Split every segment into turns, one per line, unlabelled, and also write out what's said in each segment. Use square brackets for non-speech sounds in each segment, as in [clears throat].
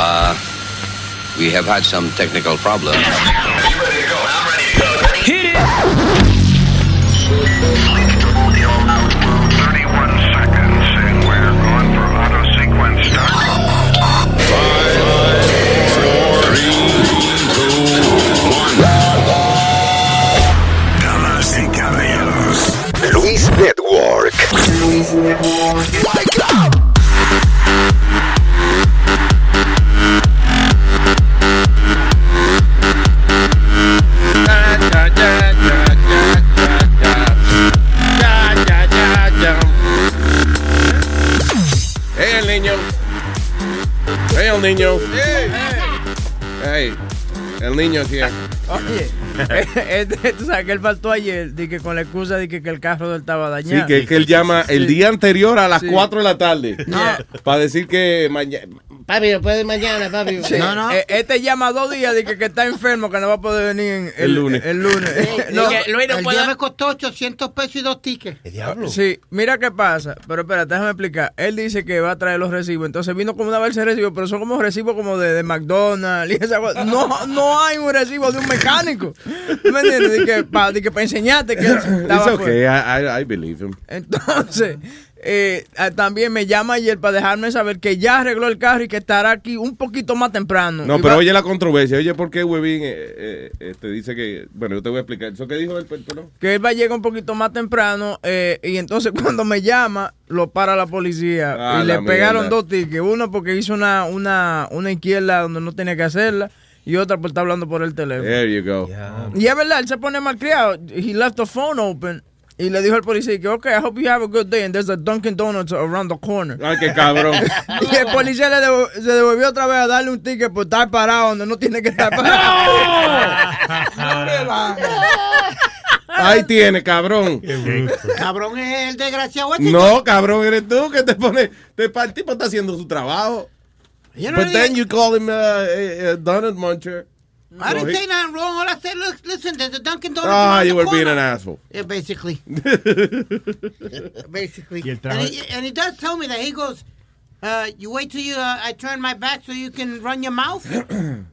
Uh, we have had some technical problems.
Hit it!
Damas y caballeros,
Luis Network.
Hey, El Niño. Hey, El Niño. Hey. El Niño here. [laughs]
Oye, este, tú sabes que él faltó ayer de que con la excusa de que, que el carro de él estaba
Sí,
dañado.
que, que él llama el
Sí.
día anterior a las
Sí.
4 de la tarde. Para decir que mañana.
Papi, después de mañana, papi. No, no. Eh, Este llama dos días de que, que está enfermo, que no va a poder venir en- el,
El lunes.
El lunes. No,
el día me costó 800 pesos y dos tickets.
Sí, mira qué pasa. Pero espera, déjame explicar. Él dice que va a traer los recibos. Entonces vino como una vez el recibo, pero son como recibos como de, de McDonald's y esa cosa. No, no hay un recibo de un mecánico. ¿Tú ¿Me entiendes? De que para enseñarte
[laughs]
que él estaba fuera.
It's okay, I, I- I believe him.
Entonces, eh, ah, también me llama ayer para dejarme saber que ya arregló el carro y que estará aquí un poquito más temprano.
No,
Y
pero
va-
oye la controversia. Oye, ¿por qué Webin te dice que. Bueno, yo te voy a explicar. ¿Eso qué dijo Pues, el perdón?
Que él va a llegar un poquito más temprano eh, y entonces [laughs] cuando me llama lo para la policía
Ah,
y le
la
pegaron
mierda.
dos tickets. Uno porque hizo una, una, una izquierda donde no tenía que hacerla y otra por estar hablando por el teléfono.
There you go.
Y es verdad, él se pone malcriado. He left the phone open y le dijo al policía que, ok, I hope you have a good day and there's a Dunkin' Donuts around the corner.
Ay, qué cabrón.
[laughs] Y el policía le devo- se devolvió otra vez a darle un ticket por estar parado donde no tiene que estar [laughs] parado.
Ah,
Ahí tiene, cabrón.
Cabrón es el desgraciado este.
No, cabrón, eres tú que te pone. Te, pa- el tipo está haciendo su trabajo.
Yo no
But
le
then
dije,
you call him uh, a, a donut muncher.
I didn't say nothing wrong. All I said, look, listen, there's a Dunkin' Donuts.
Ah,
around
you
the
were
corner.
being an asshole.
Yeah, basically.
[laughs]
basically.
Y el trabajo-
and, he, and he does tell me that he goes, uh, you wait till you, uh, I turn my back so you can run your
[clears throat]
mouth.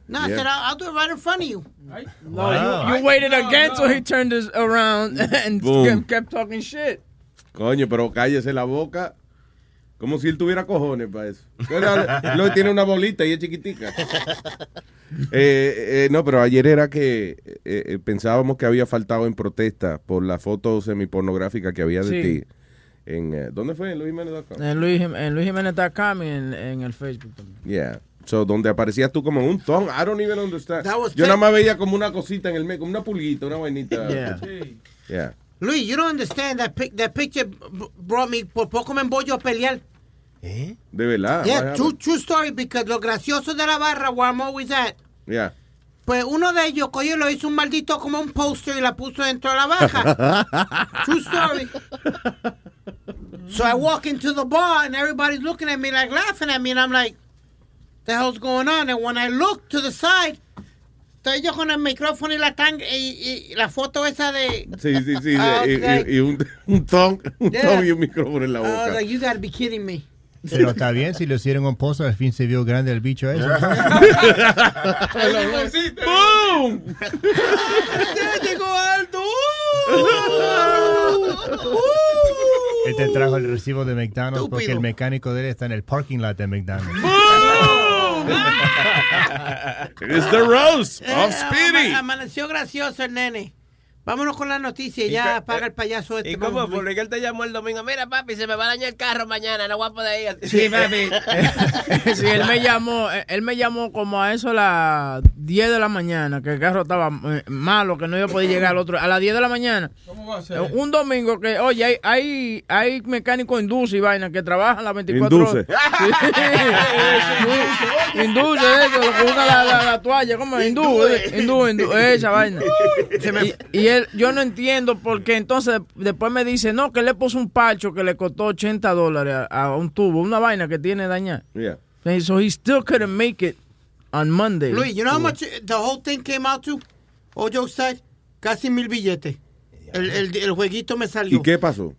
no, I said, I'll, I'll do it right in front of you.
Wow.
you waited again till he turned this around [laughs] and
Boom.
kept, kept talking shit.
Coño, pero cállese la boca. Como si él tuviera cojones para eso. Pero
[laughs]
lo tiene una bolita y es chiquitica. Eh, eh, no, pero ayer era que eh, eh, pensábamos que había faltado en protesta por la foto semipornográfica que había de
Sí.
ti. En, eh, ¿Dónde fue? En Luis Jiménez dot com?
En Luis, Jim- en Luis Jiménez.com y en, en el Facebook también.
Yeah. So, donde aparecías tú como un ton. I don't even understand.
That was
Yo
fake.
nada más veía como una cosita en el medio, como una pulguita,
[laughs]
una vainita.
Yeah.
Yeah.
Luis, you don't understand that pic- that picture b- brought me por poco me embollo a pelear.
De verdad.
yeah,
Ah, What
true,
happened?
true story because los graciosos de la barra where I'm always at.
Yeah.
Pues uno de ellos cogió y lo hizo un maldito como un poster y la puso dentro de la
[laughs]
baja. True story. So I walk into the bar and everybody's looking at me like laughing at me and I'm like, the hell's going on? And when I look to the side, estoy yo con el micrófono y la tanga y, y la foto esa
[laughs]
de.
Sí, sí, sí.
Ah,
y,
ok.
y- y un, un ton, [laughs] un
Yeah.
ton y un micrófono en la
I was
boca.
like, you gotta be kidding me. [laughs]
Pero está bien, si lo hicieron un pozo, al fin se vio grande el bicho
[laughs]
ese.
¡Boom!
[laughs]
llegó alto.
Uh.
Uh.
Este trajo el recibo de McDonald's porque
Estúpido.
el mecánico de él está en el parking lot de McDonald's.
Oh!
It's the roast of Speedy.
Eh, Amaneció gracioso el nene. Vámonos con la noticia y ya apaga el payaso este.
eh,
¿Y cómo?
vamos, Luis.
Porque él te llamó el domingo. Mira, papi, se me va a dañar el carro mañana. No voy a poder ir.
Sí,
[laughs]
papi. sí, él me llamó, eh, él me llamó como a eso a las 10 de la mañana, que el carro estaba eh, malo, que no iba a poder llegar al otro. A las 10 de la mañana. ¿Cómo va a ser? Un domingo que, oye, hay, hay, hay mecánicos induce y vaina que trabajan las 24
Induce.
horas. [laughs] Sí. induce, eso, lo que usa la, la- la toalla, ¿cómo? es?
eh,
Induce, induce,
[laughs]
induce, eh, esa vaina. Y, y él, yo no entiendo por qué. Entonces, después me dice, no, que le puso un pacho que le costó 80 dólares a, a un tubo, una vaina que tiene dañada.
Yeah.
And so he still couldn't make it on Monday.
Luis, you know how much the whole thing came out to? All jokes aside, casi mil billetes. El, el, el jueguito me salió.
¿Y qué pasó?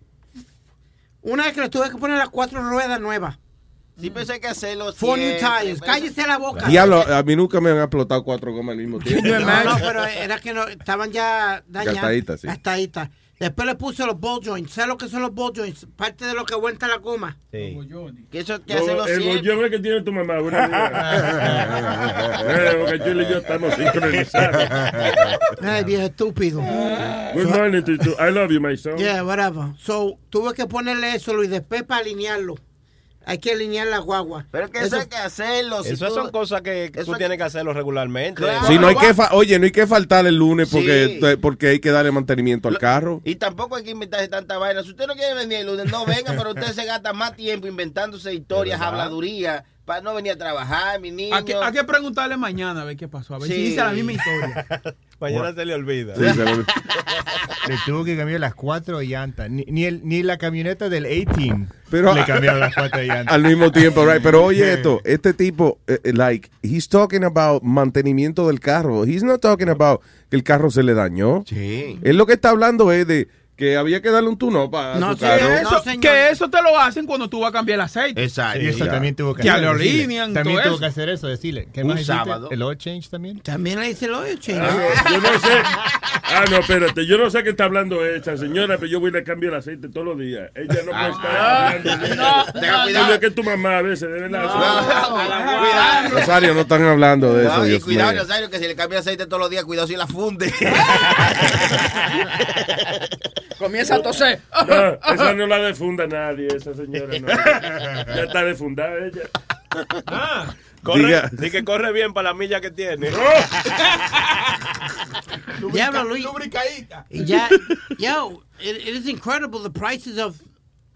Una vez que le tuve que poner las cuatro ruedas nuevas.
Sí, pensé que hacerlo
Four new
siempre,
tires.
pero-
Cállese la boca.
Diablo, a mí nunca me han explotado cuatro gomas al
[laughs]
mismo tiempo.
Yo-
No, no, pero era que no, estaban ya dañadas.
Gastaditas, sí.
Gastaditas. Después le puse los ball joints. ¿Sabes lo que son los ball joints? Parte de lo que aguanta la goma.
Sí.
Que eso hay que hacerlo
Oh, El
siempre.
bollón es que tiene tu mamá. buenos
[laughs]
días. Eh, Bocachula y yo estamos sincronizados.
Ay, viejo estúpido.
Ah.
Good morning, Tito. I love you, my son.
Yeah, whatever. So, tuve que ponerle eso, Luis, después para alinearlo. Hay que alinear la guagua.
Pero que eso hay que hacerlo. si
Esas
tú-
son cosas que
Eso-
tú tienes que hacerlo regularmente.
Claro.
Sí, no hay que fa- Oye, no hay que faltar el lunes porque,
Sí.
te- porque hay que darle mantenimiento al
Lo-
carro.
Y tampoco hay que inventarse tanta vaina. Si usted no quiere venir el lunes, no venga, pero usted se gasta más tiempo inventándose historias, habladurías, para no venir a trabajar, mi niño.
Hay que, hay que preguntarle mañana a ver qué pasó. A ver si
Sí.
dice la misma historia.
Mañana se le olvida.
Sí, pero-
Le tuvo que cambiar las cuatro llantas. Ni, ni, el, ni la camioneta del A-Team
Pero-
le cambiaron las cuatro llantas.
al mismo tiempo, right? Pero oye esto, este tipo, eh, eh, like, he's talking about mantenimiento del carro. He's not talking about que el carro se le dañó.
Sí.
Él lo que está hablando es de que había que darle un tuno para
No,
su
sí,
carro.
Que eso-
señor.
que eso te lo hacen cuando tú vas a cambiar el aceite.
Exacto.
Y eso
ya.
también tuvo que
Que
hacer.
le
decirle.
alinean,
También
todo
tuvo
eso.
que hacer eso, decirle. ¿Qué
Un
más hiciste?
sábado.
¿El oil change también?
También le hice lo hecho.
Yo no sé. Ah, no, espérate. Yo no sé qué está hablando esa señora, pero yo voy y le cambio el aceite todos los días. Ella no puede estar
Ah.
hablando. de-
Tenga
Oye,
cuidado.
que tu mamá a veces, de verdad.
Cuidado.
Rosario, no están hablando de eso.
Cuidado, y
Dios
cuidado,
mío.
Rosario, que si le cambia aceite todos los días, cuidado si la funde.
[laughs] Comienza a toser.
No, esa no la defunda nadie, esa señora. No. Ya está defundada ella.
Ah. Corre,
Diga.
di que corre bien para la milla que tiene.
Diablo, Luis. Y ya, yo, it, it is incredible the prices of,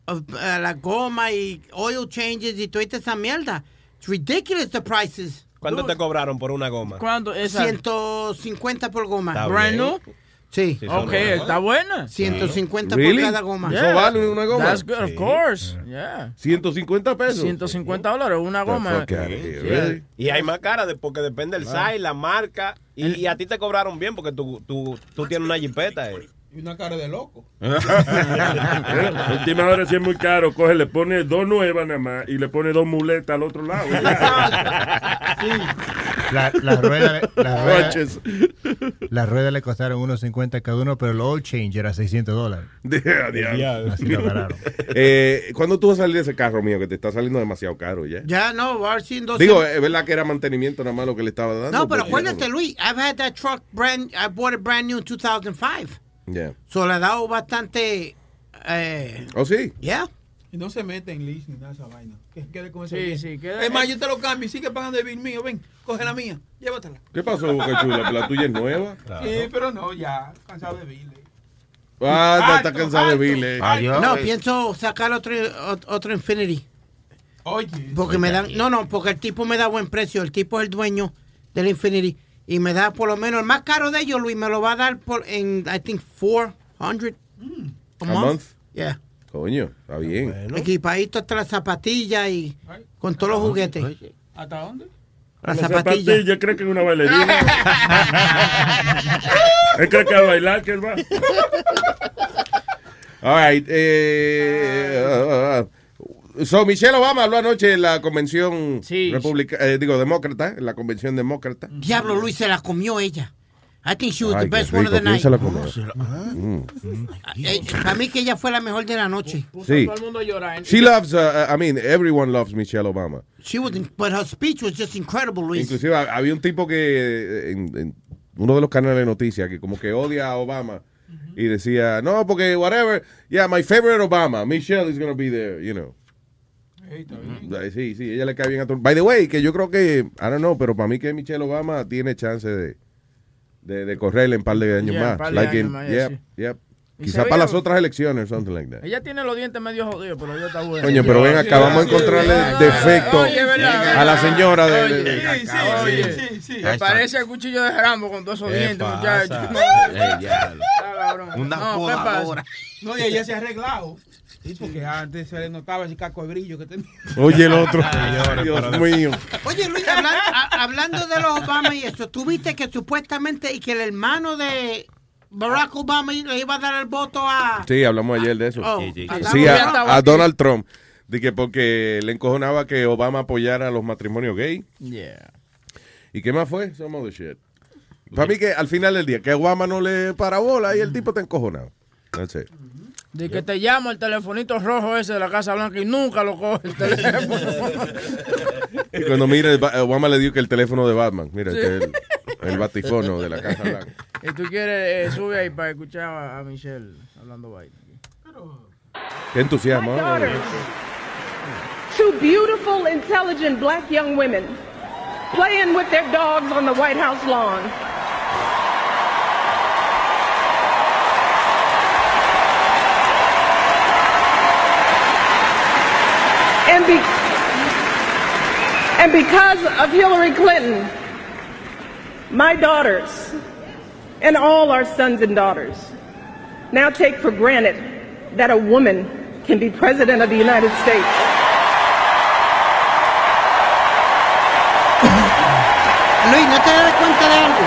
of uh, la goma y oil changes y toda esa mierda. It's ridiculous the prices.
¿Cuánto te cobraron por una goma?
¿Cuándo? Esa.
150 por goma.
Está
Brand
bien.
new.
Sí.
Sí, son
Ok,
nuevas.
está buena.
150
Really?
por cada goma.
Eso vale una goma.
That's good, of course. Yeah.
150 pesos.
150 dólares, una
The
goma.
fuck out of here,
Yeah.
really?
Y hay más cara de- porque depende del size, la marca. Y, y a ti te cobraron bien porque tú, tú, tú tienes una jipeta. eh.
Y una cara de loco.
Eh, [laughs] Última hora sí es muy caro. Coge, le pone dos nuevas nada más y le pone dos muletas al otro lado. Ya.
La- Las ruedas le-
[laughs]
las ruedas-
Roches.
las ruedas le costaron unos 50 cada uno, pero el oil change era 600 dólares.
[laughs] Yeah, yeah.
Así lo agarraron.
Eh, ¿Cuándo tú vas a salir de ese carro mío que te está saliendo demasiado caro ya?
Ya no, va a ser en 12.
eh,
Digo, es verdad que era mantenimiento nada más lo que le estaba dando.
no, pero
porque-
acuérdate, Luis, I've had that truck brand, I bought it brand new in 2005.
Yeah.
So le ha dado bastante, eh,
¿Oh, sí?
yeah.
Y no se mete en lease ni nada de esa vaina. Que se quede con ese
Sí,
bien.
sí, queda-
Es más, yo te lo cambio y sigue pagando el bill mío. Ven, coge la mía. Llévatela.
¿Qué pasó, Boca Chula? ¿La tuya es nueva?
Sí, pero no, ya. Cansado de bill.
Ah, está
Alto,
cansado de
alto.
Vile.
No, pienso sacar otro, ot- otro Infinity.
Oye.
Porque me dan, no, no, porque el tipo me da buen precio, el tipo es el dueño del Infinity y me da por lo menos el más caro de ellos, Luis, me lo va a dar por en I think 400 a
Mm.
A
month.
month.
Yeah.
Coño, está bien.
Equipadito hasta las zapatillas y con todos los juguetes.
¿Hasta dónde?
Las
La
zapatillas.
zapatilla cree que es una bailarina. Él cree que va a bailar, que él va.
All right. Eh, uh, so, Michelle Obama habló anoche en la convención
Sí.
republica- eh, digo, demócrata, en la convención demócrata.
[laughs] Diablo, Luis se la comió ella. I think she was
Ay,
the
qué
best one of
rico,
the
¿quién
night. Ah,
se la Mm. comió?
eh, para mí que ella fue la mejor de la noche.
Puso
Sí.
a todo el mundo ¿eh? a llorar.
She loves, uh, uh, I mean, everyone loves Michelle Obama.
She was, but her speech was just incredible, Luis.
Inclusive ha- había un tipo que eh, en, en uno de los canales de noticias que como que odia a Obama y decía, no, porque whatever, yeah, my favorite Obama, Michelle is gonna be there, you know. Eh, Sí, sí, ella le cae bien a todo. By the way, que yo creo que, I don't know, pero para mí que Michelle Obama tiene chance de, de, de correrle en par de años
Yeah,
más.
en par de
Like
años
in-
más,
yep,
sí.
yep.
Y se
Quizá para
veía-
las otras elecciones or something like that.
Ella tiene los dientes medio jodidos, pero ella está buena.
Coño, pero ven acá, vamos a encontrarle
Oye,
defecto
oye, verdad,
a la
verdad.
señora de- de- de-
Oye,
Sí, sí,
oye.
sí, sí, sí.
Me parece el cuchillo de Rambo con todos esos
¿Qué
dientes,
pasa?
muchachos. [laughs]
Una
No, ¿qué
podadora.
pasa?
pues, No, y ella se ha arreglado. Sí, porque antes se le notaba ese caco de brillo que tenía.
Oye,
[laughs]
el otro.
Señores,
Dios
pero-
mío.
Oye, Luis, hablan- a- hablando de los Obama y eso, tú viste que supuestamente y que el hermano de Barack Obama le iba a dar el voto a.
Sí, hablamos ayer de eso.
Oh,
Sí,
ya
a,
estaba
a
aquí.
Donald Trump. de que porque le encojonaba que Obama apoyara los matrimonios gay.
Yeah.
¿Y qué más fue? Some other shit. Para mí que al final del día, que Obama no le parabola y el tipo está encojonado. That's it.
De que te llamo el telefonito rojo ese de la Casa Blanca y nunca lo coge el
[laughs]
teléfono.
Y cuando mira, el ba- Obama le dio que el teléfono de Batman. Mira,
Sí.
este es el, el batifono de la
[laughs]
Casa Blanca.
y tú quieres, eh, sube ahí para escuchar a, a Michelle hablando vaina.
Qué entusiasmo. ¿eh?
Two beautiful, intelligent black young women playing with their dogs on the White House lawn. And, be- and because of Hillary Clinton, my daughters and all our sons and daughters now take for granted that a woman can be president of the United States.
Luis, ¿no te das cuenta de algo?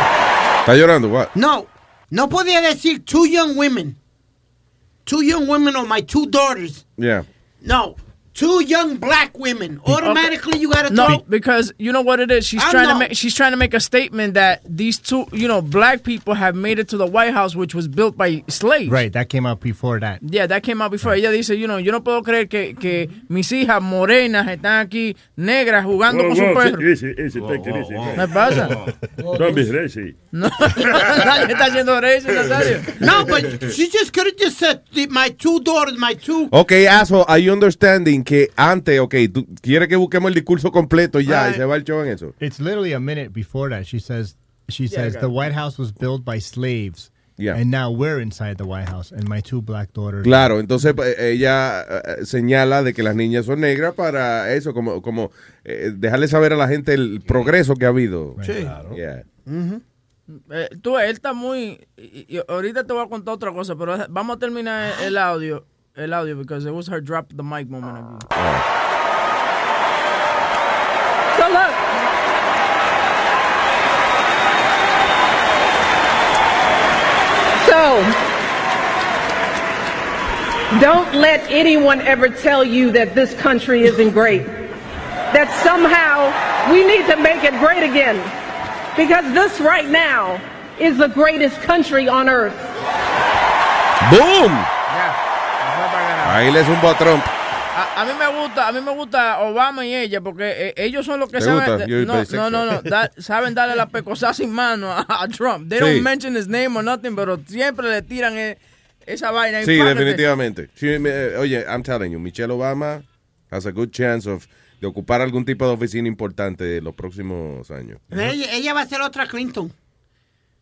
Está llorando, what?
No, no podía decir two young women. Two young women are my two daughters.
Yeah.
No, two young black women. Automatically you gotta
no,
throw-
because you know what it is. She's
I'm
trying
not-
to make. She's trying to make a statement that these two, you know, black people have made it to the White House, which was built by slaves.
Right, that came out before that.
Yeah, that came out before. Ella dice, you know, yo no puedo creer que, que mis hijas morenas están aquí negras jugando
Wow,
con su
wow,
perro.
Easy, easy, take it easy.
¿Qué pasa?
Don't be racist.
No, [laughs] nadie está haciendo racism, Nazario.
No, but she just could have just said the- my two daughters, my two.
Ok, asshole, I understanding que antes, ok, tú quieres que busquemos el discurso completo y ya, y se va el show en eso.
It's literally a minute before that. She says she
Yeah, I
says
got
the
it.
White House was built by slaves.
Yeah.
And now we're inside the White House and my two black daughters.
Claro, entonces pa- ella eh, señala de que las niñas son negras para eso, como, como eh, dejarle saber a la gente el progreso que ha habido.
Sí.
Yeah.
Eh, tú, él está muy. y- y ahorita te voy a contar otra cosa, pero vamos a terminar el- el audio. El audio, because it was her drop the mic moment aquí.
So look. So don't let anyone ever tell you that this country isn't great. That somehow we need to make it great again. Because this right now is the greatest country on earth.
¡Boom!
Ya.
Ahí le zumbó a Trump.
A, a mí me gusta, a mí me gusta Obama y ella porque eh, ellos son los que
¿Te
saben
gusta? You're
no, no,
bisexual.
no, no, da- saben darle la pecosada sin mano a, a Trump. They
Sí.
don't mention his name or nothing, pero siempre le tiran eh, esa vaina. Y
Sí,
párate.
definitivamente. Sí, me- eh, oye, I'm telling you, Michelle Obama has a good chance of de ocupar algún tipo de oficina importante en los próximos años.
Ella, ella va a ser otra Clinton.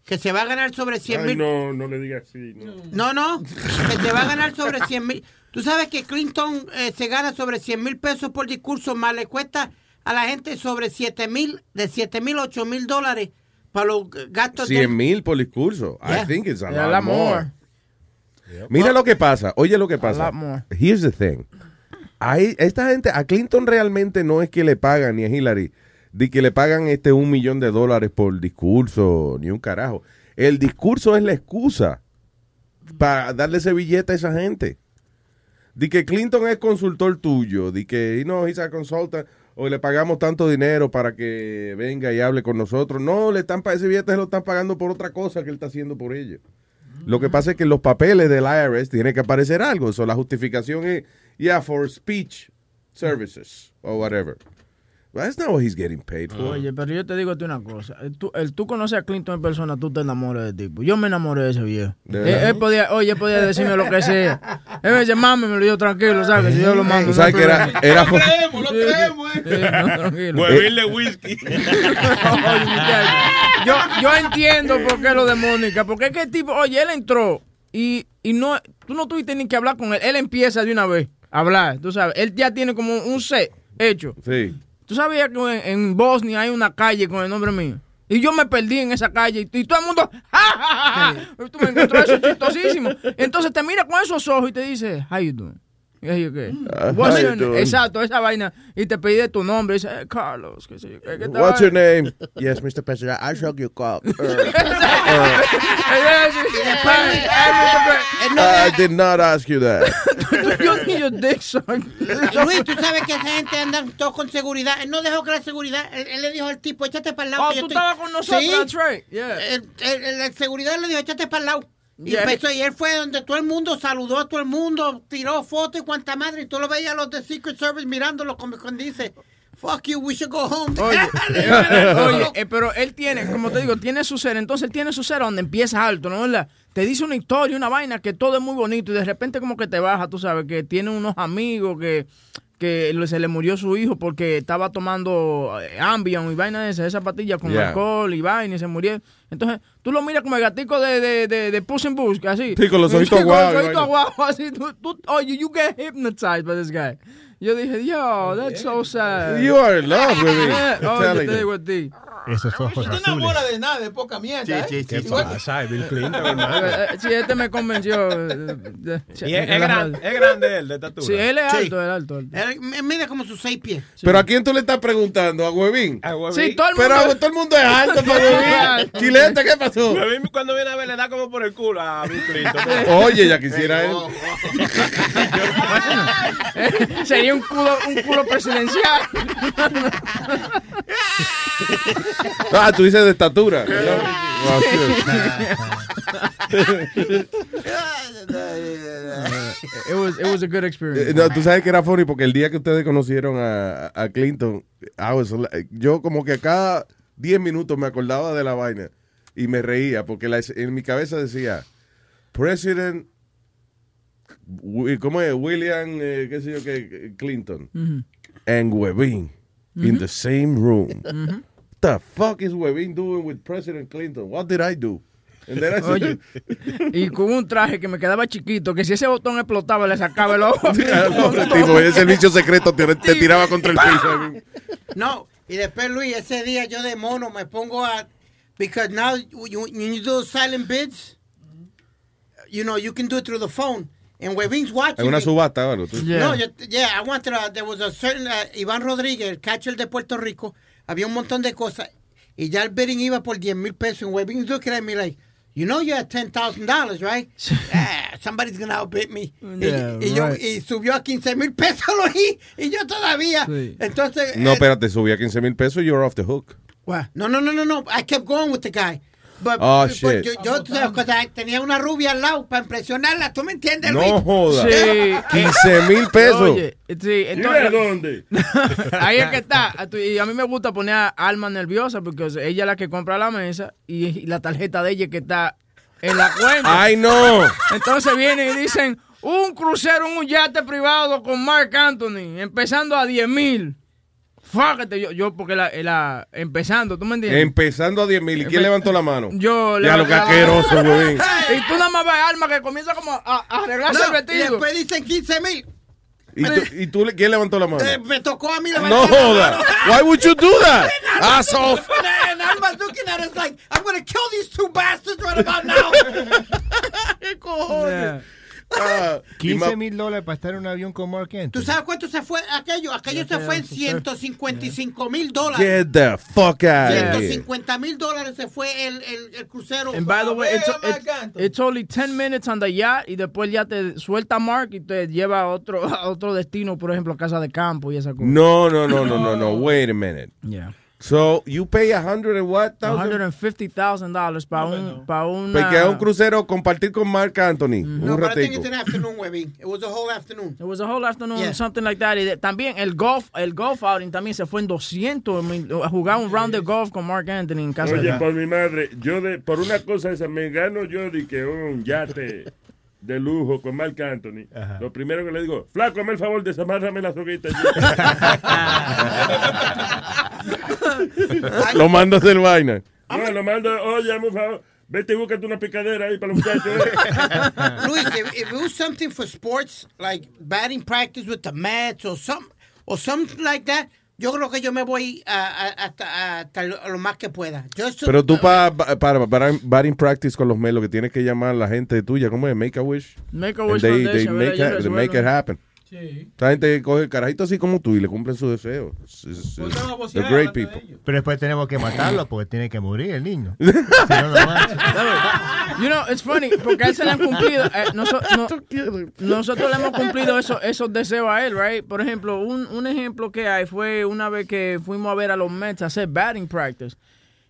Que se va a ganar sobre 100
Ay,
mil.
no, no le digas así. No.
No, no, que se va a ganar sobre 100 mil. Tú sabes que Clinton eh, se gana sobre 100 mil pesos por discurso, más le cuesta a la gente sobre 7 mil, de 7 mil, 8 mil dólares para los gastos de...
100 mil por discurso. I think it's a
Yeah, a
lot
lot
more.
more.
Mira lo que pasa. Oye lo que pasa.
lot more.
Here's the thing. Ahí- esta gente, a Clinton realmente no es que le pagan, ni a Hillary, de que le pagan este un millón de dólares por discurso, ni un carajo. El discurso es la excusa para darle ese billete a esa gente. Di que Clinton es consultor tuyo, di que no, he's a consultant, o le pagamos tanto dinero para que venga y hable con nosotros. No, le están pa- ese billete se lo están pagando por otra cosa que él está haciendo por ellos. Lo que pasa es que en los papeles del IRS tiene que aparecer algo. Eso, la justificación es, yeah, for speech services or whatever. But that's not what he's getting paid for.
Oye, pero yo te digo a ti una cosa. El tú, el tú conoces a Clinton en persona, tú te enamoras de tipo. Yo me enamoré de ese viejo.
¿De
Él,
verdad?
él podía, oye, él podía decirme lo que sea. Él me dice, mami, me lo dio tranquilo, ¿sabes? Que Si yo lo mando.
Tú sabes
no
que
hay
era-
problema".
era-
Lo creemos, lo creemos, eh. Sí, no, tranquilo.
Huevirle whisky.
[laughs] Oye, muchacho, yo, yo entiendo por qué lo de Mónica, porque es que el tipo, oye, él entró y, y no, tú no tuviste ni que hablar con él, él empieza de una vez a hablar, tú sabes, él ya tiene como un set hecho.
Sí.
¿Tú sabías que en, en Bosnia hay una calle con el nombre mío? Y yo me perdí en esa calle y, y todo el mundo, ¡ja, ja, ja, ja! Tú me encontrás eso chistosísimo. Entonces te mira con esos ojos y te dice, how you doing? Y yo, ¿qué?
Ah,
What's
how
your name?
you doing?
Exacto, esa vaina. Y te pide tu nombre. Y dice, "Eh, Carlos, qué sé yo, qué, qué tal
What's your
vaina?"
name? Uh, yes, Mr. President, I shook your cock. uh,
Ella dice, "Ay, ay, Mr. President,
I did not ask you that.
tú You need your dick sucked.
[laughs] Luis, tú sabes que esa gente anda todos con seguridad. Él no dejó que la seguridad. Él, él le dijo al tipo, échate para el lado.
Oh,
que yo
tú
estoy-"
estabas con nosotros,
Sí.
that's right,
El- el- el- la seguridad le dijo, échate para el lado. Y,
Yeah.
empezó, y él fue donde todo el mundo saludó a todo el mundo, tiró fotos y cuanta madre. Y tú lo veías a los de Secret Service mirándolo como quien dice, fuck you, we should go home. [laughs]
[laughs]
Oye, eh, pero él tiene, como te digo, tiene su ser. Entonces él tiene su ser donde empieza alto, ¿no? ¿Verdad? Te dice una historia, una vaina que todo es muy bonito y de repente como que te baja, tú sabes, que tiene unos amigos que que lo- se le murió su hijo porque estaba tomando eh, Ambien y vaina de esa, esa patilla con
Yeah.
alcohol y vaina y se murió. Entonces, tú lo miras como el gatico de, de, de, de Puss in Boots, así.
Sí, con los ojitos
Con los
guau y
ojitos
vaina.
guau, así. Tú, tú- oye, you get hypnotized by this guy. Yo dije, yo,
Oh,
that's so sad.
You are in love with me.
Yeah, [laughs]
I'm
oye,
telling
te digo
you.
a ti.
Esos ojos
Una
azules.
bola de nada, de poca mierda. ¿eh?
¿Qué
Igual-
pasa? Bill
[laughs]
Clinton,
Eh,
hermano.
eh, Sí, este me convenció. eh, de-
Y es, es grande, es grande él de estatura.
Sí, él es
Sí.
alto, él es alto. alto.
Él me- mide como sus seis pies.
[laughs] Pero ¿a quién tú le estás preguntando? ¿A Huevín?
Sí, todo el
Pero
mundo-
a- todo el mundo es
[laughs]
alto para Huevín. Chileta, ¿qué pasó?
A mí cuando viene a ver le da como por el culo a Bill Clinton.
[laughs]
Oye, ya quisiera él.
[laughs] Sería un culo, un culo
[laughs]
presidencial.
Ah, tú dices de [laughs] estatura. Wow, sure.
It was, it was a good experience.
Eh, No, tú sabes que era funny porque el día que ustedes conocieron a, a Clinton, I was like- yo como que cada 10 minutos me acordaba de la vaina y me reía porque la- en mi cabeza decía, President, Wi- ¿cómo es? William, eh, qué sé yo, qué, Clinton,
Mm.
Ujú.
and Webin in
Ujú.
the same room.
Ujú.
What the fuck is Webin doing with President Clinton? What did I do? And then I said-
Oye, y con un traje que me quedaba chiquito, que si ese botón explotaba le sacaba el
[laughs]
ojo.
Ah, tipo, [laughs] el servicio secreto te, te tiraba contra el piso.
No, y después Luis, ese día yo de mono me pongo a because now you, when you do silent bids, you know you can do it through the phone. And Webin's watching.
En una
me.
subasta o algo. tú-
No, yo, yeah, I wanted a- there was a certain uh, Iván Rodríguez, el catcher de Puerto Rico, había un montón de cosas y ya el bidding iba por 10 mil pesos. And Webin's looking at me like, you know you're at $10,000, right? ah, somebody's gonna outbid me. Y-
Yeah,
y, yo-
right.
y subió a 15 mil pesos, [laughs] Luis, y yo todavía.
Sí.
Entonces,
No,
eh,
espérate, subí a 15 mil pesos, you're off the hook.
What? No, no, no, no, no. I kept going with the guy. But,
Oh,
but
shit.
Yo, yo, tú sabes, cosa, tenía una rubia al lado para impresionarla. ¿Tú me entiendes,
No
Luis? [laughs]
joda.
Sí.
15 mil pesos.
Oye, sí,
¿Y de
entonces,
dónde?
ahí es que está. A tu- Y a mí me gusta poner a Alma nerviosa porque o sea, ella es la que compra la mesa y, y la tarjeta de ella es que está en la cuenta.
Ay, no.
Entonces vienen y dicen, un crucero, un yate privado con Mark Anthony, empezando a 10 mil. Fájate, yo, yo porque la, la- empezando, ¿tú me entiendes?
Empezando a 10 mil. ¿Y quién levantó la mano?
Yo
Ya lo
levanté la mano.
caqueroso, huevín.
Y tú nada más ves a Alma que comienza como a, a arreglarse
No,
el vestido.
y después dicen 15 mil.
¿Y tú,
[laughs]
y tú le- quién levantó la mano?
Eh, me tocó a mí levantar
No
la
joda.
mano.
Why would you do that? Asshole.
And Alma's looking at us like, I'm going to kill these two bastards right about now. ¿Qué [laughs] cojones?
Ah, y ma-
15 mil dólares para estar en un avión con Mark Anthony.
¿Tú sabes cuánto se fue aquello? Aquello se fue en 155 mil dólares.
Get the fuck out of here.
150 mil dólares se fue el, el, el crucero.
And by the way, it's,
Vea,
it's, it's only 10 minutes on the yacht y después ya te suelta Mark y te lleva a otro, [laughs] a otro destino, por ejemplo, a casa de campo y esa cosa.
No, no, no, no, no, no. Wait a minute.
Yeah.
So, you pay a hundred and what thousand?
$150,000 para un, ah, para una...
Porque es un crucero compartir con Mark Anthony.
No,
Un
but I think
ratico.
it's an afternoon, Webby. It was a whole afternoon.
It was a whole afternoon,
Yeah.
something like that. Y de- también el golf, el golf outing también se fue en 200 mil, a jugar un round de golf con Mark Anthony en casa
Oye,
de
por mi madre, yo de, por una cosa esa, me gano yo de que un yate de lujo con Marc Anthony. Lo primero que le digo, flaco, hazme el favor, desamárrame la soguita.
[laughs] Lo mandas del vaina.
no, lo mando, oye, hazme un favor, vete y búscate una picadera ahí para los
[laughs]
muchachos.
[laughs]
eh".
Luis, if, if it was something for sports, like batting practice with the Mets or some, or something like that, yo creo que yo me voy a, a- hasta, hasta lo lo más que pueda. Just to-
Pero tú para para para batting practice con los melos que tienes que llamar a la gente tuya, ¿cómo es? Make a wish.
Make a Wish
And they,
Foundation,
they
¿verdad? Ellos
make, it- they make
resuelven.
it happen.
Sí.
Esta gente coge carajitos así como tú y le cumplen su deseo. Es- es-
Pues
es-
no, pues,
they're
sí,
great
háblate de
people.
Pero después tenemos que matarlo porque tiene que morir
[laughs]
el niño.
You know, it's funny, porque a él se le han cumplido. eh, noso- no- nosotros le hemos cumplido eso- esos deseos a él, right? Por ejemplo, un, un ejemplo que hay fue una vez que fuimos a ver a los Mets a hacer batting practice.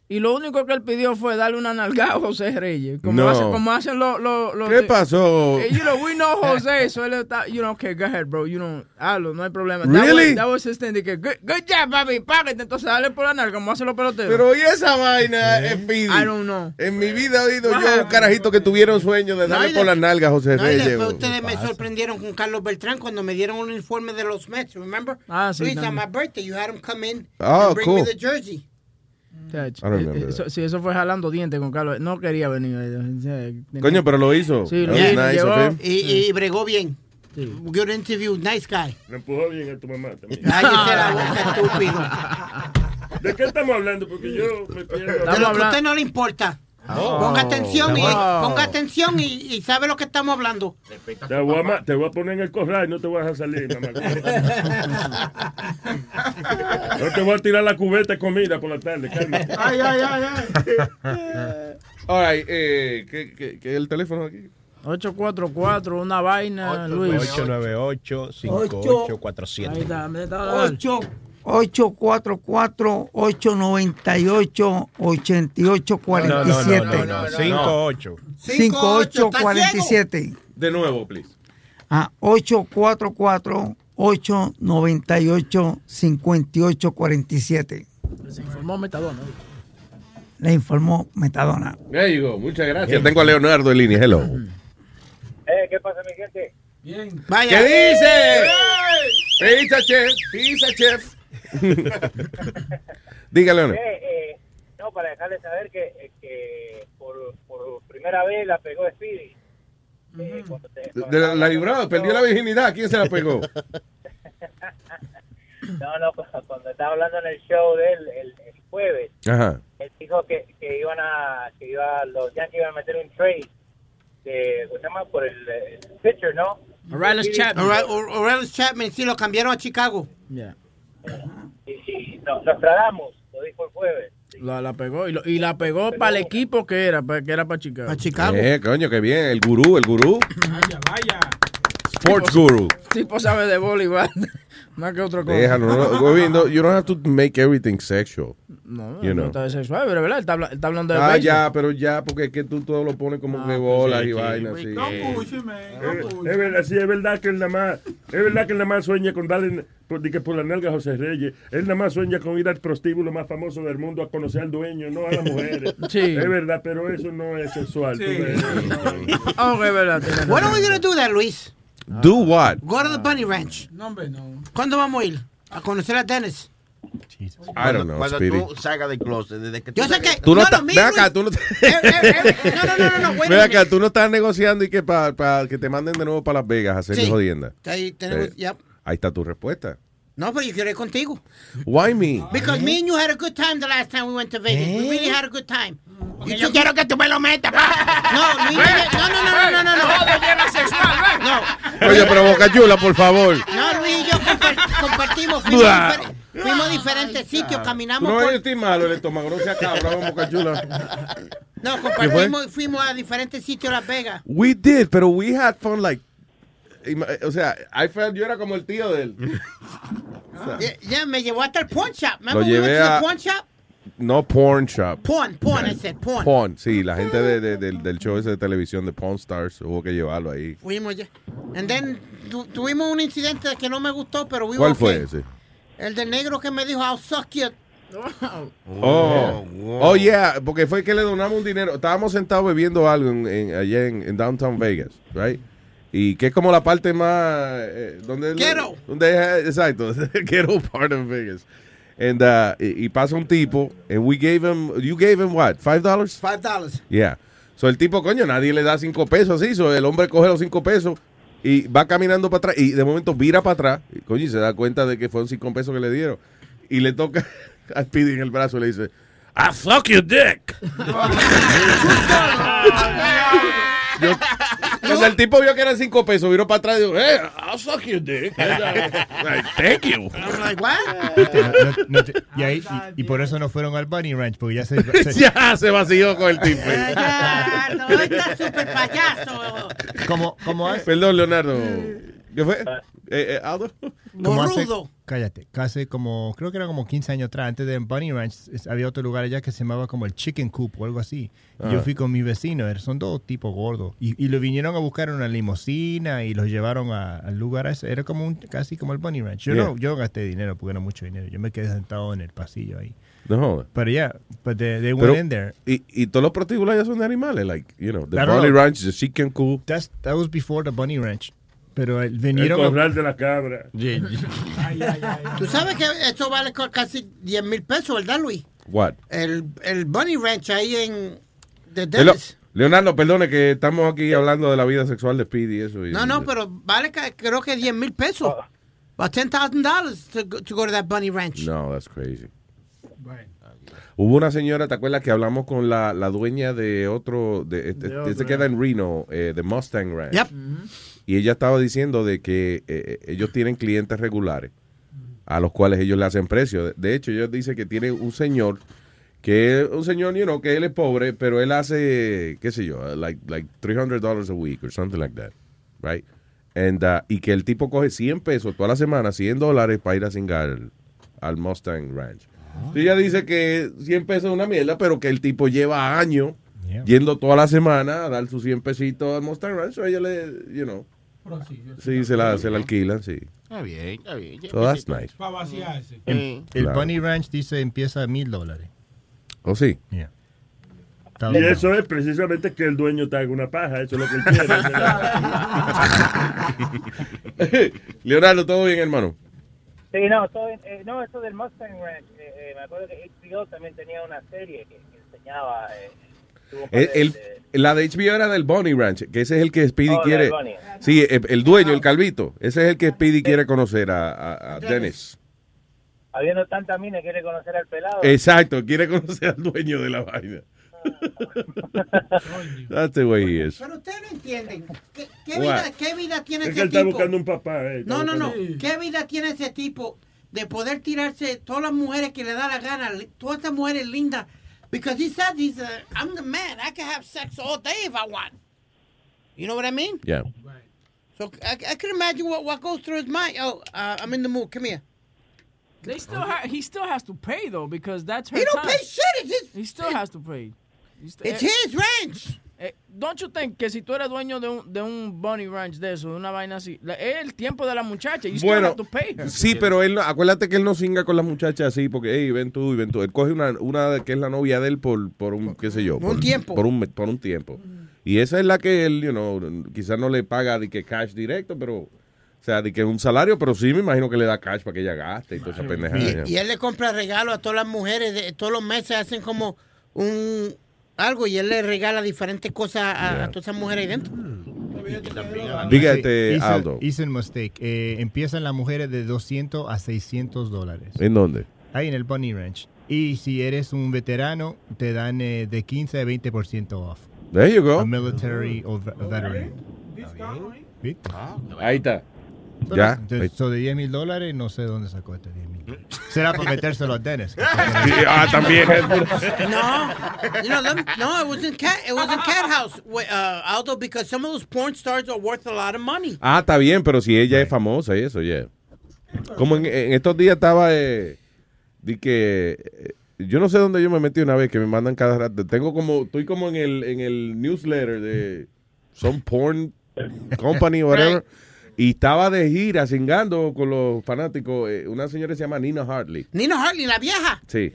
Y lo único que él pidió fue darle una nalgada a José Reyes. Como,
No.
hacen, como hacen los. los- los-
¿Qué pasó?
Eh, you know, we know Jose, so él está. You know, okay, go ahead, bro. You know, hazlo, no hay problema.
Really?
That was, that was his thing. de que, Good, good job, papi, págate. Entonces dale por la nalga, como hacen los peloteros.
Pero y esa vaina, eh, Speedy?
I don't know.
En mi vida he oído yo carajitos que tuvieron sueño de darle
y
por las nalgas a José
No, y
Reyes.
después ustedes me sorprendieron con Carlos Beltrán cuando me dieron un uniforme de los Mets, remember?
Ah, sí,
Luis, on my
también.
birthday, you had him come in
Oh,
and bring
cool.
me the jersey.
Touch.
I don't remember
Eh, eh, eso- sí, eso fue jalando dientes con Carlos. No quería venir. eh, eh,
Coño, pero lo hizo.
Sí, lo
That was
hizo,
nice
llegó.
of him.
Y, y bregó bien. Good interview, nice guy.
Me empujó bien a tu mamá también.
Cállese
[laughs]
la boca, estúpido.
¿De qué estamos hablando? Porque yo me pierdo.
De lo que a usted no le importa.
Oh.
Ponga atención, y,
Oh.
ponga atención y, y sabe lo que estamos hablando.
Te voy, a, ma- te voy a poner en el corral y no te voy a dejar salir, mamá.
[laughs]
No te voy a tirar la cubeta de comida por la tarde, cálmate.
Ay, ay, ay, ay.
[laughs] All right, eh, ¿qué, qué, qué es el teléfono aquí?
844, una vaina, Luis.
898-5847.
Ahí está, me está dando.
844-898-8847.
no, no, no, no. 58.
5847.
De nuevo, please.
Ah, 844-898-5847.
pues, Se informó Metadona.
Le informó Metadona.
There you go. Muchas gracias. Tengo a Leonardo en línea. Hello.
Eh, ¿qué pasa, mi gente? Bien.
Vaya. ¿Qué dice? Pizza chef, pizza chef. Dígale, Leonardo.
Eh, eh, no, para dejarles saber que, eh, que por, por primera vez la pegó Speedy. Eh, cuando te-
De la, la libró, perdió la virginidad. ¿Quién se la pegó?
[laughs] no, no, cuando- cuando estaba hablando en el show de él el, el jueves,
Ajá.
él dijo que, que iban a, que iba, los Yankees iban a meter un trade de, ¿cómo se llama? Por el, el pitcher, ¿no?
Aurelius
Chapman.
Aurelius Chapman, sí, lo cambiaron a [laughs] Chicago.
Y, y nos, nos tradamos, lo dijo el jueves.
La, la pegó y, lo- y la pegó para el equipo que era, pa- que era para Chicago. Para
Chicago.
Eh, coño, qué bien. El gurú, el gurú.
Vaya, vaya.
Sports guru.
Tipo sabe de voleibol [laughs] más que otra cosa. Ah,
Déjalo. No, no, Gobi, no, you don't have to make everything sexual.
No,
You
no
know.
está sexual, pero ¿verdad? Él Está, habla- él está hablando de
Ah,
béisbol. Ah,
ya, pero ya, porque es que tú todo lo pones como que bolas y vainas. así.
Es- Es verdad, sí, es verdad que él nada más, es verdad que él nada más sueña con darle por, di que por la nalga a José Reyes. Él nada más sueña con ir al prostíbulo más famoso del mundo a conocer al dueño, no a las mujeres.
Sí.
Es verdad, pero eso no es sexual. tú ves.
Ah, ok, verdad.
What are we gonna do that, Luis?
Ah. Do what?
Go to the Bunny Ranch.
No, hombre, no.
¿Cuándo vamos a ir? A conocer a Dennis.
I don't know,
Cuando
Speedy.
tú salgas del closet, desde que
Yo sé que-
Tú no,
No,
estás.
no,
Ve
mira,
acá, tú no
No, no, no, no, no. wait
Ve
a minute.
acá, tú no estás negociando y que para que te manden de nuevo para Las Vegas a hacer
Sí.
jodienda.
Ahí tenemos,
Eh,
yep.
Ahí está tu respuesta.
No, pero yo quiero ir contigo.
Why me?
Because me and you had a good time the last time we went to Vegas. We really
¿Eh?
had a good time. Y yo quiero que tú me lo metas. [laughs] No, Luis, no, no, no, no, no, no, no. ¿eh?
Todo llena sexual,
Oye, pero Boca Chula, por favor.
No, Luis y yo compar- compartimos. Fuimos,
Blah.
difer- fuimos diferentes sitios,
Ah, Tú
caminamos.
no
por-
eres ti malo el estómago, no sea cabrón, Boca Chula.
No,
¿Qué fue?
compartimos, fuimos a diferentes sitios a Las Vegas.
[laughs] We did, pero we had fun like. ima- eh, O sea, I felt yo era como el tío de él.
Ya, ya, me llevó hasta el pawn shop.
Lo
Remember we went
llevé
to the
a-
pawn shop?
[laughs] No porn shop.
Pawn, pawn, I said, pawn.
Porn, sí, la gente de- de- del, del show ese de televisión de Pawn Stars hubo que llevarlo ahí.
Fuimos ya. And then tu- tuvimos un incidente que no me gustó, pero we
¿Cuál
were
fue
okay.
ese?
El del negro que me dijo, I'll suck you.
Oh, oh yeah, porque fue que le donamos un dinero. Estábamos sentados bebiendo algo en, en- allá en, en Downtown Vegas, right? Y que es como la parte más eh, donde
Ghetto.
donde es- exacto, [laughs] ghetto part of Vegas. And, uh, y, y pasa un tipo, and we gave him, you gave him what, five dollars?
Five dollars.
Yeah. So el tipo, coño, nadie le da cinco pesos así. So el hombre coge los cinco pesos y va caminando para atrás. Y de momento vira para atrás. Y, coño, y se da cuenta de que fueron cinco pesos que le dieron. Y le toca [laughs] a Speedy en el brazo y le dice,
[laughs]
I suck your dick. yo, Cuando el tipo vio que eran cinco pesos, viró para atrás y dijo, eh, I'll suck your dick. Like, Thank you.
I'm like, what?
No- no te- y, ahí- y- y por eso no fueron al Bunny Ranch, porque
[laughs]
ya se,
ya ah, se vacilló con el tipo.
como, como hace-
Perdón, Leonardo.
Mm.
¿Qué fue?
Ah.
Eh, eh, Aldo.
como hace-
Borrudo.
cállate, casi como, creo que era como 15 años atrás, antes de Bunny Ranch, es- había otro lugar allá que se llamaba como el Chicken Coop o algo así. Y
Ajá.
Yo fui con mis vecinos, er- son dos tipos gordos. Y, y lo vinieron a buscar en una limusina y los llevaron a- al lugar ese. Era como un, casi como el Bunny Ranch. Yo
Yeah.
no, yo gasté dinero porque era mucho dinero. Yo me quedé sentado en el pasillo ahí.
No jodas.
Pero ya, but they, they went
Pero-
in there.
y, y todos los partículas ya son de animales, like, you know, the
Claro.
Bunny Ranch, the Chicken Coop.
That's, that was before the Bunny Ranch. Pero eh,
El
vinieron a-
corral de la cabra.
Tú sabes que esto vale co- casi 10 mil pesos, ¿verdad, Luis?
What?
El, el Bunny Ranch ahí en. De
Leo-
Dallas.
Leonardo, perdone que estamos aquí hablando de la vida sexual de Speedy y eso. y-
No, no, pero vale ca- creo que 10 mil pesos.
Ah.
About $10,000 to, go- to go to that Bunny Ranch.
No, that's crazy. Hubo una señora, ¿te acuerdas que hablamos con la, la dueña de otro, de, este,
De
este
otro,
queda en Reno, eh, de Mustang Ranch?
Yep.
Y ella estaba diciendo de que eh, eh, ellos tienen clientes regulares a los cuales ellos le hacen precio. De- De hecho, ellos dicen que tiene un señor que es un señor, you know, que él es pobre, pero él hace, qué sé yo, uh, like, like $300 a week or something like that, right? And, uh, y que el tipo coge 100 pesos toda la semana, 100 dólares para ir a cingar al, al Mustang Ranch. Entonces Ella dice que 100 pesos es una mierda, pero que el tipo lleva años yendo toda la semana a dar sus 100 pesitos al Mustang Ranch. so Ella le, you know, sí, se la, se la alquilan, sí.
Está bien, está bien.
So that's nice. Em-
Para vaciarse.
El, el
Claro.
Bunny Ranch dice empieza a mil dólares.
¿O sí? [laughs]
Está
Y
bien.
eso es precisamente que el dueño te haga una paja, eso es lo que él quiere.
Leonardo, ¿todo bien, hermano?
Sí, no, todo, eh, no, eso del Mustang Ranch, eh, eh, me acuerdo que HBO también tenía una serie que, que enseñaba... eh, tuvo un par
El-
de-
el- la de HBO era del Bonnie Ranch, que ese es el que Speedy
Oh, la
quiere.
del Bonnie.
Sí, el, el dueño, el calvito. Ese es el que Speedy quiere conocer a, a- a Dennis.
habiendo tanta mina, quiere conocer al pelado.
Exacto, quiere conocer al dueño de la
[laughs]
vaina. That's the way he is.
Pero ustedes no entienden. ¿Qué, qué
What?
vida, qué vida tiene
Es
ese
que él está
tipo?
buscando un papá. eh, está
No, no, no.
buscando-
¿Qué vida tiene ese tipo de poder tirarse todas las mujeres que le da la gana? li- Todas estas mujeres lindas. Because he said, he's a, I'm the man. I can have sex all day if I want. You know what I mean?
Yeah.
So I, I can imagine what, what goes through his mind. Oh, uh, I'm in the mood. Come here.
They still ha- he still has to pay though because that's her
He don't
time.
pay shit.
he still has to pay. He's-
It's
eh,
his ranch.
eh, don't you think que si tú eres dueño de un, de un bunny ranch de eso, de una vaina así, la- es el tiempo de la muchacha. You still
Bueno,
have to pay her.
sí, pero él, no- acuérdate que él no singa con las muchachas así, porque, hey, ven tú y ven tú. Él coge una, una que es la novia de él por, por un, qué sé yo. Por
un tiempo. Mm.
Por un, me- por un tiempo. Y esa es la que él, you know, quizás no le paga de que cash directo, pero, o sea, de que un salario, pero sí me imagino que le da cash para que ella gaste y toda esa pendejada. ya.
Y él le compra regalos a todas las mujeres. de- todos los meses hacen como un algo y él le regala diferentes cosas a, a todas esas mujeres ahí dentro.
Mm. Diga, este,
Hice-
Aldo.
hice un mistake. Eh, empiezan las mujeres de 200 a 600 dólares.
¿En dónde?
Ahí en el Bunny Ranch. Y si eres un veterano, te dan eh, de 15 a 20% off.
There you go.
A military or ve- veteran. ¿Viste?
Ahí está. Ya.
Entonces, so de 10 mil dólares, no sé dónde sacó este 10 mil dólares. Será para metérselo
[laughs]
a Dennis.
ah,
[laughs]
también.
No, you know, them, no, it was in cat, it was in cat house, wi- uh, Aldo, because some of those porn stars are worth a lot of money.
Ah, está bien, pero si ella es famosa y eso, ya. Como en, en estos días estaba, eh, di que, eh, yo no sé dónde yo me metí una vez, que me mandan cada rato. Tengo como, estoy como en el, en el newsletter de some porn company o whatever. Y estaba de gira, singando con los fanáticos, eh, una señora que se llama Nina Hartley.
Nina Hartley, la vieja.
Sí.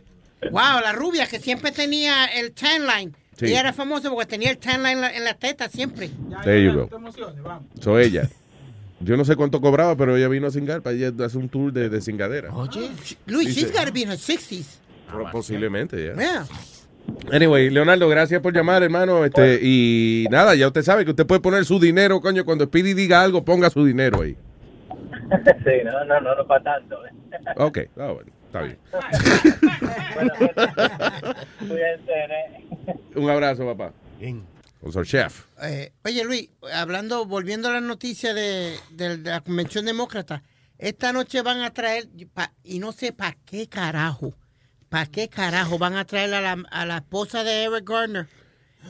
Wow, la rubia que siempre tenía el tan line.
Sí.
Ella era famosa porque tenía el tan line en la, en la teta siempre.
There you go. So ella. Yo no sé cuánto cobraba, pero ella vino a singar para ella hacer un tour de, de singadera.
Oye. Luis,
Dice-
she's got to be in her 60s.
Pro- Posiblemente, ya.
Yeah.
Anyway, Leonardo, gracias por llamar, hermano. Este, y nada, ya usted sabe que usted puede poner su dinero, coño. Cuando Speedy diga algo, ponga su dinero ahí.
[laughs] sí, no, no, no, no para tanto. ¿eh?
Ok, ah, bueno, está
[laughs]
bien.
Bueno, gente, cuídense, ¿eh?
Un abrazo, papá. was our chef.
Eh, oye, Luis, hablando, volviendo a la noticia de, de la Convención Demócrata, esta noche van a traer, y pa- y no sé para qué carajo, para qué carajo van a traer a la, a la esposa de Eric Garner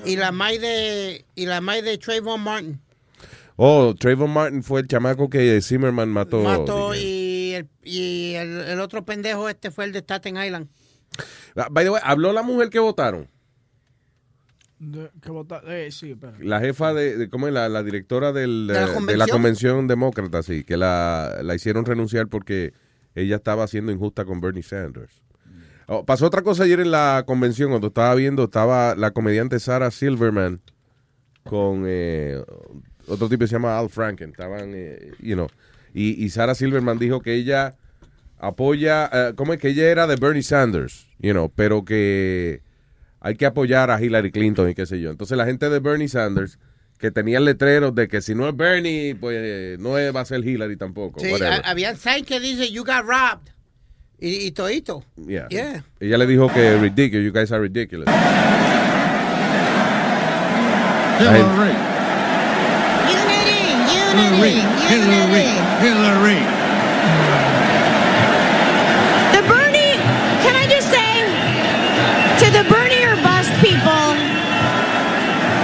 y la mai de, y la mai de Trayvon Martin.
Oh, Trayvon Martin fue el chamaco que Zimmerman mató.
Mató y, el, y el, el otro pendejo este fue el de Staten Island.
Ah, By the way, habló la mujer que votaron.
De- que vota- eh, sí, espera.
La jefa de, de- ¿cómo es? La, la directora del, eh,
¿De la
de la
convención?
convención demócrata, sí, que la, la hicieron renunciar porque ella estaba siendo injusta con Bernie Sanders.
Mm.
Oh, pasó otra cosa ayer en la convención, cuando estaba viendo, estaba la comediante Sarah Silverman con eh, otro tipo que se llama Al Franken, estaban, eh, you know, y, y Sarah Silverman dijo que ella apoya, eh, ¿cómo es? Que ella era de Bernie Sanders, you know, pero que hay que apoyar a Hillary Clinton y qué sé yo. Entonces la gente de Bernie Sanders que tenían letreros de que si no es Bernie, pues eh, no es- va a ser Hillary tampoco.
Sí,
whatever.
ha- habían signs que dice You got robbed. Y, y todito.
Yeah.
Yeah.
Ella le dijo que ridiculous, you guys are ridiculous. Eh, La gente-
Hillary, Hillary, Hillary.
The Bernie, can I just say to the Bernie or bust people,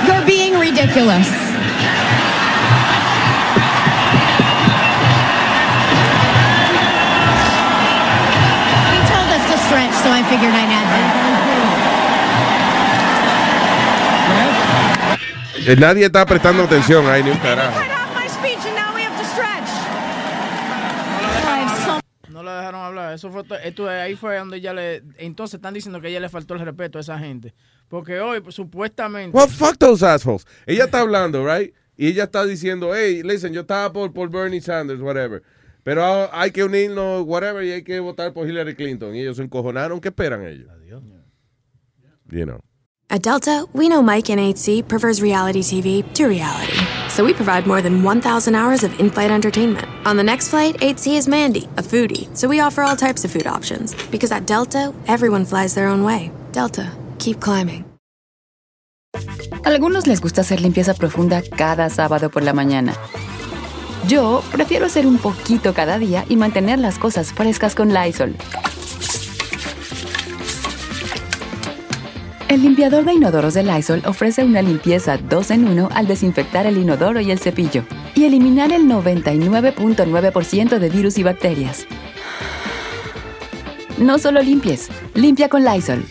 you're being ridiculous. He told us to stretch, so I figured I'd add that.
eh, nadie está prestando atención ahí ni un carajo.
My speech, and now we have to stretch. I have so
No la dejaron hablar. Eso fue to- esto, eh, ahí fue donde ya le. Entonces están diciendo que ella le faltó el respeto a esa gente. Porque hoy, pues, supuestamente.
Well, fuck those assholes. Ella está hablando, right? Y ella está diciendo, hey, listen, yo estaba por, por Bernie Sanders, whatever. Pero ahora hay que unirnos, whatever, y hay que votar por Hillary Clinton. Y ellos se encojonaron. ¿Qué esperan ellos? You know.
At Delta, we know Mike in 8C prefers reality TV to reality. So we provide more than 1,000 hours of in flight entertainment. On the next flight, 8C is Mandy, a foodie. So we offer all types of food options. Because at Delta, everyone flies their own way. Delta, keep climbing.
Algunos les gusta hacer limpieza profunda cada sábado por la mañana. Yo prefiero hacer un poquito cada día y mantener las cosas frescas con Lysol. El limpiador de inodoros de Lysol ofrece una limpieza 2 en 1 al desinfectar el inodoro y el cepillo y eliminar el 99.9% de virus y bacterias. No solo limpies, limpia con Lysol.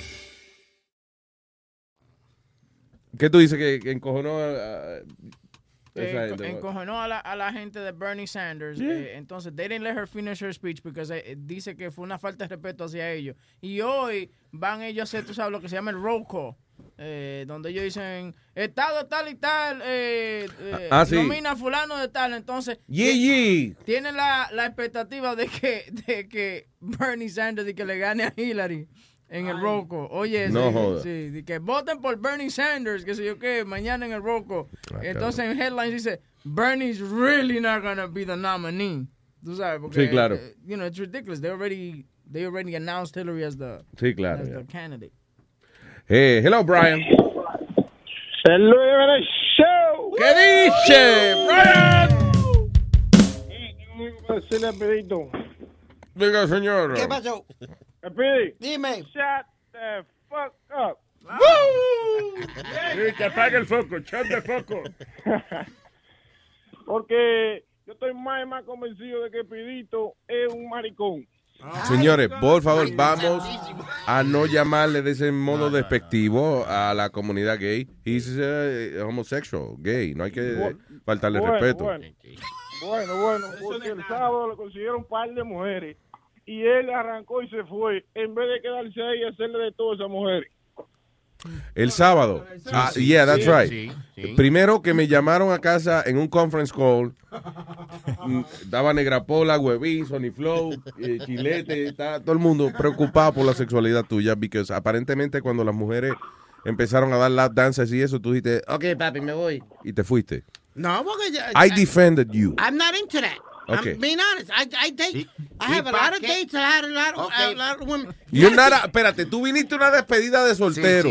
¿Qué tú dices que, que encojonó a, a- esa
Eh, enco-
gente?
encojonó a la, a la gente de Bernie Sanders. eh, entonces, they didn't let her finish her speech because eh, eh, dice que fue una falta de respeto hacia ellos. Y hoy van ellos a hacer, tú sabes, lo que se llama el roll call. eh, donde ellos dicen, Estado tal y tal, eh, eh,
Ah, sí.
nomina a fulano de tal. Entonces,
Yeah, yeah.
tienen la, la expectativa de que, de que Bernie Sanders y que le gane a Hillary en el roll call. Oye,
No
sí,
joda.
sí, de que voten por Bernie Sanders, que sé yo qué, mañana en el roll call.
Ah,
Entonces en headlines dice, Bernie's really not gonna be the nominee. Tú sabes, porque,
Sí, claro.
eh, you know, it's ridiculous. They already, they already announced Hillary as the,
Sí, claro.
as
ya.
the candidate.
Eh, hello, Brian.
show.
¿Qué dice,
Vengo a decirle a Pedrito.
Diga, señor.
¿Qué
pasó?
Pedi.
Dime.
Shut the fuck up.
Sí, que apague el foco, shut the foco.
Porque yo estoy más y más convencido de que Pedrito es un maricón.
Ah.
Ah, Señores, por favor, vamos a no llamarle de ese modo despectivo a la comunidad gay. He's eh, homosexual, gay. No hay que faltarle
Bueno,
respeto.
Bueno, bueno, bueno, porque el sábado le consiguieron un par de mujeres y él arrancó y se fue en vez de quedarse ahí y hacerle de todas esas mujeres.
El sábado. Ah,
sí,
yeah, that's
sí,
right.
sí, sí.
Primero que me llamaron a casa en un conference call. mm, Daba Negra Pola, Huevín, Sony Flow, eh,
[laughs]
Chilete, estaba todo el mundo preocupado por la sexualidad tuya. Porque aparentemente cuando las mujeres empezaron a dar lap dances y eso, tú dijiste, "Ah",
Ok, papi, me voy.
y te fuiste.
No, porque ya.
I defended you.
I'm not into that.
Okay.
I'm being honest. I, I date. I
¿Y
have a
pa'
lot of
qué?
dates. I had a lot, a lot of women.
You're not a- espérate, tú viniste a una despedida de soltero.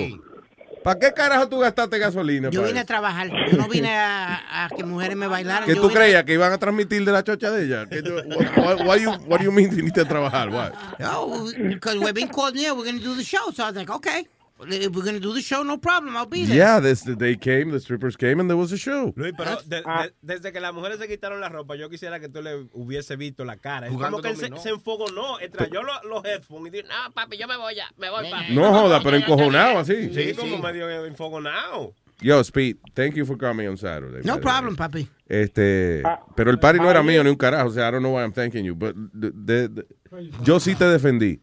¿Para qué carajo tú gastaste gasolina?
Yo
pa'
vine a
eso?
trabajar. Yo no vine a, a que mujeres me bailaran.
¿Que
Yo
tú
vine-
creías que iban a transmitir de la chocha de ella? ¿Qué tú- why, why- why you, what do you mean viniste a trabajar? Why?
[laughs] No, because we've been called near. We're going to do the show. So I was like, okay. If we're going to do the show, no problem. I'll be there.
Yeah, this, they came, the strippers came, and there was a show.
Luis, pero de- de- desde que las mujeres se quitaron la ropa, yo quisiera que tú le hubiese visto la cara. Es
Jugando
como que él se,
dominó.
se enfogonó, él trayó los, los headphones y dijo, no, papi, yo me voy ya, me voy, papi.
No joda, pero encojonado así.
Sí, como medio enfogonado.
Yo, Speed, thank you for coming on
No
Saturday. by the way.
problem, papi.
Este, pero el party no era mío ni un carajo, o sea, I don't know why I'm thanking you, but the- the- the- yo sí te defendí.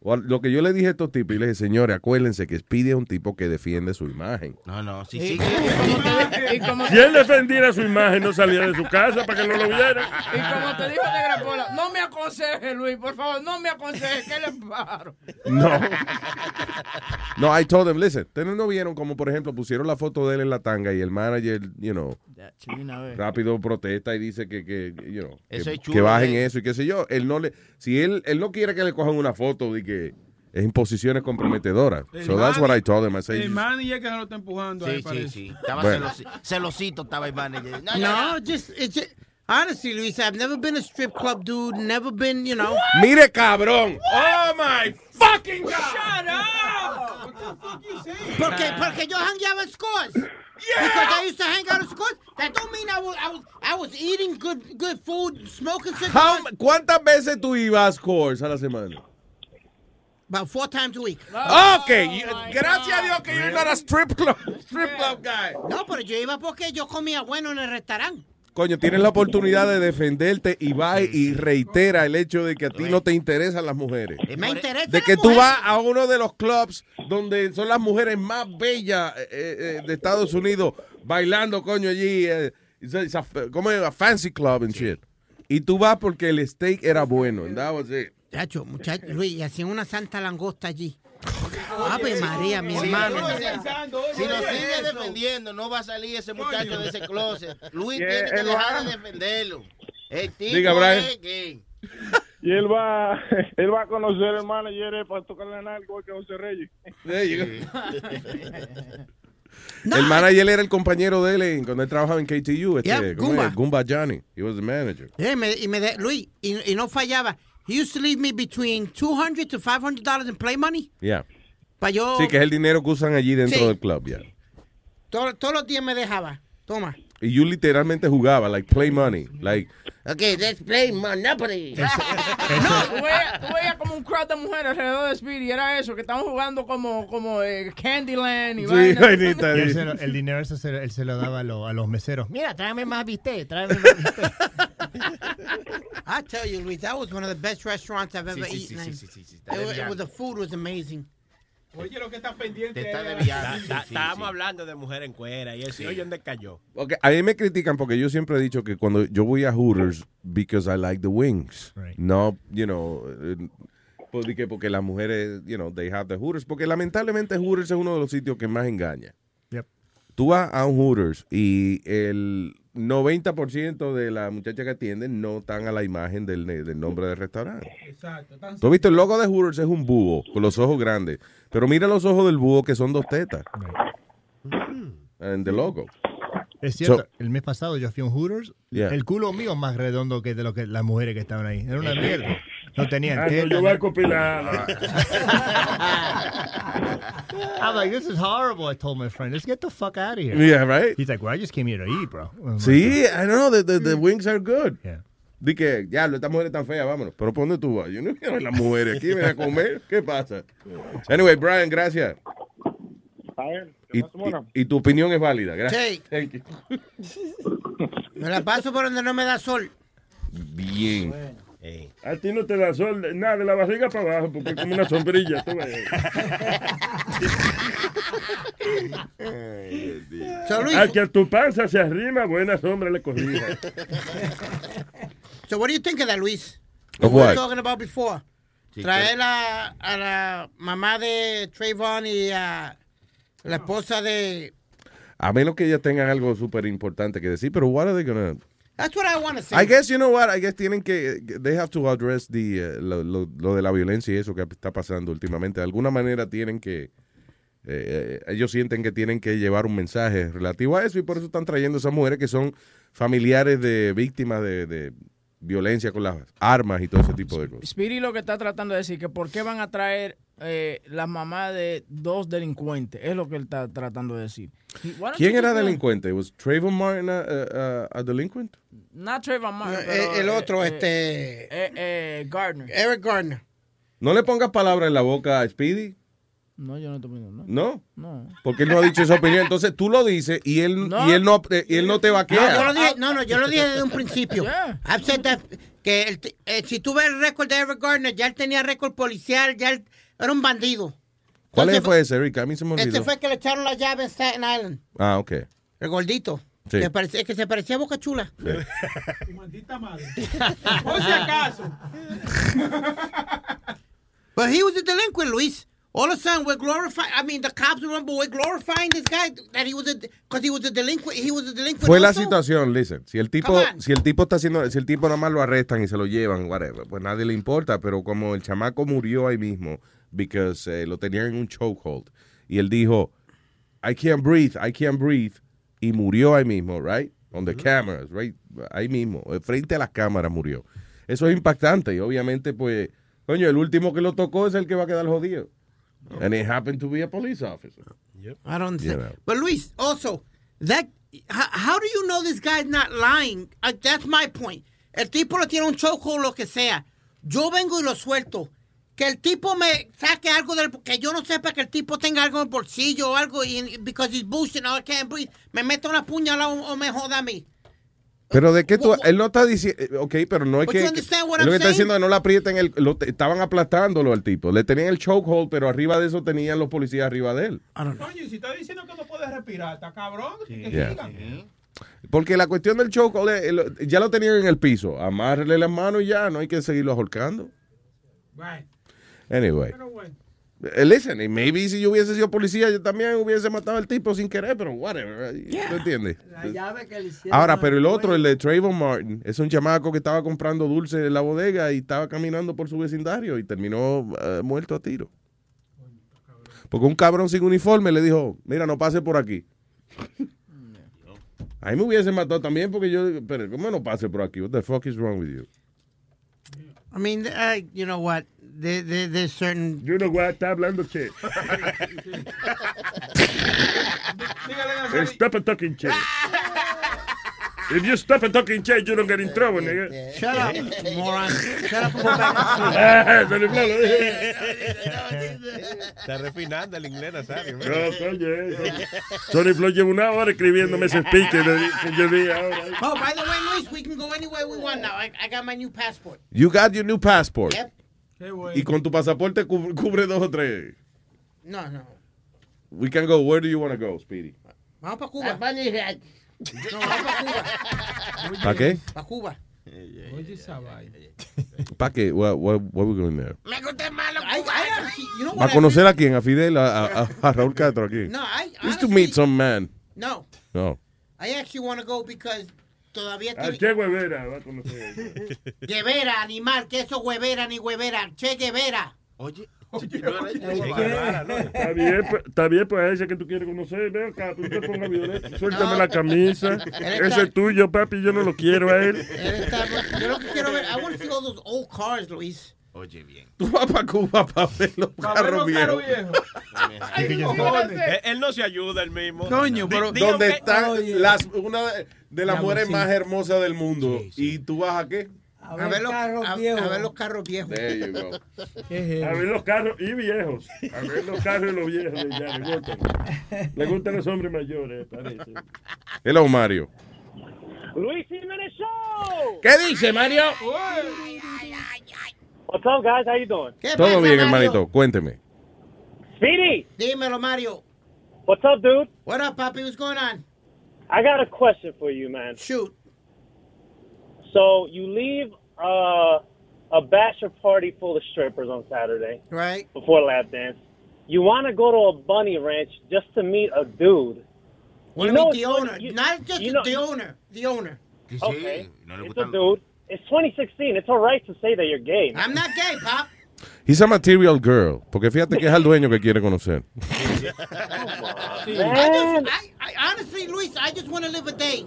O al- Lo que yo le dije a estos tipos, y les dije, señores, acuérdense que Speedy es un tipo que defiende su imagen.
No, no, sí,
sí. Y como,
Si él defendiera su imagen, no salía de su casa para que no lo vieran.
y como te dijo Negra Pola, no me aconseje, Luis, por favor, no me aconseje, que le paro.
[laughs] No. No, I told them, listen, ustedes no vieron como, por ejemplo, pusieron la foto de él en la tanga y el manager, you know, rápido protesta y dice que, que, you know, que-
Eso es
que,
chulo,
bajen
¿eh?
eso y qué sé yo. Él no le, si él, él no quiere que le cojan una foto de que es en posiciones comprometedoras.
El
So that's what I told him. I said,
El manager que no lo está empujando
Sí,
ahí,
sí,
parece.
sí.
Estaba Bueno.
Celosito estaba el manager. No, no,
No, just, it's just, honestly, Luis, I've never been a strip club dude. Never been, you know.
mire cabrón. Oh my fucking
God. Shut up. Porque, porque yo hangueaba en Scores. Because I used to hang out at Scores. That don't mean I was, I was, I was eating good, good food, smoking
How-
cigars.
¿Cuántas veces tú ibas a Scores a la semana?
About four times a week.
ok, you- gracias a Dios que you're not a strip club, strip club guy.
No, pero yo iba porque yo comía bueno en el restaurante.
Coño, tienes la oportunidad de defenderte y va y reitera el hecho de que a ti no te interesan las mujeres.
Me interesa.
De
la
que tú
mujer.
vas a uno de los clubs donde son las mujeres más bellas eh, eh, de Estados Unidos bailando, coño, allí. eh, it's a- it's a- ¿Cómo es? A fancy club and shit. Y tú vas porque el steak era bueno. and that was it.
Chacho, muchacho, Luis, y hacían una santa langosta allí. Ave María, mi
Sí,
hermano.
no, sí. Si lo
Oye,
sigue
eso.
defendiendo, no va a salir ese muchacho de ese closet. Luis
Que
tiene que
él lo
dejar
ama.
de defenderlo. El tipo
Diga, Brian.
es gay.
Y él va, [laughs] él va a conocer al manager eh, para tocarle en algo que José Reyes.
El
eh.
manager era el compañero de él en- cuando él trabajaba en KTU. Este,
Yeah,
¿cómo
Goomba.
es? Goomba Johnny. He was the manager.
Eh, me- y me de- Luis, y, y no fallaba. He used to leave me between 200 to 500 dollars in play money.
Yeah.
Para yo,
Sí, que es el dinero que usan allí dentro
Sí.
del club. Yeah.
todo- todos los días me dejaba. Toma.
Y yo literalmente jugaba, like play money. Like,
Okay, let's
[laughs]
play Monopoly.
Tú veías, tú veías como un crowd de mujeres alrededor de Speedy, y era eso, que estaban jugando como, como eh, Candyland y vaina.
Y él se lo- el dinero ese se, lo- él se lo daba a, lo- a los meseros.
[laughs] Mira, tráeme más bistec, tráeme más bistec. [laughs] I tell you, Luis, that was one of the best restaurants I've ever
sí, sí,
eaten.
sí, sí,
in.
sí, sí, está
It wa- it
desviando.
was- the food was amazing.
Oye, lo que está pendiente.
Te está
es-
desviando,
Ta- Estábamos hablando de mujer en cuera y eso. ¿Y oye, ¿dónde cayó?
Ok, a mí me critican porque yo siempre he dicho que cuando yo voy a Hooters because I like the wings. No, you know, eh, porque, porque las mujeres, you know, they have the Hooters. Porque lamentablemente Hooters es uno de los sitios que más engaña.
Yep.
Tú vas a un Hooters y el 90% de las muchachas que atienden no están a la imagen del, ne- del nombre del restaurante.
Exacto. tan-
¿Tú has visto el logo de Hooters? Es un búho con los ojos grandes. Pero mira los ojos del búho que son dos tetas. And the logo.
Es cierto,
So-
el mes pasado yo fui a un Hooters.
Yeah.
El culo mío es más redondo que de lo que las mujeres que estaban ahí. Era una mierda. No tenían
Ah, no,
tetas,
yo voy a
no-
copilar.
[laughs] I'm like, this is horrible. I told my friend, let's get the fuck out of here.
Yeah, right?
He's like, well, I just came here to eat, bro. I'm
Sí,
like,
I don't know, the, the- the wings are good.
Yeah.
Di que, ya, estas mujeres tan feas, vámonos. Pero ¿por dónde tú vas? Yo no quiero ver las mujeres aquí, ven a
[laughs]
comer. ¿Qué pasa? Anyway, Brian, gracias. Y, y- y tu opinión es válida, gracias.
Sí. Me la paso por donde no me da sol.
Bien.
A ti no te da sol, de- nada, de la barriga para abajo, porque es como una sombrilla. tú ves.
So, Luis-
Al que a tu panza se arrima, buena sombra le corrija.
[laughs] So what do you think of that, Luis?
Of
we were
what?
talking about before.
Sí,
Traer a, a la mamá de Trayvon y a la esposa de...
A menos que ellas tengan algo súper importante que decir, pero what are they gonna...
That's what I want to say.
I guess, you know what, I guess tienen que... They have to address the, eh, lo, lo- lo de la violencia y eso que está pasando últimamente. De alguna manera tienen que... eh, eh, ellos sienten que tienen que llevar un mensaje relativo a eso y por eso están trayendo esas mujeres que son familiares de víctimas de, de violencia con las armas y todo ese tipo de cosas.
Spiri lo que está tratando de decir, que por qué van a traer eh, la mamá de dos delincuentes, es lo que él está tratando de decir. Y why don't
¿Quién
you
era
do-
delincuente? ¿Was Trayvon Martin a, a- a- a delinquent?
Not Trayvon Martin,
No,
pero,
el- el otro,
eh,
este-
eh, eh, eh, Gardner.
Eric Gardner.
No le pongas palabras en la boca a Speedy,
No, yo no estoy poniendo, no.
¿no?
No.
Porque él no ha dicho esa opinión. Entonces tú lo dices y él no, y él no, eh, y él no te va a
No, yo lo
quedar.
dije, no, no, yo lo dije desde un principio. I've said that, que el t- eh, si tú ves el récord de Eric Garner, ya él tenía récord policial, ya él era un bandido.
¿Cuál fue ese, Rick? A mí se me olvidó.
Este fue el que le echaron la llave en Staten Island,
Ah, ok.
el gordito.
Sí.
Que, parecía- que se parecía a Boca Chula. [laughs]
Sí.
[laughs] Por si acaso.
[laughs] But he was a delinquent, Luis. All of a sudden, we're glorifying. I mean, the cops remember we're glorifying this guy that he was a because he was a delinquent. He was a delinquent.
Fue la
also.
situación, listen. Si el tipo,
Come on.
si el tipo está haciendo, si el tipo nada más lo arrestan y se lo llevan, whatever, pues nadie le importa. Pero como el chamaco murió ahí mismo, because eh, lo tenían en un chokehold, y él dijo, I can't breathe, I can't breathe, y murió ahí mismo, right? On the cameras, right? Ahí mismo, eh, frente a las cámaras murió. Eso es impactante y obviamente, pues, coño, el último que lo tocó es el que va a quedar jodido. And it happened to be a police officer.
I don't
You
think.
know.
But Luis, also that how, how do you know this guy's not lying? Uh, that's my point. El tipo lo tiene un choco o lo que sea. Yo vengo y lo suelto. Que el tipo me saque algo del que yo no sepa que el tipo tenga algo en el bolsillo o algo y because he's bullshit, I can't breathe. Me mete una puñalada o, o me joda a mí.
Pero de qué tú, él no está diciendo, ok, pero no es
But
que,
you
él
understand what
lo
I'm
que está
saying?
diciendo es no la aprieten, el- lo- estaban aplastándolo al tipo, le tenían el chokehold, pero arriba de eso tenían los policías arriba de él.
Coño, y si está diciendo que no puedes respirar, está cabrón. Que
Yeah.
sigan.
Porque la cuestión del chokehold, eh, lo- ya lo tenían en el piso, amárrele las manos y ya, no hay que seguirlo ahorcando.
Right.
Anyway,
Pero bueno.
Eh, listen, y maybe si yo hubiese sido policía, yo también hubiese matado al tipo sin querer, pero whatever, eh, ¿me entiendes? Ahora, pero el otro, el de Trayvon Martin, es un chamaco que estaba comprando dulce en la bodega y estaba caminando por su vecindario y terminó eh, muerto a tiro. Porque un cabrón sin uniforme le dijo, mira, no pase por aquí. A mí me hubiese matado también porque yo, pero ¿cómo no pase por aquí? What the fuck is wrong with you?
I mean, uh, you know what? There, there, there's certain.
You know what? Está hablando
[laughs]
che. stop a talking che. If you stop a talking che, you don't get in trouble, nigga.
Shut up, moron. Shut up and go
Ah,
back
se
to
le fue,
sleep.
lo dije.
Está refinando el inglés, Nazario.
No, coño, eh. Tony Flo lleva una hora escribiéndome ese speech que que yo di ahora.
Oh, by the way, Luis, we can go anywhere we want now. I, I got my new passport.
You got your new passport.
Yep.
Y con tu pasaporte cub- cubre dos o tres.
No, no.
We can go, where do you want to go, Speedy?
Vamos para Cuba. No, vamos para Cuba.
¿Pa qué?
Para Cuba.
Oye, esa vaina.
¿Para qué? What, what, what we going there?
Me gusta malo Cuba. I, I honestly, you know
¿Va
what?
a conocer a quién? ¿A Fidel? ¿A, a- a Raúl Castro aquí?
No, I
Just to meet some man.
No,
No.
I actually want to go because todavía
A
tiene...
Che Guevara Ah, va a conocer.
Guevera, animal, que eso huevera ni huevera. Che Guevara. Oye. [laughs] eh,
Está bien, pues- está bien, pues ese que tú quieres conocer, ve acá, tú te pongas violeta, suéltame la camisa,
Él
ese
está-
es tuyo, papi, yo no lo quiero a él.
Yo lo que quiero ver, I want to see all those old cars, Luis.
Oye, bien.
Tú vas para Cuba para ver los carros viejos.
Él, él no se ayuda él mismo.
Coño,
Di-
pero
digan
donde
que-
están las una de, de las
La
mujeres
bocina.
más hermosas del mundo y tú vas a qué?
A ver, los, a, a ver los carros viejos.
There you go.
A ver los carros y viejos. A ver los carros y los viejos. de allá, le gustan. Le gustan los hombres mayores, parece.
Hello Mario.
Luis Jimenez Show.
¿Qué dice Mario?
What's up, guys? How you doing?
Todo bien, hermanito. Cuénteme.
Speedy.
Dímelo, Mario.
What's up, dude?
What up, papi? What's going on?
I got a question for you, man.
Shoot.
So you leave uh, a bachelor party full of strippers on Saturday
Right?
before lap dance. You want to go to a bunny ranch just to meet a dude.
Well,
you know
meet the
it's-
owner. Not just the owner. The owner.
[laughs] Okay. it's a dude. It's 2016. It's all right to say that you're gay.
I'm not gay, pop.
He's a material girl. Porque fíjate que es al dueño que quiere conocer.
I, just, I, I honestly, Luis, I just want to live a day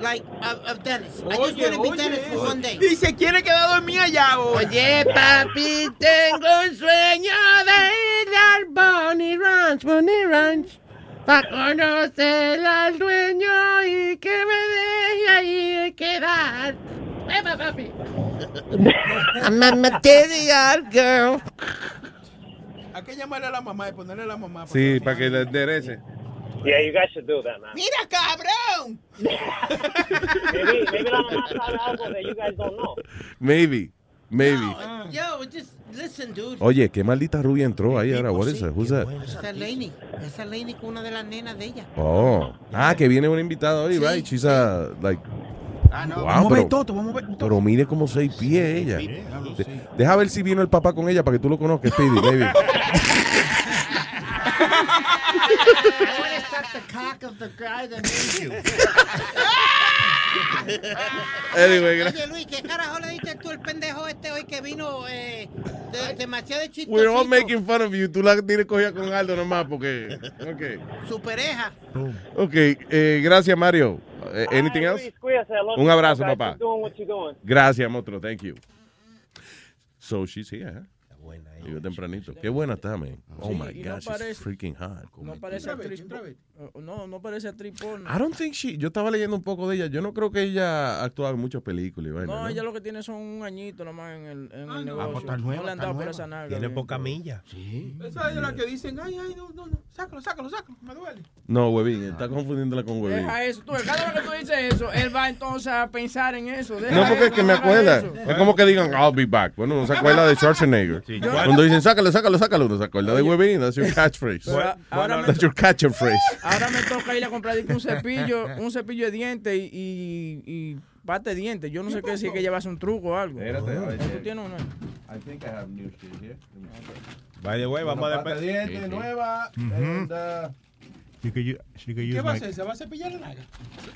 like of, of Dennis. I just want to be Dennis for one day.
Dice, ¿quiere quedar dormida ya ahora? Oye, papi, tengo un sueño de ir al Bonnie Ranch, Bonnie Ranch, para conocer al dueño y que me deje ahí quedar. Eva, papi. I'm a material girl. Hay que llamarle a la mamá y ponerle a la mamá.
Sí, para que le enderece.
Yeah, you guys should do that, man.
Mira, cabrón.
Maybe, maybe la mamá sabe algo that you guys don't know.
Maybe. Maybe.
Yo, just listen, dude.
Oye, qué maldita rubia entró ahí ahora. What is that? Who's that?
Esa es Lainey. Esa es Lainey con una de las nenas de ella.
Oh. Ah, que viene un invitado hoy, right? She's a, like...
Ah, no.
Wow,
Vamos a ver
pero-
todo, vamos a ver todo.
Pero mide como seis pies ella. De- deja ver si vino el papá con ella para que tú lo
[laughs]
conozcas, Speedy, baby.
I want to suck the cock of the guy that made
[laughs]
you.
[laughs] Anyway, gra-
Oye, Luis, ¿qué carajo le diste tú el pendejo este hoy que vino eh, de- demasiado
We're all
chistosito?
making fun of you. Tú la tienes cogida con Aldo nomás porque... Ok.
Su pareja.
Ok, eh, gracias, Mario. Eh, anything else?
Cuídate, I love
Un
you
abrazo,
guys.
papá.
Keep doing what you're doing.
Gracias, monstruo. Thank you. So she's here, ¿eh? Llegó tempranito. Qué buena está, man. Oh
Sí,
my
y no
God, she's
parece-
freaking hot.
No parece actriz. Eh, No, no parece actriz porno.
I don't think she. Yo estaba leyendo un poco de ella. Yo no creo que ella ha actuado en muchas películas y vaina,
No,
¿no?
ella lo que tiene son un añito nomás en el, en el
Ah,
negocio.
pues está
no
nueva,
le han
está
dado por
nueva.
esa nalga.
Tiene
bien.
poca milla.
Esa es de la que dicen, ay, ay, no, no, no, sácalo, sácalo, sácalo, me duele.
No, huevín. Está confundiéndola con huevín.
Deja eso. Tú, ves, cada vez que tú dices eso, él va entonces a pensar en eso. Deja
No, porque
eso,
es que me
hagas
acuerda.
eso.
Es como que digan, I'll be back. Bueno, uno se acuerda de Schwarzenegger.
claro.
Cuando dicen, sácalo, sácalo, sácalo, uno se acuerda de huevín. That's your catchphrase.
Pero a- ahora me-
That's your catchphrase.
Ahora me toca ir a comprar dizque, un cepillo, un cepillo de dientes y, y, y parte de dientes. Yo no sé qué decir que llevas un truco o algo.
Espérate, a ver.
¿Tú tienes uno? ahí?
I think I have new shit here.
By the way, vamos a despedir. Sí, sí.
nueva.
and, You could u- she could
¿Qué
use
va a
my...
hacer? ¿Se va a cepillar la nalga?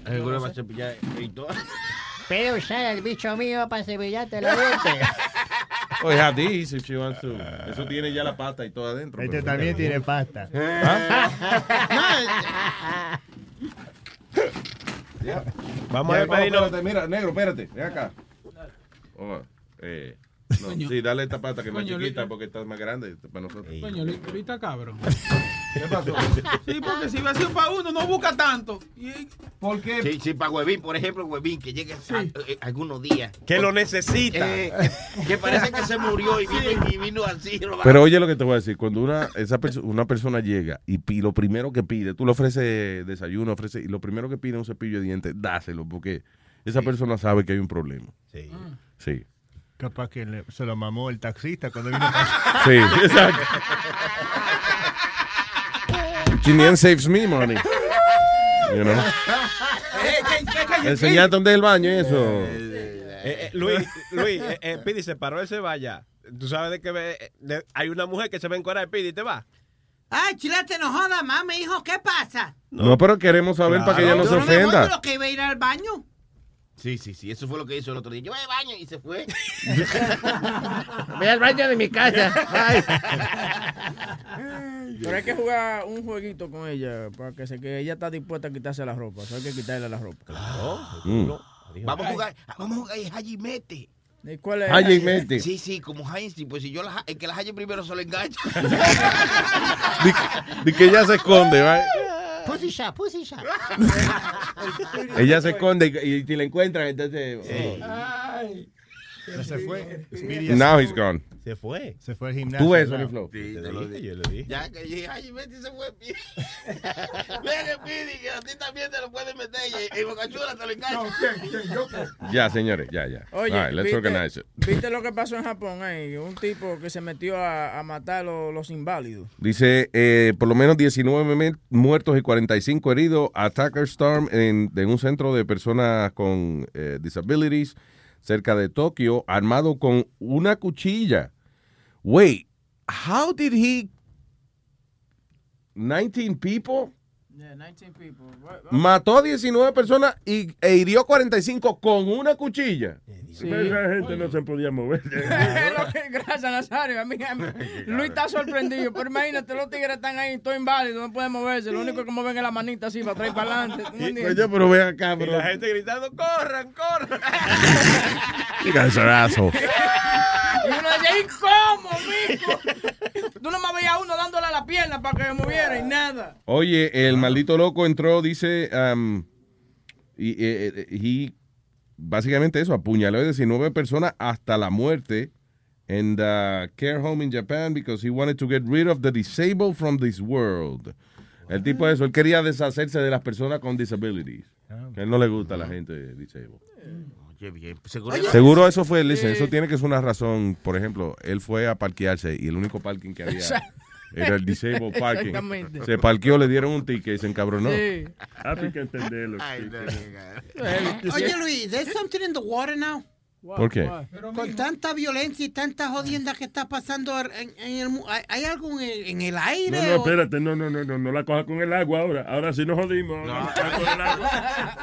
Seguro va a cepillar y todo.
Puedo usar el bicho mío para cepillarte los dientes.
Oh, you have these if she wants to. Eso tiene ya la pata y todo adentro.
Este
pero- ¿Ah?
también tiene pasta.
[laughs]
este-
Vamos a
Ya,
despedirnos.
espérate, mira, negro, espérate. Ven acá. Oh, eh, no, sí, dale esta pata que es más
Coño,
chiquita porque está más grande Este, para nosotros.
Coño, Luis, Luis está cabrón.
¿Qué pasó?
Sí, porque si hubiera sido para uno, no busca tanto. Y-
¿Por qué?
Sí, sí, para Huevín, por ejemplo, Huevín, que llegue a- eh, algunos días.
Que lo necesita.
Eh, que- que parece que se murió y vino, y vino así. robado.
Pero oye lo que te voy a decir, cuando una, esa perso- una persona llega y pi- lo primero que pide, tú le ofreces desayuno, ofreces, y lo primero que pide es un cepillo de dientes, dáselo, porque esa persona sabe que hay un problema.
Sí.
Sí.
Capaz que le- se lo mamó el taxista cuando vino. a-
[laughs] Sí, exacto.
[laughs]
Chinian saves me money.
[laughs]
[laughs]
You know? Enseñate dónde es el baño y eso.
Eh, eh, Luis, Luis, eh, eh, Pidi se paró ese vaya. Tú sabes de que ve- de- hay una mujer que se ve en cuera de Pidi y te va.
Ay, chilate, no joda, mami, hijo, ¿qué pasa?
No, pero queremos saber para que ella no
Yo
se
no me voy
ofenda.
lo que iba a ir al baño.
Sí, sí, sí, eso fue lo que hizo el otro día. Yo voy al baño y se fue. [laughs]
Voy al baño de mi
[laughs]
casa.
Pero hay que jugar un jueguito con ella para que se que ella está dispuesta a quitarse la ropa. Solo hay que quitarle la ropa. Ah.
Mm.
Vamos a jugar, ah, vamos a jugar y Haji mete.
¿Y ¿Cuál es?
Haji mete.
Sí, sí, como Heinz, sí, pues si yo la, ja- el que la halle primero se lo
[laughs]
engancha.
Di, di que ella se esconde, ¿vale?
Pussy shot, pussy shot.
Ella se esconde y, y si la encuentran, entonces.
Ay.
Ya se fue.
oh. Now he's gone.
Se fue.
Se fue al gimnasio.
Tú ves,
Now.
Sony Flow.
Te lo dije, yo lo dije.
Ya que dije, Haji mete y se fue. Pidi. [laughs] Ven, Pidi, que a ti también te lo pueden meter. Y, y Bocachula te lo engancha.
Ya, señores, ya, ya.
Oye,
All right, let's
¿viste,
organize it.
¿viste lo que pasó en Japón? ahí? Un tipo que se metió a, a matar los, los inválidos.
Dice, eh, por lo menos 19 mil muertos y 45 heridos. Attacker Storm en, en un centro de personas con eh, disabilities cerca de Tokio, armado con una cuchilla. Wait, how did he... 19 people
Yeah, 19 people. Right, right.
Mató 19 personas y, e hirió 45 con una cuchilla.
Pero Esa gente no se
[laughs]
podía mover.
Es lo que- Gracias, Nazario. A mí- a
[laughs]
mí- Luis está sorprendido. Pero imagínate, los tigres están ahí, todo inválido, no pueden moverse. Lo único que mueven es la manita así para atrás y para adelante. ¿Tú me
Pues
entiendes?
Oye, pero ve acá,
Y
bro.
la gente gritando, corran, corran.
You guys are asshole.
Y uno decía, ¿y cómo, mijo? Tú nomás veías a uno dándole a la pierna para que moviera y nada.
Oye, el maldito loco entró, dice, um, y, eh, eh, he- básicamente eso, apuñaló a 19 personas hasta la muerte en the care home in Japan because he wanted to get rid of the disabled from this world. El tipo eso, él quería deshacerse de las personas con disabilities. Que a él no le gusta a la gente disabled.
Oye, bien. pues, Seguro,
Seguro eso fue, listen, eso tiene que ser una razón. Por ejemplo, él fue a parquearse y el único parking que había era el disabled parking.
Exactamente.
Se parqueó, le dieron un ticket y se encabronó.
Ah, pues Hay que entenderlo.
Ay, no,
Eh,
Oye, Luis, there's something in the water now.
¿Por qué?
Con tanta violencia y tanta jodienda que está pasando en, en el mu- ¿hay- ¿hay algo en el, en el aire?
No, no, espérate, no, no, no, no, no la coja con el agua ahora. Ahora sí nos jodimos. Ahora, la coja con el agua.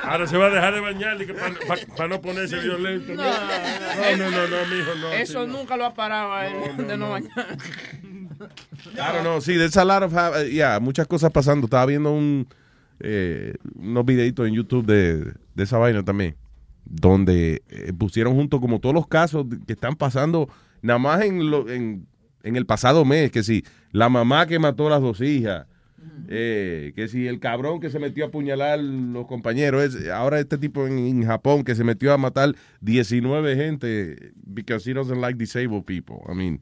Ahora se va a dejar de bañar para no ponerse violento. No, no, no, no, mijo, no.
Eso nunca lo ha parado a él de no bañar.
I don't know. Sí, there's a lot of, ha- yeah, eh, muchas cosas pasando. Estaba viendo un, eh, unos videitos en YouTube de, de esa vaina también, donde eh, pusieron junto como todos los casos de- que están pasando, nada más en, lo- en, en el pasado mes, que si la mamá que mató a las dos hijas, eh, que si el cabrón que se metió a apuñalar los compañeros, es, ahora este tipo en, en Japón que se metió a matar 19 gente because he doesn't like disabled people. I mean...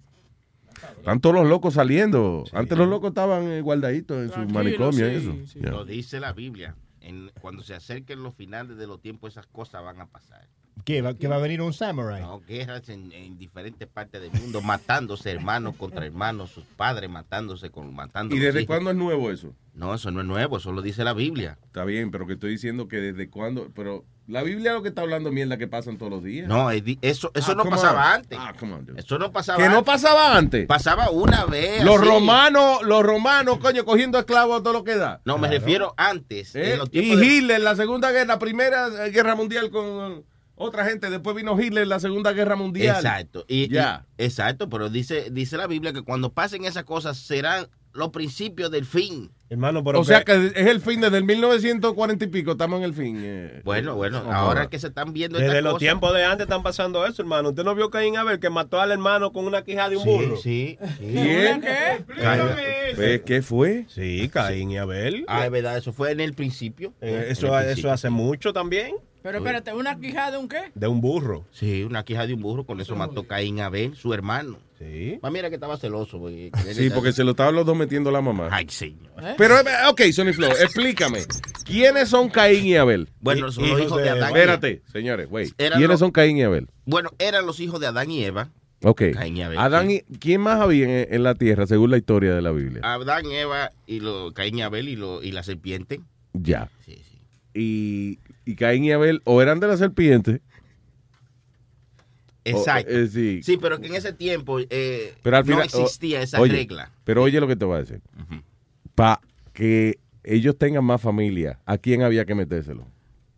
Están todos los locos saliendo. Antes los locos estaban eh, guardaditos en sus manicomios y eso. Yeah.
Lo dice la Biblia. En- cuando se acerquen los finales de los tiempos, esas cosas van a pasar.
¿Qué? ¿Va, ¿Que va a venir un samurai?
No, guerras en, en diferentes partes del mundo, matándose hermanos contra hermanos, sus padres matándose con matando.
¿Y
los
desde
hijos.
cuándo es nuevo eso?
No, eso no es nuevo, eso lo dice la Biblia.
Está bien, pero que estoy diciendo que desde cuándo. Pero la Biblia lo que está hablando mierda que pasan todos los días.
No, es di- eso, eso
Ah,
no
come
pasaba
on.
antes.
Ah, come on, dude.
Eso no pasaba
Que no
antes.
pasaba antes.
Pasaba una vez.
Los
así.
romanos, los romanos, coño, cogiendo esclavos a todo lo que da.
No, me refiero antes.
Eh,
en los
y
tiempos de-
Hitler, la segunda guerra, la primera eh, guerra mundial con eh, otra gente. Después vino Hitler, la segunda guerra mundial.
Exacto. Y, y-
Ya.
exacto, pero dice, dice la Biblia que cuando pasen esas cosas serán los principios del fin.
Hermano,
o sea que es el fin desde el 1940 y pico, estamos en el fin. eh.
Bueno, bueno,
Ojo.
ahora que se están viendo
Desde
estas
los
cosas.
tiempos de antes están pasando eso, hermano. ¿Usted no vio Caín Abel que mató al hermano con una quijada de un burro?
Sí, sí.
¿Quién?
¿Qué?
Cállate. Pues, ¿Qué fue?
Sí, Caín y Abel.
Ah, es verdad, eso fue en el principio.
Eh,
En
Eso,
el
eso
principio.
hace mucho también.
Pero espérate, ¿una quijada de un qué?
De un burro.
Sí, una quija de un burro, con eso mató Caín Abel, su hermano.
Sí.
Pues mira que estaba celoso. güey.
Sí, porque se lo estaban los dos metiendo la mamá.
Ay, señor.
Pero, eh, ok, Sony Flow, explícame. ¿Quiénes son Caín y Abel?
Bueno, son los hijos de Adán. y-
Espérate, señores, güey.
Eran
¿Quiénes
los-
son Caín y Abel?
Bueno, eran los hijos de Adán y Eva.
Ok.
Caín y Abel,
Adán y... ¿Quién más había en, en la tierra, según la historia de la Biblia?
Adán, Eva y lo, Caín y Abel y, lo, y la serpiente.
Oh, Ya. Y, y Caín y Abel o eran de la serpiente. o-
Exacto.
eh, sí.
Sí, pero que en ese tiempo eh,
Pero al final, oh,
no existía esa
oye,
regla.
Pero oye lo que te voy a decir. Para que ellos tengan más familia, ¿a quién había que metérselo?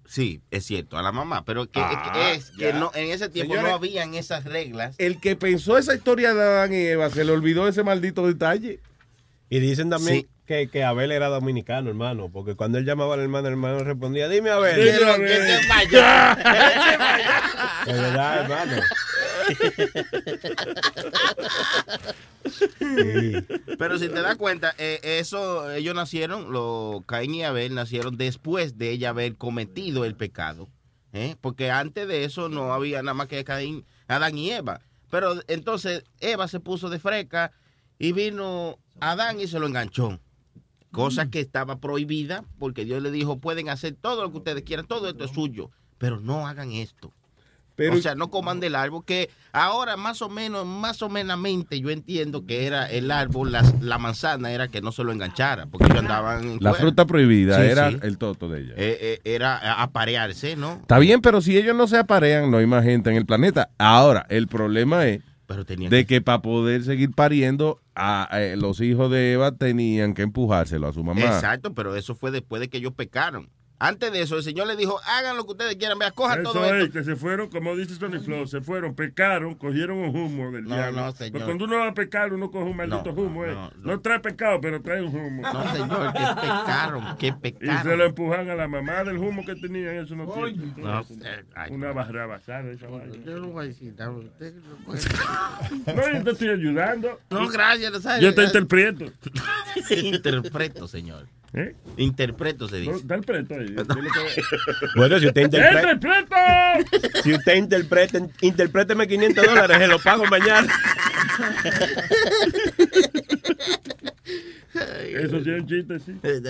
Sí, es cierto, a la mamá. Pero que,
Ah,
que es que
ya.
no, en ese tiempo
Señores.
no habían esas reglas.
El que pensó esa historia de Adán y Eva se le olvidó ese maldito detalle.
Y dicen también
Sí.
que, que Abel era dominicano, hermano. Porque cuando él llamaba al hermano, el hermano respondía, dime Abel.
Dime, Pero Abel. que se vaya.
De verdad, hermano.
Pero si te das cuenta, eh, eso, ellos nacieron, los Caín y Abel nacieron después de ella haber cometido el pecado. ¿eh? Porque antes de eso no había nada más que Caín, Adán y Eva. Pero entonces Eva se puso de freca y vino Adán y se lo enganchó. Cosa que estaba prohibida porque Dios le dijo, pueden hacer todo lo que ustedes quieran, todo esto es suyo, pero no hagan esto.
Pero-
o sea, no coman del árbol, que ahora más o menos, más o menamente yo entiendo que era el árbol, las- la, manzana era que no se lo enganchara, porque ellos andaban... en
La
cuerda.
fruta prohibida
Sí,
era
sí.
el toto de ella.
Eh, eh, era a- aparearse, ¿no?
Está bien, pero si ellos no se aparean, no hay más gente en el planeta. Ahora, el problema es
Pero tenía
de que para poder seguir pariendo, a, eh, los hijos de Eva tenían que empujárselo a su mamá.
Exacto, pero eso fue después de que ellos pecaron. Antes de eso, el Señor le dijo, hagan lo que ustedes quieran, vean, cojan todo
Eso
esto.
es, que se fueron, como dice Tony Flow, se fueron, pecaron, cogieron un humo del
No,
diablo.
no, señor.
Porque cuando uno va a pecar, uno coge [laughs] un maldito humo. eh. No, trae pecado, pero trae un humo.
No, señor, que pecaron, que
[laughs] Y se
pecaron.
lo empujan a la mamá del humo que tenían, eso no tiene.
No,
Una barra basada esa vaina.
Yo no voy a decir nada. usted no puede-
[laughs] No, yo te estoy ayudando.
No, gracias, no sabes.
Yo te interpreto.
[laughs] [laughs] Interpreto, señor.
¿Eh?
Interpreto, se dice.
No, Interpreto ahí. Yo
[laughs]
lo que-
Bueno, si
[laughs]
usted interpreta-
¡Interpreto!
Si usted interpreta, interpréteme 500 dólares, se lo pago mañana.
Eso sí es un chiste, sí.
Eh,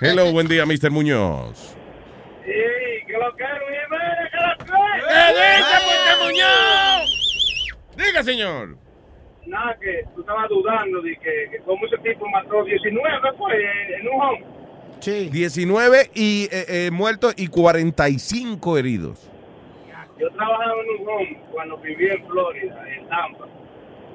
[laughs]
Hello, buen día, Mr. Muñoz.
Sí, que lo quiero, Jiménez, que lo
Diga, señor.
Nada, que tú estabas dudando de que, que con mucho tiempo mató 19, pues, en, en un home.
19 y eh, eh, muertos y 45 heridos.
Yo trabajaba en un home cuando viví en Florida, en Tampa.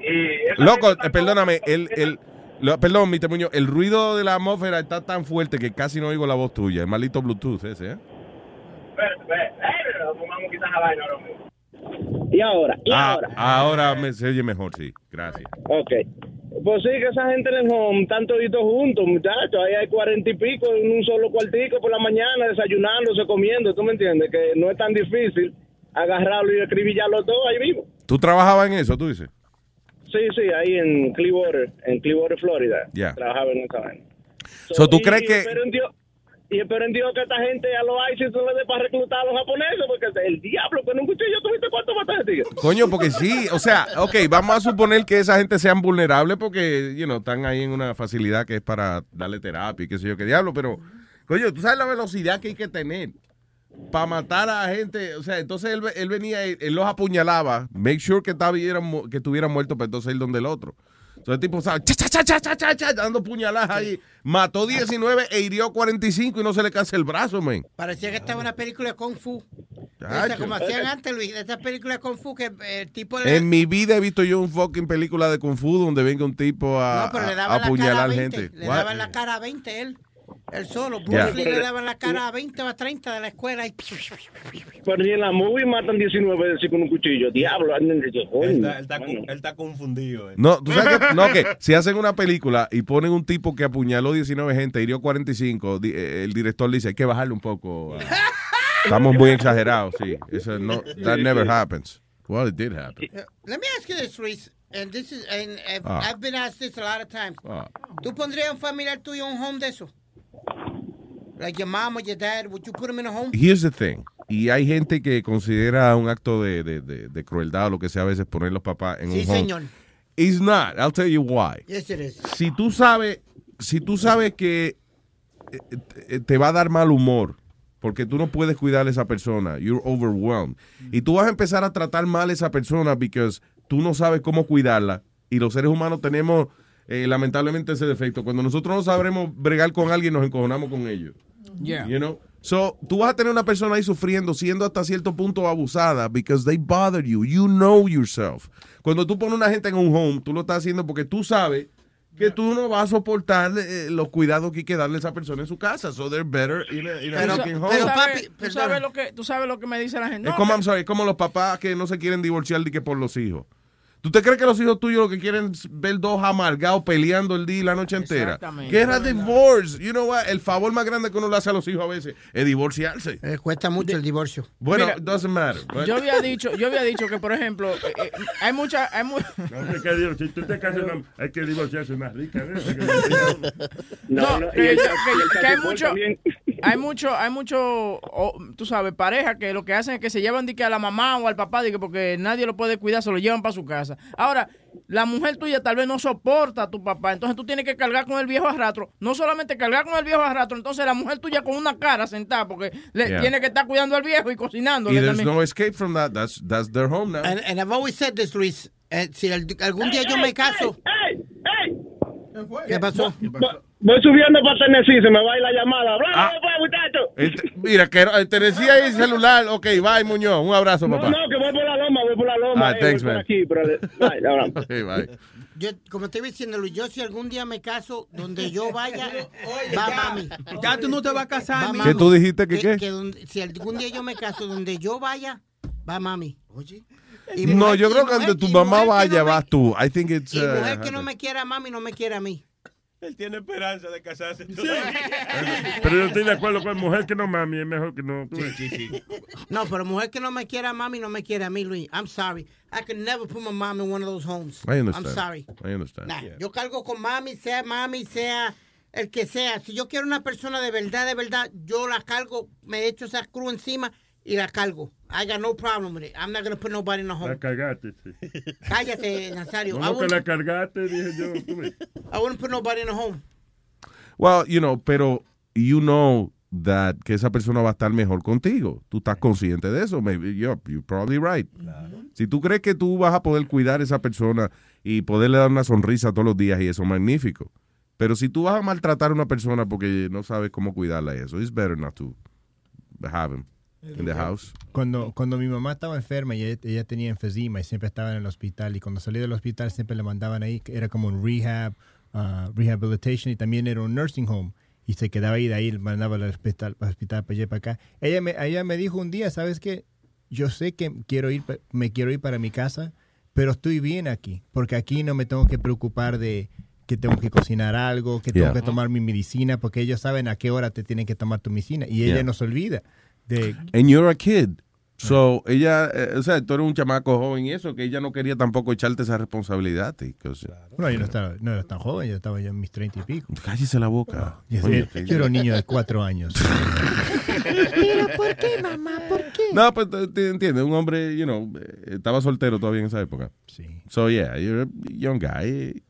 Y esa
Loco,
gente
eh, perdóname, el, el, lo- perdón, Mr. Muñoz, el ruido de la atmósfera está tan fuerte que casi no oigo la voz tuya. El maldito Bluetooth ese, ¿eh?
Espérate, espérate, nos vamos a quitar la vaina ahora mismo. Y ahora, y
Ah,
ahora.
ahora me, se oye mejor, sí. Gracias.
Ok. Pues sí, que esa gente en el home están toditos juntos, muchachos. Ahí hay cuarenta y pico en un solo cuartico por la mañana, desayunándose, comiendo. ¿Tú me entiendes? Que no es tan difícil agarrarlo y escribillarlo todo ahí mismo.
¿Tú trabajabas en eso, tú dices?
Sí, sí, ahí en Clearwater, en Clearwater, Florida.
Ya.
Trabajaba en esa vaina.
So, ¿tú
y-
crees
y
que-
espero en Dios- y espero en Dios que esta gente a los ISIS no le dé para reclutar a los japoneses, porque el diablo con un cuchillo tuviste cuánto mataste, tío.
Coño, porque sí, o sea, ok, vamos a suponer que esa gente sean vulnerables porque, you know, están ahí en una facilidad que es para darle terapia y qué sé yo qué diablo, pero, coño, tú sabes la velocidad que hay que tener para matar a gente, o sea, entonces él, él venía, y- él los apuñalaba, make sure que, estuvieran, mu- que estuvieran muertos para entonces ir donde el otro. Entonces el tipo sabe, cha, cha, cha, cha, cha, cha, cha, dando puñaladas ahí, mató 19 e hirió 45 y no se le cansa el brazo, men.
Parecía que estaba en una película de Kung Fu. Esa,
Chacho.
como hacían antes, Luis, de esas películas de Kung Fu que eh, el tipo le-
En mi vida he visto yo un fucking película de Kung Fu donde venga un tipo a,
No, pero le
a-
daban
a
la cara a
apuñalar
20.
gente.
Le
What?
daban la cara a 20 él. Él solo. Bruce
Ya.
Lee le daban la cara a 20 o a 30 de la escuela. Y...
Pero ni en la movie matan 19 veces con un cuchillo. Diablo, anden de coño.
Él está, él está con- él está confundido. eh.
No, tú sabes que, no, que si hacen una película y ponen un tipo que apuñaló 19 gente, hirió 45, di- eh, el director le dice, hay que bajarle un poco. ah". Estamos muy exagerados, sí. Eso no, that never happens. Well, it did happen.
Let me ask you this, Luis. And this is, and I've,
Ah.
I've been asked this a lot of times.
Ah.
¿Tú pondrías un familiar tuyo en un home de eso? Like your mom or your dad, would you put him in a home?
Here's the thing. Y hay gente que considera un acto de, de- de- de crueldad o lo que sea a veces poner los papás en
Sí,
un home.
señor.
It's not. I'll tell you why.
Yes, it is.
si tú sabes, si tú sabes que eh, eh, te va a dar mal humor, porque tú no puedes cuidar a esa persona, you're overwhelmed, y tú vas a empezar a tratar mal a esa persona because tú no sabes cómo cuidarla, y los seres humanos tenemos eh, lamentablemente ese defecto. Cuando nosotros no sabremos bregar con alguien, nos encojonamos con ellos.
Yeah.
You know? So, tú vas a tener una persona ahí sufriendo, siendo hasta cierto punto abusada, because they bother you. You know yourself. Cuando tú pones una gente en un home, tú lo estás haciendo porque tú sabes que tú no vas a soportar eh, los cuidados que hay que darle a esa persona en su casa. So, they're better in a, in a
Pero,
fucking
tú
home.
sabes- tú sabes lo que- tú sabes lo que me dice la gente.
es
No,
como, I'm sorry, es como los papás que no se quieren divorciar ni que por los hijos. ¿Tú te crees que los hijos tuyos lo que quieren es ver dos amargados peleando el día y la noche entera?
Exactamente.
Que era divorce. You know what? El favor más grande que uno le hace a los hijos a veces es divorciarse.
Eh, cuesta mucho el divorcio.
Bueno,
Mira,
it doesn't matter. but-
Yo había dicho, yo había dicho que por ejemplo, eh, eh, hay mucha, hay mu-
No te quedes, si tú te casas, mam, hay que divorciarse más rica. ¿eh?
No, que, que- que hay mucho, hay mucho, hay mucho, o, tú sabes, parejas que lo que hacen es que se llevan de que a la mamá o al papá de que porque nadie lo puede cuidar, se lo llevan para su casa. Ahora, la mujer tuya tal vez no soporta a tu papá, entonces tú tienes que cargar con el viejo a rato. No solamente cargar con el viejo a rato, entonces la mujer tuya con una cara sentada porque le
Yeah.
tiene que estar cuidando al viejo y cocinando.
Y there's no escape from that. That's, that's their home now.
And, and I've always said this, Luis. Eh, si al- algún día yo me caso. ¿Qué pasó?
Voy subiendo para Tennessee, se me va a ir la
[laughs]
llamada. Bla,
Ah.
bla, bla, muchacho.
Este- mira, que eh, te decía ahí el celular. Ok, bye, Muñoz. Un abrazo,
No,
papá.
no, que voy por la loma, voy voy por la loma.
Ah,
eh,
thanks,
voy por
man.
Aquí,
[laughs]
brother. Bye, ahora.
Okay, bye.
Yo, como te iba diciendo, Luis, yo si algún día me caso, donde yo vaya, va mami.
Ya tú no te vas a casar,
mami.
mi
¿Qué tú dijiste que
Que-
qué?
que donde- si algún día yo me caso, donde yo vaya, va mami. Oye.
No, yo creo que donde tu mamá vaya, vas tú. I think it's.
Y
uh,
mujer que no me quiera a mami, no me quiere a mí.
Él tiene esperanza de casarse.
Pero yo estoy de acuerdo con mujer que no mami, es mejor que no.
No, pero mujer que no me quiera a mami, no me quiere a mí, Luis. I'm sorry. I could never put my mom in one of those homes.
I
I'm
understand.
sorry.
I understand.
Nah, Yo cargo con mami, sea mami, sea el que sea. Si yo quiero una persona de verdad, de verdad, yo la cargo, me echo esa cruz encima y la cargo. I got no problem with it. I'm not gonna put nobody in a
La
home.
cagaste. sí.
[laughs]
Cállate, Nazario. I,
ah,
No, no, que
wouldn't,
la cargaste, dije yo. tú ves.
I wouldn't put nobody in a home.
Well, you know, pero you know that que esa persona va a estar mejor contigo. Tú estás consciente de eso. Maybe you're, you're probably right. Si tú crees que tú vas a poder cuidar a esa persona y poderle dar una sonrisa todos los días y eso, magnífico. Pero si tú vas a maltratar a una persona porque no sabes cómo cuidarla y eso, it's better not to have him in the house.
Cuando, cuando mi mamá estaba enferma, ella, ella tenía enfisema y siempre estaba en el hospital. Y cuando salí del hospital siempre la mandaban ahí, que era como un rehab, ah, rehabilitation y también era un nursing home. Y se quedaba ahí, de ahí la mandaba al hospital, al hospital para allá y para acá. Ella me, ella me dijo un día, ¿sabes qué? Yo sé que quiero ir, pa- me quiero ir para mi casa, pero estoy bien aquí, porque aquí no me tengo que preocupar de que tengo que cocinar algo, que tengo
Yeah.
que tomar mi medicina, porque ellos saben a qué hora te tienen que tomar tu medicina. Y ella
Yeah.
nos olvida de
And you're a kid. So, ella, eh, o sea, tú eres un chamaco joven y eso, que ella no quería tampoco echarte esa responsabilidad. because-
Bueno, yo no, estaba, no era tan joven, yo estaba ya en mis treinta y pico.
Cállese la boca.
Yo,
Coño,
yo
qué-
era un niño de
[laughs]
cuatro años.
Pero ¿por qué, mamá? ¿Por qué?
No, pues te, te entiendes, un hombre, you know, eh, estaba soltero todavía en esa época.
Sí.
So, yeah, you're a young guy,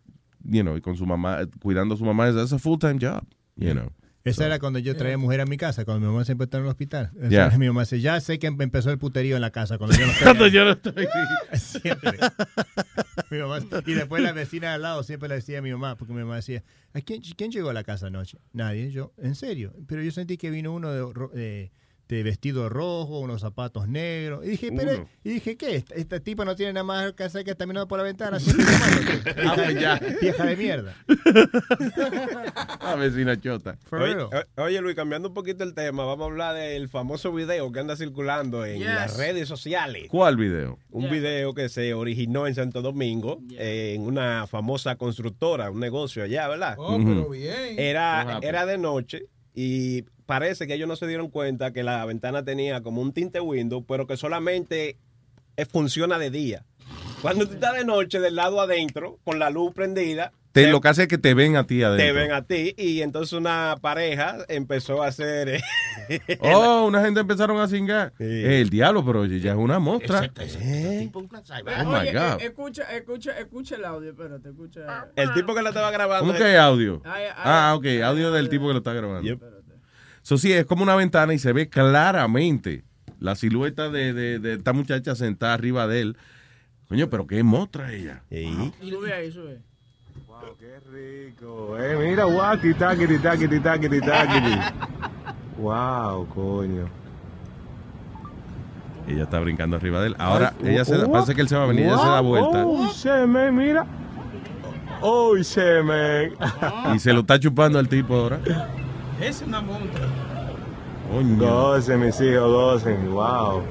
you know, y con su mamá, eh, cuidando a su mamá, that's a full-time job, you know.
Esa era cuando yo traía mujer a mi casa, cuando mi mamá siempre estaba en el hospital. Esa
Ya.
era [laughs] Mi mamá dice, ya sé que em- empezó el puterío en la casa cuando
[laughs]
yo no estoy.
Cuando yo no estoy.
siempre. [laughs] Mi mamá- y después la vecina de al lado siempre le decía a mi mamá, porque mi mamá decía, ¿A quién, quién llegó a la casa anoche? Nadie, yo, en serio. Pero yo sentí que vino uno de, ro- de- de vestido rojo, unos zapatos negros. Y dije, pero,
Uno.
y dije, ¿qué? Esta, esta tipa no tiene nada más que hacer que está mirando por la ventana.
[laughs]
siempre llamándote.
Ah, pues ya.
Vieja de mierda.
La Ah, vecina chota.
Oye, o- oye, Luis, cambiando un poquito el tema, vamos a hablar del famoso video que anda circulando en
Yes.
las redes sociales.
¿Cuál video?
Un video que se originó en Santo Domingo, eh, en una famosa constructora, un negocio allá, ¿verdad?
Oh, pero bien.
Era, era de noche y parece que ellos no se dieron cuenta que la ventana tenía como un tinte window, pero que solamente eh, funciona de día. Cuando tú estás de noche, del lado adentro, con la luz prendida,
Te, lo que hace es que te ven a ti adentro.
te ven a ti y entonces una pareja empezó a hacer... eh, [laughs]
Oh, una gente empezaron a cingar. Eh, el diablo, pero oye, ya es una mostra.
Este
Oh, my
Oye,
God.
eh, escucha, escucha, escucha el audio, espérate, escucha.
El tipo que la estaba grabando.
¿Cómo que hay audio?
Ay, ay,
Ah, ok, audio del tipo que lo está grabando. Eso sí, es como una ventana y se ve claramente la silueta de, de- de esta muchacha sentada arriba de él. Coño, pero qué mostra ella.
Sube ahí, sube.
Pues
Eh, mira, guaki, taquiti, taquiti, taquiti, taquiti. wow, coño.
Ella está brincando arriba de él. Ahora, ella
uh,
se da- parece que él se va a venir, ella se da vuelta
Oh, se me mira. Oh, se
[laughs]
me.
y se lo está chupando al tipo ahora.
Es una montra.
Gocen, mis hijos, gocen. Wow.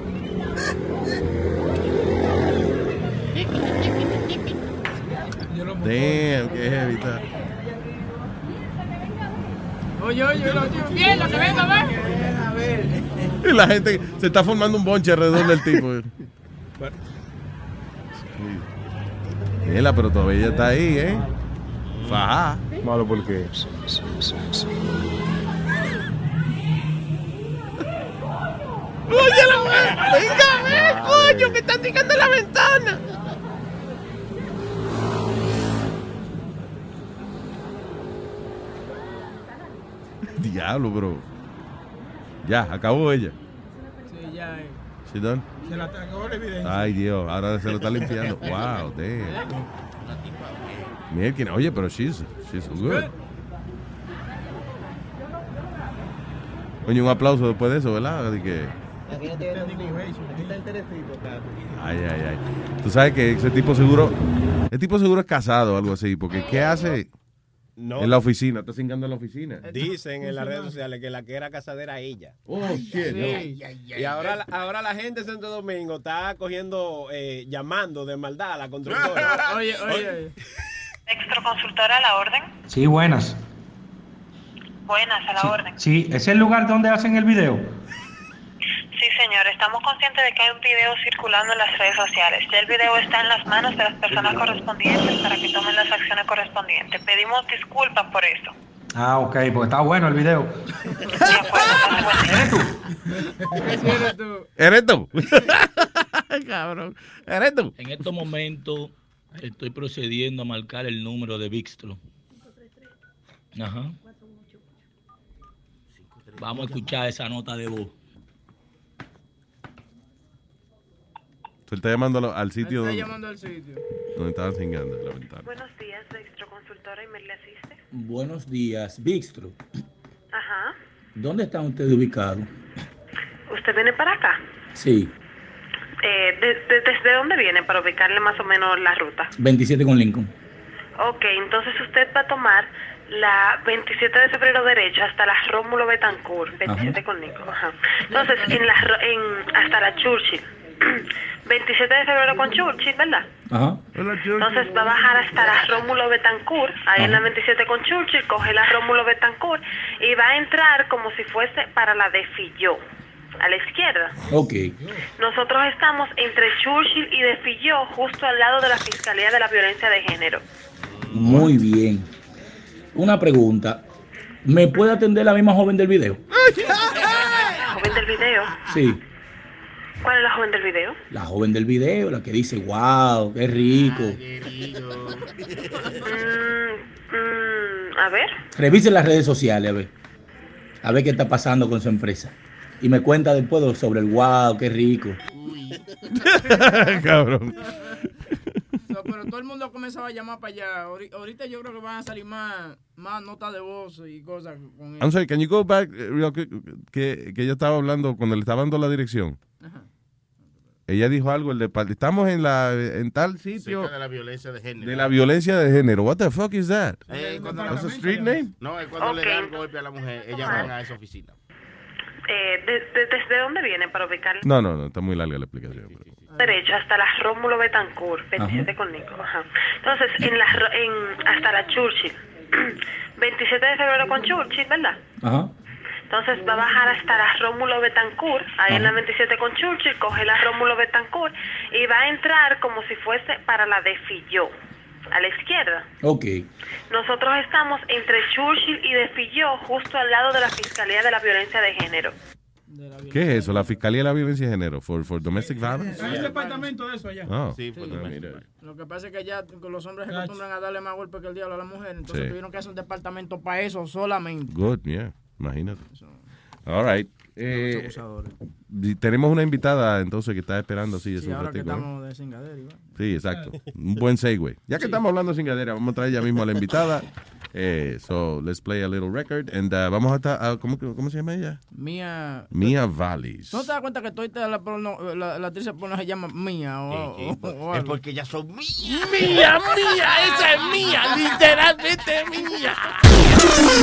Damn, qué heavy está.
Oye, oye, lo tío. Bien, lo que venga, va. A ver.
Y la gente se está formando un bonche alrededor del tipo. Mira, pero todavía ella está ahí, ¿eh?
Mm.
Fajá.
Malo porque.
¡Oye, la ve! ¡Venga, ve, coño! ¡Que están tirando la ventana!
Diablo, bro. Ya, acabó ella.
Sí, ya. eh.
¿Sí, Don?
Se la tragó la evidencia.
Ay, Dios, ahora se lo
[laughs]
está limpiando. Wow, damn. Mira quién- oye, pero she's, she's good. Coño, un aplauso después de eso, ¿verdad? Así que
Aquí no tiene aquí está el telecito, claro.
Ay, ay, ay. Tú sabes que ese tipo seguro, el tipo seguro es casado o algo así, porque ¿qué hace
No.
en la oficina? Está cingando en la oficina.
Dicen en las redes sociales que la que era casadera era ella.
Oh, shit, no. Ay,
ay, ay,
Y ahora, la- ahora la gente de Santo Domingo está cogiendo, eh, llamando de maldad a la constructora.
oye,
Consultora a la orden.
Sí, buenas.
Buenas, a la orden.
Sí, es el lugar donde hacen el video.
Sí, señor, estamos conscientes de que hay un video circulando en las redes sociales. Ya el video está en las manos de las personas correspondientes para que tomen las acciones correspondientes. Pedimos disculpas por eso.
Ah, ok, porque está bueno el video.
¿Eres tú?
[laughs]
Cabrón. En estos momentos estoy procediendo a marcar el número de Bixtro. Ajá. Vamos a escuchar esa nota de voz.
Tú estás llamando a lo- al sitio
Está
donde,
llamando al sitio.
donde estaban cingando, en la ventana.
Buenos días, registro consultora y me le asiste.
Buenos días, Bixtro.
Ajá.
¿Dónde están ustedes ubicados?
¿Usted viene para acá?
Sí,
Eh, de- de- ¿Desde dónde viene para ubicarle más o menos la ruta?
27 con Lincoln.
Ok, entonces usted va a tomar la 27 de febrero derecha hasta la Rómulo Betancourt, 27 con Nico. ajá. Entonces, en la, Ro- en, hasta la Churchill. [clears throat] 27 de febrero con Churchill, ¿verdad?
Ajá.
Entonces va a bajar hasta la Rómulo Betancourt, ahí en la 27 con Churchill, coge la Rómulo Betancourt y va a entrar como si fuese para la de Filló, a la izquierda.
Ok.
Nosotros estamos entre Churchill y de Filló, justo al lado de la Fiscalía de la Violencia de Género.
Muy bien. Una pregunta. ¿Me puede atender la misma joven del video?
joven del video.
Sí.
¿Cuál es la joven del video?
La joven del video, la que dice, wow, qué rico.
Ah,
Mm, mm, a ver,
Revisen las redes sociales a ver. A ver qué está pasando con su empresa. Y me cuenta después sobre el wow, qué rico.
Cabrón.
So, pero todo el mundo comenzaba a llamar para allá. Ahori- Ahorita yo creo que van a salir más, más notas de voz y cosas con
Mm. I'm
eso.
sorry, can you go back eh, real quick? Que, que ella estaba hablando, cuando le estaba dando la dirección. Ella dijo algo, el de, pa- estamos en la en tal sitio
Cerca de la violencia de género.
de la violencia de género. What the fuck is that?
Eh, cuando
That's a
la-
street name?
No, es cuando
Ok.
le dan golpe a la mujer. Ellas van a esa
[laughs]
oficina.
eh, de- de- ¿desde dónde viene para ubicar
No, no, no, está muy larga la explicación.
derecha hasta la Rómulo Betancourt, 27 con Nico? ajá. Entonces, en la, Ro- en, hasta la Churchill. [clears throat] 27 de febrero con Churchill, ¿verdad?
Ajá.
Entonces va a bajar hasta la Rómulo Betancourt, ahí en la 27 con Churchill, coge la Rómulo Betancourt y va a entrar como si fuese para la de Filló, a la izquierda.
Ok.
Nosotros estamos entre Churchill y de Filló, justo al lado de la Fiscalía de la Violencia de Género.
¿Qué es eso? La Fiscalía de la Violencia de Género. ¿For, for domestic violence?
Hay un departamento de eso allá.
Ah.
Sí,
Ah, mira.
Lo que pasa es que ya los hombres se acostumbran a darle más golpes que el diablo a las mujeres. Entonces
Sí.
tuvieron que hacer un departamento para eso solamente.
Good, yeah. Imagínate. All right. Eh, [laughs] y tenemos una invitada entonces que está esperando así. es ¿eh?
Sí,
un
ahora que
ratico, ¿no?
estamos de cingadera. igual.
Sí, exacto. Un buen segue. Ya que estamos hablando sin cadera, vamos a traer ya mismo a la invitada. Eh, so, let's play a little record. And uh, vamos hasta. a- ¿cómo, que- ¿Cómo se llama ella?
Mía.
Mia Vallis.
¿Tú no te das cuenta que toda esta la, porno- la, la actriz porno se llama mía? O,
Sí, sí,
o-
por-
o
es
algo?
porque ellas son mías.
Mía, mía, esa es mía,
[laughs]
literalmente mía.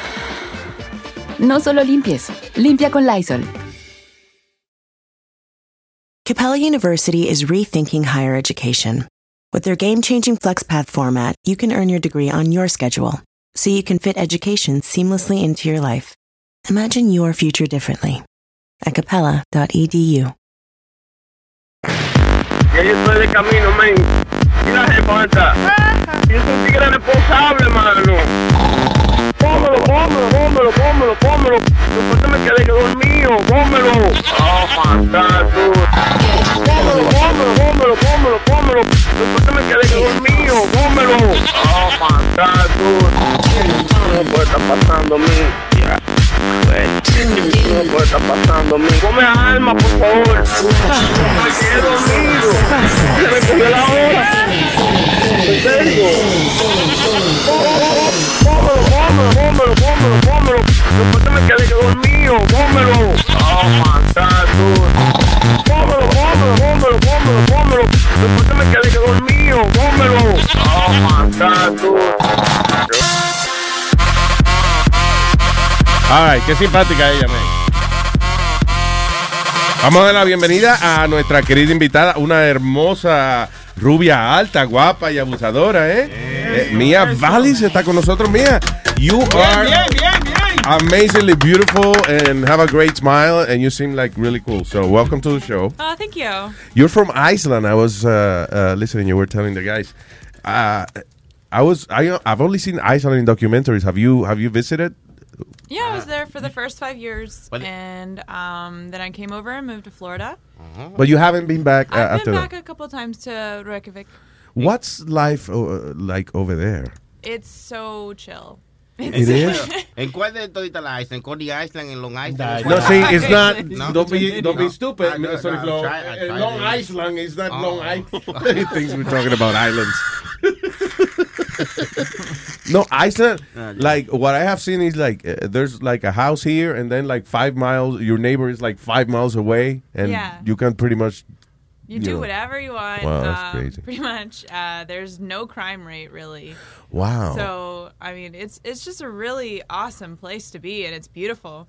No solo limpies, limpia con Lysol.
Capella University is rethinking higher education. With their game changing FlexPath format, you can earn your degree on your schedule so you can fit education seamlessly into your life. Imagine your future differently at E capella.edu.
Ya yo estoy de camino, men. Y la levanta. Yo soy un tigre responsable, mano. Pómelo, pómelo, pómelo, pómelo, pómelo. Después me quedé que dormido, pómelo. Oh, man. Oh,
Puede estar pasando mi. Ya. Puede estar pasando mi. Come alma, por favor. Me quedé dormido. Se me cogió la
Oh,
hora. ¿En serio? Cómelo, cómelo, cómelo, cómelo, cómelo. Después que me quedé dormido, cómelo. Oh my god, dude. Cómelo, cómelo, cómelo, cómelo, cómelo. Después que me quedé dormido, cómelo. Oh my god, dude.
Ay, qué simpática ella, man. Vamos a dar la bienvenida a nuestra querida invitada, una hermosa rubia alta, guapa y abusadora, ¿eh? Eh, Mia Vallis está con nosotros, Mia. You are amazingly beautiful and have a great smile and you seem like really cool. So welcome to the show.
Oh, thank you.
You're from Iceland. I was uh, uh, listening. You were telling the guys. Uh, I was. I, I've only seen Iceland in documentaries. Have you? Have you visited?
Yeah, I was there for the first five years, and um, then I came over and moved to Florida.
But you haven't been back uh,
I've
after
been
that.
back a couple times to Reykjavik.
What's life uh, like over [laughs] there?
It's so chill. [laughs]
It is?
¿En cuál de todita la Iceland? Coney Island en Long
That-
Island.
No, see, it's not.
[laughs] No. Ah,
Don't be, don't be stupid.
I know,
Sorry,
I
Flo.
tried- I
Uh,
tried
Long
it.
Island is not
Oh.
Long Island. he thinks we're [laughs] talking about islands. no, Iceland. Like what I have seen is like uh, there's like a house here, and then like five miles, your neighbor is like five miles away, and
Yeah.
you can pretty much.
[laughs] You do
know.
whatever you want.
Wow, that's
um,
crazy.
Pretty much, uh, there's no crime rate really.
Wow.
So I mean, it's it's just a really awesome place to be, and it's beautiful.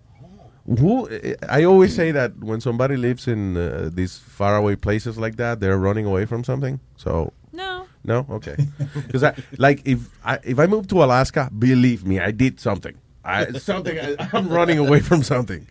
Who I always say that when somebody lives in uh, these faraway places like that, they're running away from something. So
No.
no, okay. [laughs] Because I like if I if I moved to Alaska, believe me, I did something. I something [laughs] I, I'm running away from something.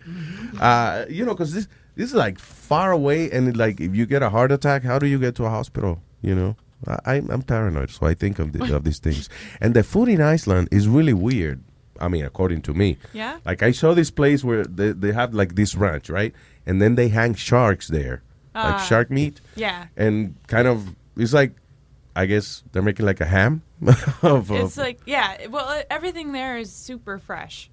Uh, you know, because this this is like far away, and like if you get a heart attack, how do you get to a hospital? You know. I- I'm, I'm paranoid, so I think of, the, of these
[laughs]
things. And the food in Iceland is really weird. I mean, according to me.
Yeah.
Like I saw this place where they, they have like this ranch, right? And then they hang sharks there,
Ah.
like shark meat.
Yeah.
And kind of it's like, I guess they're making like a ham [laughs] of.
It's
of
like yeah, well, e, everything there is super fresh.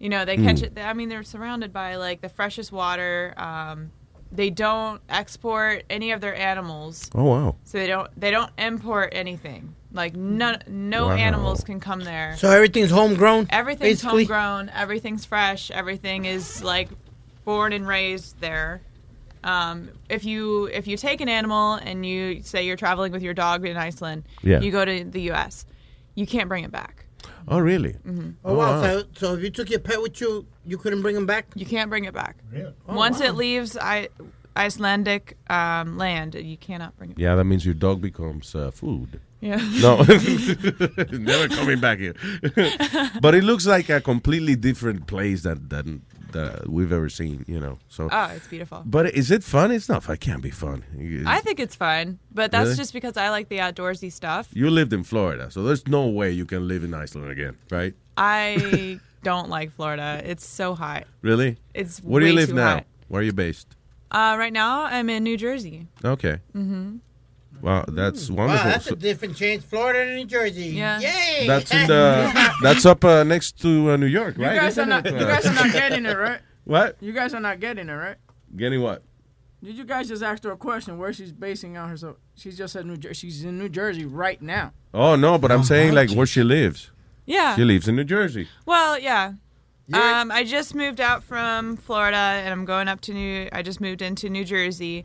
You know, they catch
Mm.
it. I mean, they're surrounded by like the freshest water. Um, they don't export any of their animals.
Oh, wow.
So they don't they don't import anything. Like none, no
Wow.
animals can come there.
So everything's homegrown,
Everything's
basically?
homegrown. Everything's fresh. Everything is like born and raised there. Um, if you if you take an animal and you say you're traveling with your dog in Iceland,
Yeah.
you go to the U.S. You can't bring it back.
oh really?
Mhm.
Oh, wow. So, so if you took your pet with you, you couldn't bring him back?
You can't bring it back.
Really?
Oh,
Once it leaves I, Icelandic um, land, you cannot bring it.
Yeah, that means your dog becomes uh, food.
Yeah.
[laughs] No, never coming back here. [laughs] but it looks like a completely different place than than that we've ever seen. You know, so.
Oh, it's beautiful.
But is it fun? It's not. fun. It can't be fun.
I think it's fun, but that's
Really?
just because I like the outdoorsy stuff.
You lived in Florida, so there's no way you can live in Iceland again, right? [laughs]
I don't like Florida. It's so hot.
Really?
It's
where do you
way
live
too
now?
hot.
Where are you based?
Uh, right now, I'm in New Jersey.
Okay.
Mm-hmm.
Wow, that's
Wow,
wonderful.
that's
So-
a different change. Florida and New Jersey.
Yeah.
Yay! [laughs]
that's in the that's up uh, next to uh, New York,
You
right?
guys are
Isn't
not.
it?
You guys are not getting it, right?
[laughs] What?
You guys are not getting it, right?
Getting what?
Did you guys just ask her a question where she's basing out herself? She just said New Jersey. She's in New Jersey right
[laughs]
now.
Oh no, but I'm saying like where she lives.
Yeah.
She lives in New Jersey.
Well, yeah. Um, I just moved out from Florida, and I'm going up to New. I just moved into New Jersey.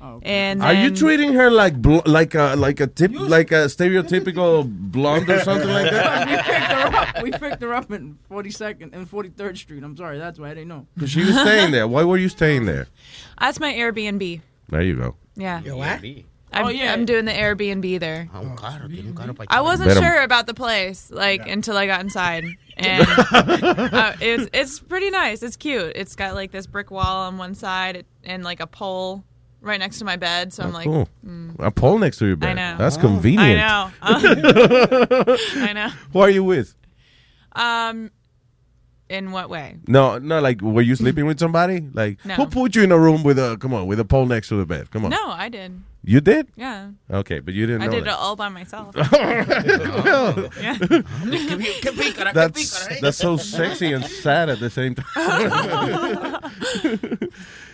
Oh, and
Are you
then-
treating her like bl- like a like a tip like
[laughs]
a stereotypical blonde or something like that?
we picked her up. We picked her up in 42nd and 43rd Street. I'm sorry, that's why I didn't know.
'Cause She was staying there. Why were you staying there?
That's my Airbnb.
There you go.
Yeah.
what?
[laughs]
I'm,
Oh, yeah.
I'm doing the Airbnb there.
Oh,
Ah, un carro, tiene un carro pa'
I wasn't
Better-
sure about the place, like until I
[laughs]
got inside, and uh, it's it's pretty nice. It's cute. It's got like this brick wall on one side and like a pole right next to my bed. So I'm like,
Oh, Cool.
mm,
A pole next to your bed.
I know.
That's convenient.
I
[laughs]
know. [laughs] I know.
Who are you with?
Um, in what way?
No, no. Like, were you sleeping with somebody? Like,
No.
who put you in a room with a? Come on, with a pole next to the bed. Come on.
No, I did.
You did?
Yeah.
Okay, but you didn't
I
know
did
that.
it all
[laughs]
by myself.
Well,
Yeah.
that's, that's so sexy and sad at the same
[laughs]
time.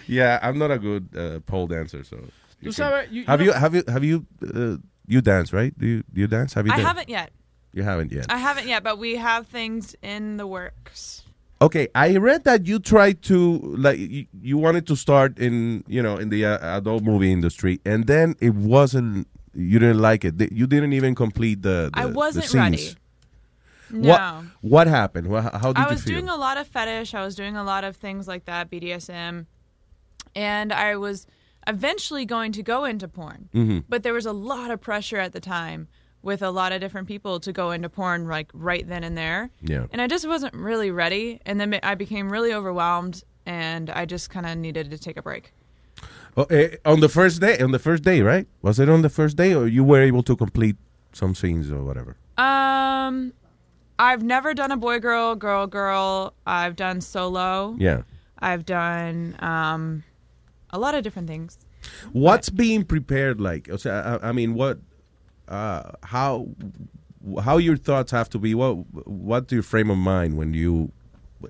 yeah, I'm not a good uh, pole dancer, so.
Tú sabes, you- you
have
know-
you have you have you uh, you dance right? Do you do you dance? Have you?
I
danced?
haven't yet.
You haven't yet.
I haven't yet, but we have things in the works.
Okay, I read that you tried to like you, you wanted to start in you know in the uh, adult movie industry, and then it wasn't. You didn't like it. Th- You didn't even complete the. the
I
the
wasn't
scenes.
ready. No.
What What happened? Wha- How did
I was
you feel?
doing a lot of fetish. I was doing a lot of things like that, BDSM, and I was eventually going to go into porn.
Mm-hmm.
Mhm.
But there was a lot of pressure at the time with a lot of different people to go into porn like right then and there.
Yeah.
And I just wasn't really ready, and then I became really overwhelmed, and I just kind of needed to take a break.
Oh, eh, on the first day, on the first day, right? Was it on the first day, or you were able to complete some scenes or whatever?
Um, I've never done a boy girl, girl girl. I've done solo.
Yeah.
I've done um, a lot of different things.
What's being prepared like? O sea, I, I mean, what, uh, how, how your thoughts have to be? What, what your frame of mind when you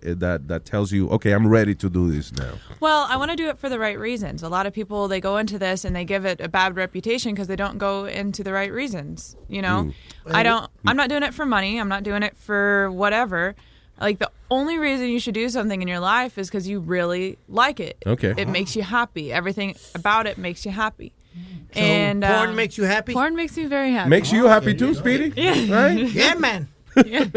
eh, that that tells you, okay, I'm ready to do this now.
Well, I want to do it for the right reasons. A lot of people they go into this and they give it a bad reputation because they don't go into the right reasons. You know,
Mm.
I don't. I'm not doing it for money. I'm not doing it for whatever. Like the only reason you should do something in your life is because you really like it.
Okay.
It makes you happy. Everything about it makes you happy.
So
and
porn
um,
makes you happy.
Porn makes me very happy.
Makes you happy too, Speedy.
[laughs] Yeah.
[laughs] Right?
Yeah, man.
He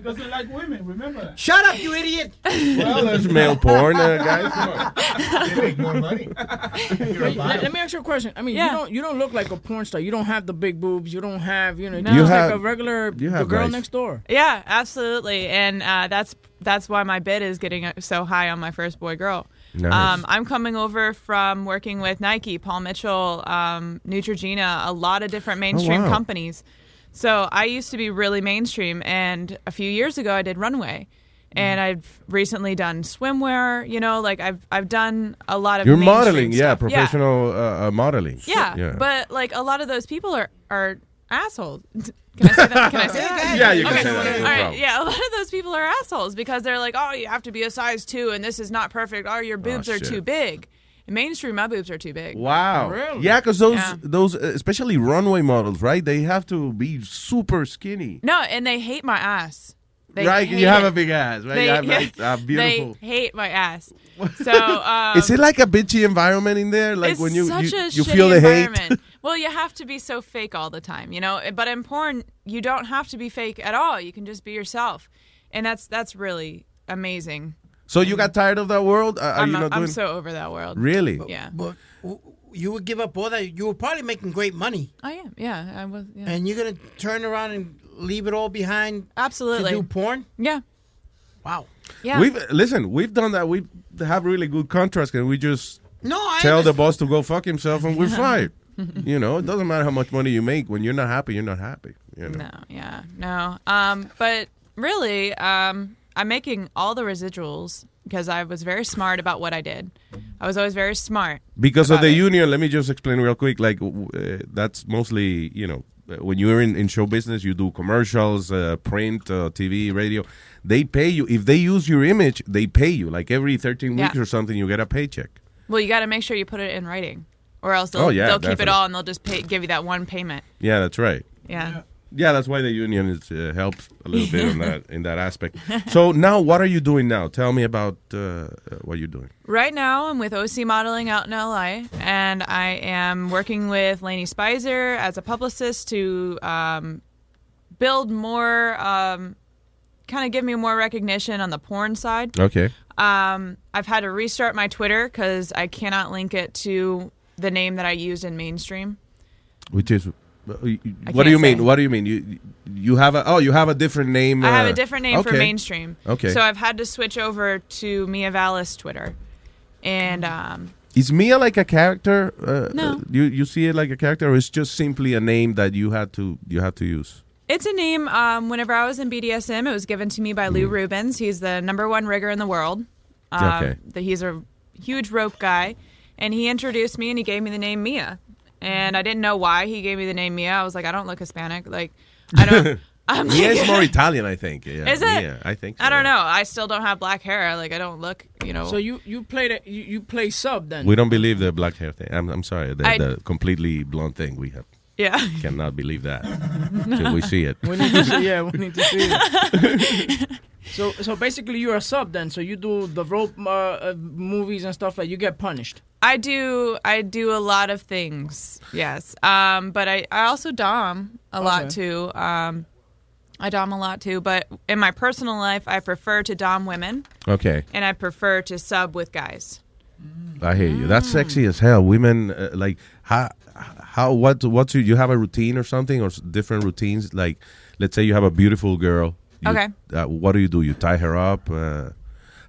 doesn't like women, remember that.
Shut up, you idiot.
Well, there's male porn, uh,
[laughs]
guys.
[laughs] Wait, let, let me ask you a question. I mean, you don't you don't look like a porn star. You don't have the big boobs. You don't have you know.
No.
You
You
look like
have-
a regular
you
the
have
girl
nice-
next door.
Yeah, absolutely, and uh, that's that's why my bid is getting uh, so high on my first boy girl.
Nice.
Um, I'm coming over from working with Nike, Paul Mitchell, um, Neutrogena, a lot of
Oh,
different mainstream
wow.
companies. So I used to be really mainstream, and a few years ago I did runway,
Mm.
and I've recently done swimwear. You know, like I've I've done a lot of
You're
mainstream
modeling, yeah,
stuff. Yeah.
professional Uh, uh, modeling.
Yeah, but like a lot of those people are are assholes. [laughs] Can I say that? Can I
[laughs]
say that?
Yeah, you can say that.
All
No
right.
problem.
Yeah, a lot of those people are assholes because they're like, oh, you have to be a size two, and this is not perfect. Oh, your boobs are
shit.
too big. In mainstream, my boobs are too big.
Wow. Yeah, because those
Yeah.
those uh, especially runway models, right? They have to be super skinny,
No, and they hate my ass. They
right?
hate
You have a
it.
big ass, right?
They,
you have
[laughs] yeah,
like, a beautiful.
They hate my ass. So um,
[laughs] Is it like a bitchy environment in there? Like
it's
when you
such
you,
a
you
shitty
feel the hate?
environment. well, you have to be so fake all the time, you know. But in porn, you don't have to be fake at all. You can just be yourself, and that's that's really amazing.
[laughs] So you got tired of that world? Uh, Are are
I'm,
you not
I'm
doing?
so over that world.
Really?
Yeah.
But w- [laughs] you would give up all that. You were probably making great money.
I am. Yeah, I was. Yeah.
And you're gonna turn around and leave it all behind.
Absolutely.
To do porn.
Yeah.
Wow.
Yeah.
We've listen. We've done that. We have really good contracts, and we just
No, I
tell the boss to go fuck himself, and
[laughs]
we're fired. you know, it doesn't matter how much money you make. When you're not happy, you're not happy. You know.
No, yeah, no. Um, but really, um, I'm making all the residuals because I was very smart about what I did. I was always very smart.
Because of
about
the
it.
union, let me just explain real quick. Like w- uh, that's mostly, you know, uh, when you're in, in show business, you do commercials, uh, print, uh, TV, radio. They pay you if they use your image. They pay you like every 13
Yeah.
weeks or something. You get a paycheck.
Well, you got to make sure you put it in writing, or else they'll,
Oh, yeah,
they'll keep it
definitely.
all and they'll just pay, give you that one payment.
Yeah, that's right.
Yeah.
Yeah, that's why the union is, uh, helps a little bit
[laughs]
on that in that aspect. So now, what are you doing now? Tell me about uh, uh, what you're doing.
Right now, I'm with OC Modeling out in LA, and I am working with Lainey Spicer as a publicist to um, build more, um, kind of give me more recognition on the porn side.
Okay.
Um, I've had to restart my Twitter because I cannot link it to the name that I used in mainstream.
Which is uh,
I
what do
can't
you mean?
say.
What do you mean? You you have a oh you have a different name.
I have
uh,
a different name for
okay.
mainstream.
Okay.
So I've had to switch over to Mia Vallis Twitter, and um,
Is Mia like a character? Uh,
No.
You you see it like a character, or it's just simply a name that you had to you had to use?
It's a name. Um, whenever I was in BDSM, it was given to me by
Mm-hmm.
Lou Rubens. He's the number one rigger in the world. Um,
Okay.
the- he's a huge rope guy, and he introduced me and he gave me the name Mia. and I didn't know why he gave me the name Mia. I was like, I don't look Hispanic. Like, I
[laughs]
don't. I'm
Mia
like-
is more Italian, I think. Yeah,
Is it?
Mia, I think.
I don't know. I still don't have black hair. Like, I don't look. You know.
So you you played it. You, you play sub then.
We don't believe the black hair thing. I'm, I'm sorry, the,
I-
the completely blonde thing. We have.
Yeah.
[laughs] Cannot believe [laughs]
[laughs]
that till we see it.
We need to see. Yeah, we need to see.
[laughs]
[laughs]
it. so so basically, you're a sub then. So you do the rope uh, uh, movies and stuff like. You get
[laughs]
punished.
I do. I do a lot of things. Yes. Um, but I, I also dom a lot
Okay.
too. Um, I dom a lot too. But in my personal life, I prefer to dom women,
Okay,
and I prefer to sub with guys.
I hear you.
Ah.
That's sexy as hell. Women uh, like how how what what you you have a routine or something or s- different routines. Like let's say you have a beautiful girl. You,
Okay.
Uh, what do you do? You tie her up. Uh,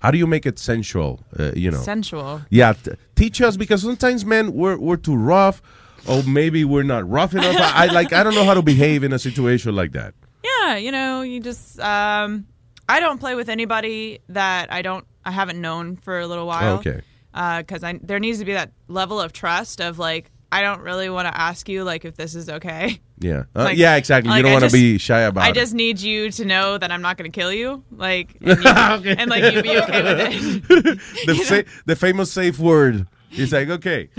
how do you make it sensual? Uh, you know.
Sensual.
Yeah, t- teach us because sometimes men we're we're too rough, or maybe we're not rough enough. I, I like I don't know how to behave in a situation like that.
Yeah. You know. You just. Um, I don't play with anybody that I don't. I haven't known for a little while.
Okay.
Because I there needs to be that level of trust of like I don't really want to ask you like if this is okay.
Yeah, uh,
Like-
yeah, exactly.
like,
you don't
I
want to
just-
be shy about
I
it.
just need you to know that I'm not going to kill you,
[laughs]
like, and, you, and, like you be okay with it. [laughs]
the, sa- the famous safe word is like, okay,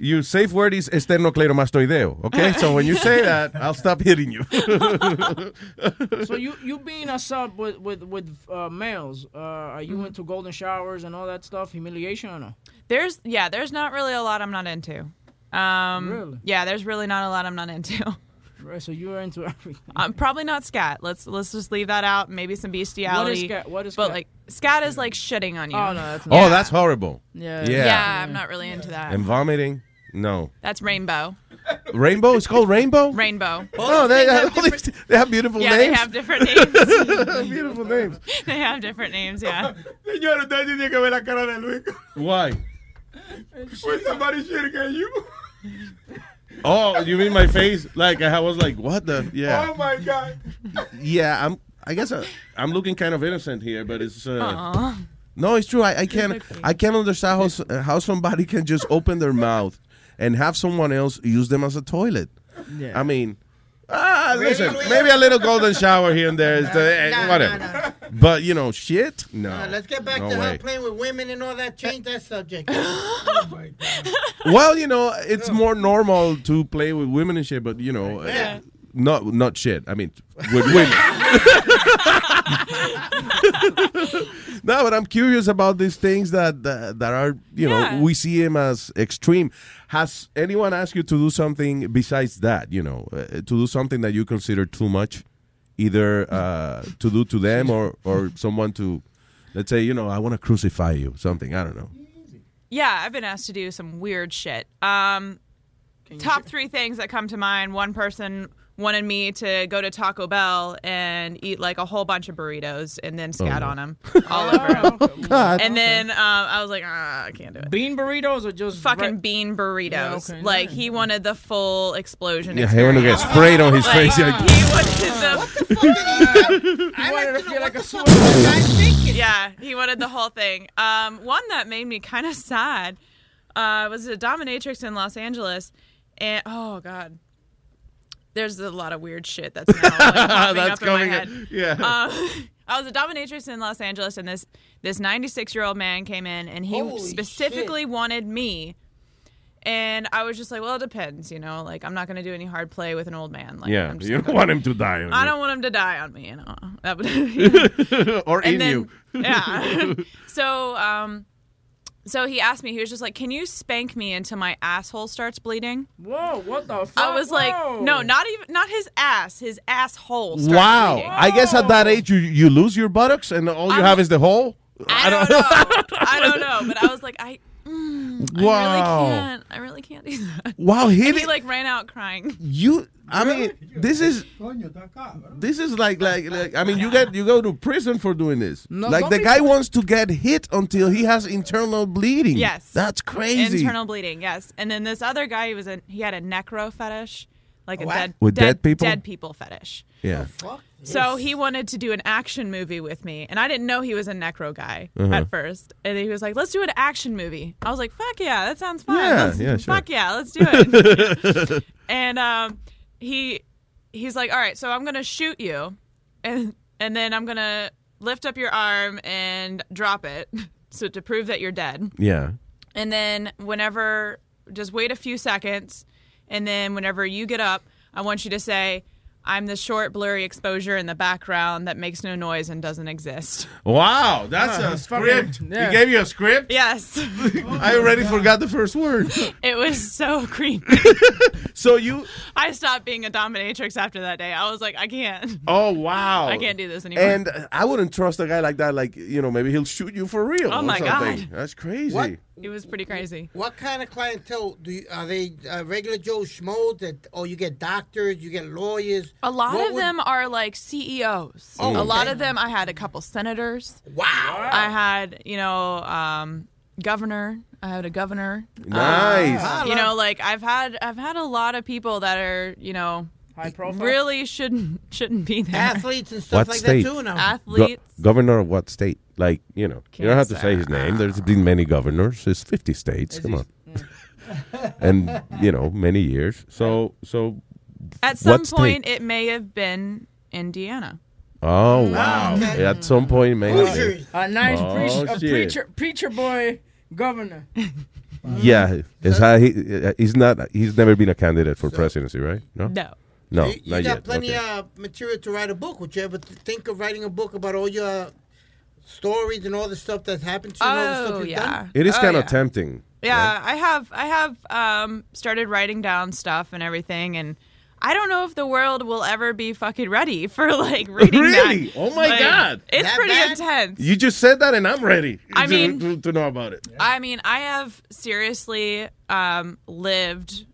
your safe word is esternocleidomastoideo. Okay, so when you say that, I'll stop hitting you. [laughs]
so you you being a sub with with with uh, males, uh, are you into golden showers and all that stuff, humiliation or no?
There's yeah, there's not really a lot I'm not into. Um, Yeah, there's really not a lot I'm not into.
Right, so you are into [laughs] everything.
Um, probably not scat. Let's let's just leave that out. Maybe some bestiality.
scat? What is
But
scat?
like scat is like shitting on you.
Oh, no, that's
Oh, that's horrible.
yeah.
Yeah.
I'm not really into that.
And vomiting? No.
That's rainbow.
Rainbow? It's called
[laughs]
rainbow?
Rainbow.
Oh, they, have all these- [laughs] they have beautiful
yeah, they
names.
have different names.
[laughs] Beautiful names.
they have different
[laughs]
names. Yeah.
Señor, usted tiene que ver la cara de Luis.
Why?
When somebody shooting at you.
Oh, you mean my face? Like I was like, what the? Yeah,
Oh my God.
Oh.
yeah. I'm. I guess I, I'm looking kind of innocent here, but it's. Uh,
Aw.
no, it's true. I, I can't. I can't understand how s- how somebody can just open their mouth and have someone else use them as a toilet.
Yeah.
I mean, ah, listen. Maybe a little golden shower here and there is the, eh, whatever. But you know, shit. No.
Uh, let's get back
no
to her
way.
playing with women and all that. Change that
[gasps]
subject. Oh
well, you know, it's more normal to play with women and shit, but you know, eh,
Yeah.
not not shit. I mean, with [laughs] women. no, but I'm curious about these things that that, that are you
Yeah.
know we see them as extreme. Has anyone asked you to do something besides that? You know, uh, to do something that you consider too much, either uh, to do to them or or someone to, let's say, you know, I want to crucify you, something. I don't know.
Yeah, I've been asked to do some weird shit. Um, top three things that come to mind. One person wanted me to go to Taco Bell and eat like a whole bunch of burritos and then scat
Oh, no. [laughs]
on 'em on them all
Oh,
over 'em.
God.
And then um, I was like, ah, I can't do it.
Bean burritos or just
fucking bean burritos? like he wanted the full explosion.
Yeah, he want to get
experience.
sprayed on his
[laughs] Like,
face. like-
He wanted the. [laughs]
[laughs] I wanted to feel like a
yeah, he wanted the whole thing. Um, one that made me kind of sad uh, was a dominatrix in Los Angeles, and oh god, there's a lot of weird shit that's
[laughs]
now like, popping
That's
up in my
coming
head.
in, yeah.
Um, [laughs] I was a dominatrix in Los Angeles, and this this 96 year old man came in, and he specifically wanted me. And I was just like, well, it depends, you know. Like, I'm not going to do any hard play with an old man. Like,
yeah,
I'm just
you
not
don't
gonna-
want him to die. on
I
you.
don't want him to die on me, you know. That would,
[laughs] or
[laughs] And
in
then-
you. [laughs]
yeah. so, um, so he asked me. He was just like, "Can you spank me until my asshole starts bleeding?"
Whoa, what the fuck?
I was like,
Whoa.
"No, not even not his ass, his asshole." starts
Wow.
bleeding."
I guess at that age you, you lose your buttocks and all you
I'm-
have is the hole. I [laughs] don't,
I don't know, but I was like, I. Mm,
Wow.
I really can't. I really can't do that.
Wow,
And
hit
he
it.
like ran out crying.
You I mean this is this is like, like like I mean you get you go to prison for doing this.
No,
like
don't
the
be-
guy wants to get hit until he has internal bleeding.
Yes.
That's crazy.
Internal bleeding, yes. And then this other guy, he was a he had a necro fetish, like a dead
With dead people?
dead people fetish.
yeah.
So he wanted to do an action movie with me, and I didn't know he was a necro guy
Uh-huh.
at first. And he was like, "Let's do an action movie." I was like, "Fuck yeah, that sounds fun.
Yeah,
Let's-
yeah, sure.
Fuck yeah, let's do
[laughs]
it." and um, he he's like, "All right, so I'm gonna shoot you, and and then I'm gonna lift up your arm and drop it, [laughs] so to prove that you're dead."
Yeah.
And then whenever, just wait a few seconds. And then whenever you get up, I want you to say, I'm the short, blurry exposure in the background that makes no noise and doesn't
[laughs]
exist.
Wow, Oh, that's
Huh.
a
Fucking-
script.
yeah.
He gave you a script. [laughs]
Yes.
I already forgot the first word.
[laughs]
[laughs]
It was so creepy.
So you?
I stopped being a dominatrix after that day. I was like, I can't.
Oh wow!
I can't do this anymore.
And uh, I wouldn't trust a guy like that. Like you know, maybe he'll shoot you for real.
Oh,
or
my
something.
God.
That's crazy.
It was pretty crazy.
What kind of clientele do you, are they? Uh, regular Joe schmo that, or you get doctors, you get lawyers.
A lot
What
of
would-
them are like CEOs.
Oh,
a lot
okay.
of them, I had a couple senators.
Wow.
I had, you know, um, governor. I had a governor. Um,
Nice.
Ah,
you know, like I've had, I've had a lot of people that are, you know, high profile. Really shouldn't shouldn't be there. Athletes
and
What state?
Athletes.
governor of what state? Like you know, you don't have to say his name. There's been many governors. It's fifty states. Come on. [laughs] and you know, many years. So so.
At some
what state?
point, it may have been Indiana.
Oh wow! At some point, maybe.
Uh,
Oh.
A nice preach- a
shit.
preacher, preacher boy governor.
Yeah, is how he, uh, he's not. He's never been a candidate for presidency, right? No.
No.
No,
you, you
not
got
yet.
plenty
Okay.
of material to write a book. Would you ever th- think of writing a book about all your stories and all the stuff that's happened to you? and all the
Oh,
stuff you've
yeah.
done?
It is
Oh,
kind
yeah.
of
[laughs]
tempting.
Yeah, I have. I have um, started writing down stuff and everything, and I don't know if the world will ever be fucking ready for like reading
Really?
that.
Oh, my
Like,
God.
it's
That
pretty
bad?
intense.
You just said that, and I'm ready.
I
to,
mean-
to, to know about it.
I mean, I have seriously um, lived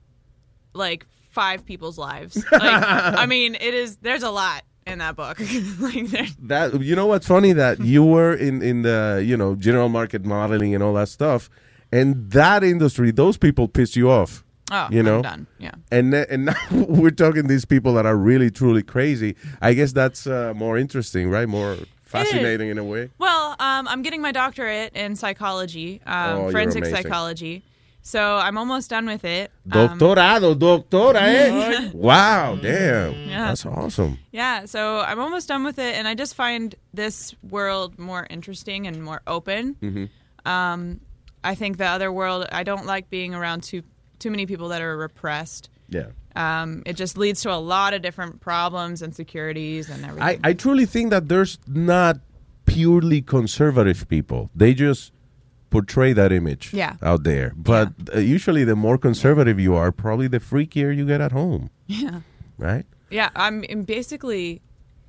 like five people's lives.
[laughs]
Like, I mean, it is. There's a lot in that book. [laughs] like, there,
That you know what's funny
[laughs]
that you were in in the you know general market modeling and all that stuff, and that industry, those people piss you off.
Oh,
you
I'm
know,
done. Yeah.
And then- and [laughs] now we're talking these people that are really truly crazy. I guess that's uh, more interesting, right? More fascinating in a way.
Well, um, I'm getting my doctorate in psychology,
Oh,
um,
you're
forensic
amazing.
psychology. So I'm almost done with it. Um,
Doctorado, doctora, eh?
[laughs] Yeah.
wow, damn.
Yeah.
That's awesome.
Yeah, so I'm almost done with it, and I just find this world more interesting and more open.
Mm-hmm.
Um, I think the other world, I don't like being around too too many people that are repressed.
Yeah.
Um, it just leads to a lot of different problems, insecurities, and everything.
I, I truly think that there's not purely conservative people. They just portray that image
Yeah.
out there. But uh, usually, the more conservative you are, probably the freakier you get at home,
yeah,
right?
yeah. I'm and basically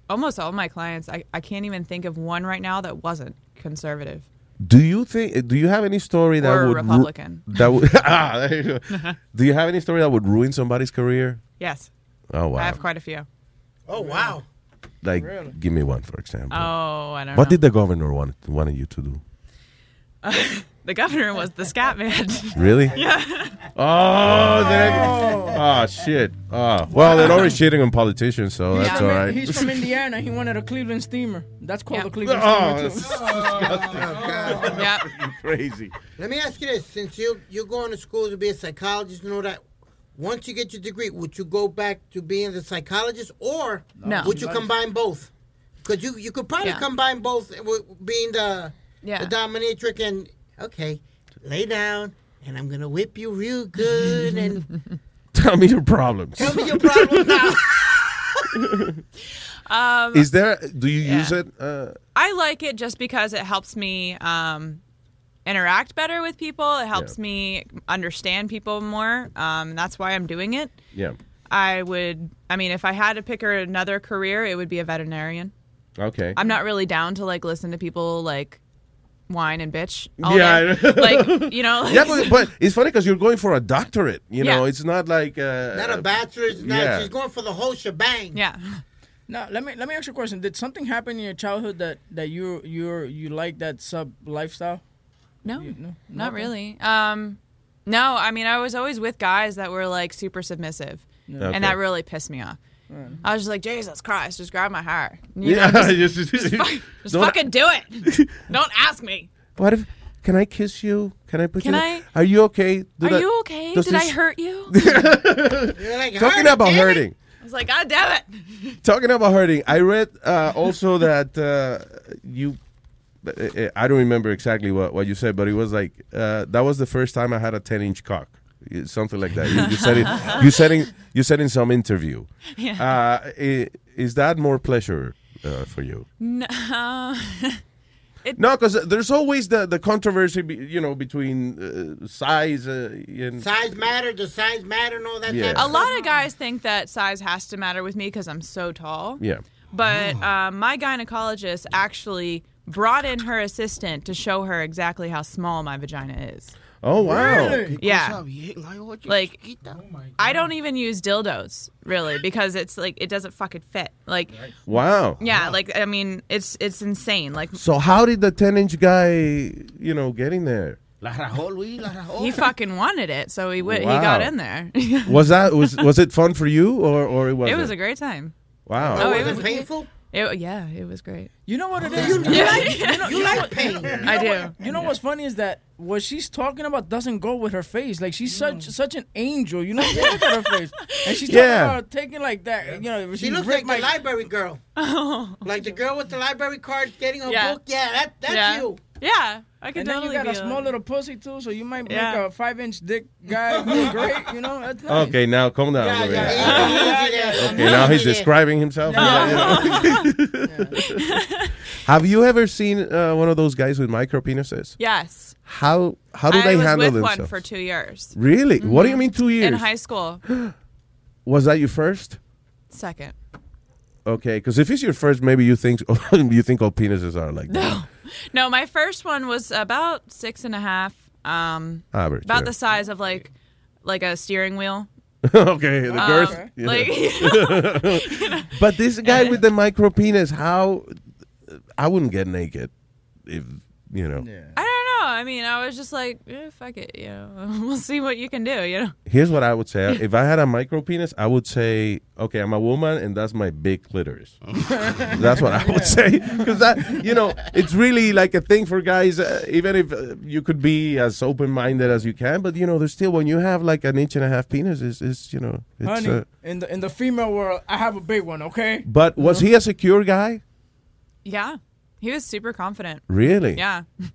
almost all my clients. I, I can't even think of one right now that wasn't conservative.
Do you think? uh, Do you have any story that
Or a
would ru-
Republican.
that
[laughs]
would? [laughs] ah, there you go. do you have any story that would ruin somebody's career?
Yes.
Oh wow!
I have quite a few.
Oh wow.
like, give me one for example.
Oh, I don't
what
know.
did the governor want wanted you to do?
[laughs] the governor was the scat man.
Really?
[laughs] Yeah.
Oh, there- oh shit. Oh, well, they're already shitting on politicians, so
He's
Oh, that's
from
all
In-
right. [laughs]
He's from Indiana. He wanted a Cleveland steamer. That's called a Cleveland
Oh,
steamer.
that's
Too.
Crazy.
Let me ask you this: since you you're going to school to be a psychologist, you know that. Once you get your degree, would you go back to being the psychologist, or
No.
would you combine both? Because you you could probably
Yeah.
combine both with being the
Yeah.
the dominatrix and okay, lay down, and I'm gonna whip you real good,
[laughs]
and
Tell me your problems.
tell me your problem now.
Um,
Is there? Do you use
Yeah.
it? Uh,
I like it just because it helps me um, interact better with people. It helps me understand people more. Um, and that's why I'm doing it.
yeah.
I would, I mean, if I had to pick another career, it would be a veterinarian.
Okay.
I'm not really down to like listen to people like whine and bitch. All
Yeah, I
day.
know.
[laughs] like you
[laughs]
know.
yeah, but, but it's funny because you're going for a doctorate. You know,
Yeah.
it's not like uh,
Not a bachelor's. Not,
yeah.
She's going for the whole shebang.
Yeah.
Now let me let me ask you a question. Did something happen in your childhood that that you you you like that sub lifestyle?
No,
no
[laughs] Not
nothing?
really. Um, no, I mean, I was always with guys that were like super submissive,
Yeah. Okay.
and that really pissed me off. I was just like, Jesus Christ, just grab my hair. [laughs] You know,
[laughs] Yeah,
just,
just-
just fu- just
don't-
fucking do [laughs] it. Don't ask me.
What if? Can I kiss you? Can I put
Can
you?
I-
Are you okay? Do
Are
that-
you okay?
does
Did I
this- [laughs]
hurt [laughs] you? like,
Talking
"Hurt,
about
damn it."
hurting.
I was like, God damn it. [laughs]
Talking about hurting, I read uh, also [laughs] that uh, you. I- I don't remember exactly what, what you said, but it was like uh, that was the first time I had a ten inch cock, It's something like that. You, you said
[laughs]
it. You said in you said in some interview.
Yeah.
Uh, i- is that more pleasure uh, for you?
[laughs] No.
No, because there's always the the controversy, be, you know, between uh, size uh, and
Size matter. Does size matter and all that?
Yeah.
type
A
of
lot of guys think that size has to matter with me because I'm so tall.
yeah.
But um, my gynecologist actually brought in her assistant to show her exactly how small my vagina is.
Oh wow.
Yeah. Like, I don't even use dildos really because it's like it doesn't fucking fit. Like,
Wow.
yeah, like I mean, it's it's insane. Like,
So how did the ten inch guy, you know, get in there?
he fucking wanted it, so he went. He got
Wow.
in there. [laughs]
Was that was was it fun for you or or it was
it was a great time.
wow.
Oh, it was painful. It, yeah, it was great.
You know what it
is?
is?
You like-
you like pain.
I do.
What, you know what's funny is that what she's talking about doesn't go with her face. Like she's
Mm.
such such an angel. You know, you look at her face, and she's
Yeah.
talking about taking like that. You know,
She looks like
ripped
the
my-
library girl.
Oh.
like the girl with the library card getting a
Yeah.
book. Yeah, that, that's
Yeah.
you.
Yeah, I
and then you got a small little pussy too, so you might
Yeah.
make a five inch dick guy
[laughs]
look great. You know, that's nice.
Okay, now calm down. over here.
[laughs]
Okay, now he's describing himself.
[laughs]
Have you ever seen uh, one of those guys with micro penises?
Yes.
How how do
I
they
was
handle
with
themselves?
one for two years. Mm-hmm.
Really? What do you mean two
In
years? [gasps]
high school,
Was that your first?
second.
Okay, because if it's your first, maybe you think [laughs] you think all penises are like that.
No, my first one was about six and a half. Um,
Average,
About
yeah.
the size of like, like a steering wheel.
[laughs] okay, the
Um,
girth. yeah.
like- [laughs] you know.
[laughs] but this guy with the micro penis, how? I wouldn't get naked if you know.
I don't know. I mean, I was just like, eh, fuck it. You know, [laughs] we'll see what you can do. You know.
Here's what I would say: if I had a micro penis, I would say, okay, I'm a woman, and that's my big clitoris. that's what I would say because that, you know, it's really like a thing for guys. Uh, even if uh, you could be as open-minded as you can, but you know, there's still when you have like an inch and a half penis, is is you know, it's.
Honey,
uh,
in the in the female world, I have a big one. Okay.
but was he a secure guy?
Yeah, he was super confident.
Really?
Yeah. [laughs]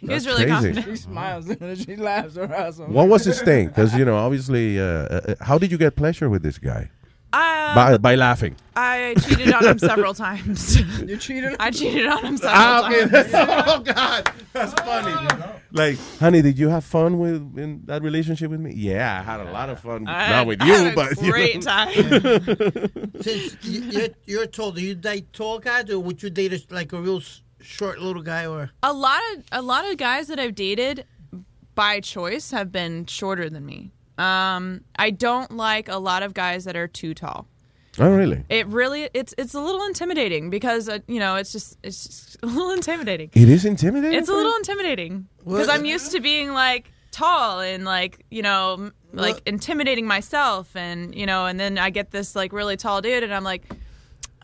he
That's
was really
crazy.
confident.
She smiles [laughs] and she laughs her ass off.
What was his thing? Because you know, obviously, uh, uh, how did you get pleasure with this guy?
Uh,
by by laughing.
I cheated on him several times.
You cheated?
I cheated on him several
Ah, okay.
[laughs]
times.
[laughs] oh God, that's funny. Like, honey, did you have fun with in that relationship with me? Yeah, I had a lot of fun.
I
not
had-
with
I
you,
had a
but
great
[laughs] time.
[laughs] Since you- you're, you're tall, do you date tall guys or would you date a, like a real s- short little guy or?
a lot of a lot of guys that I've dated by choice have been shorter than me. Um, I don't like a lot of guys that are too tall.
oh, really?
It really it's it's a little intimidating because uh, you know it's just it's just [laughs] a little intimidating.
It is intimidating.
It's a little intimidating because I'm used to being like tall and like you know m- like intimidating myself and you know and then I get this like really tall dude and I'm like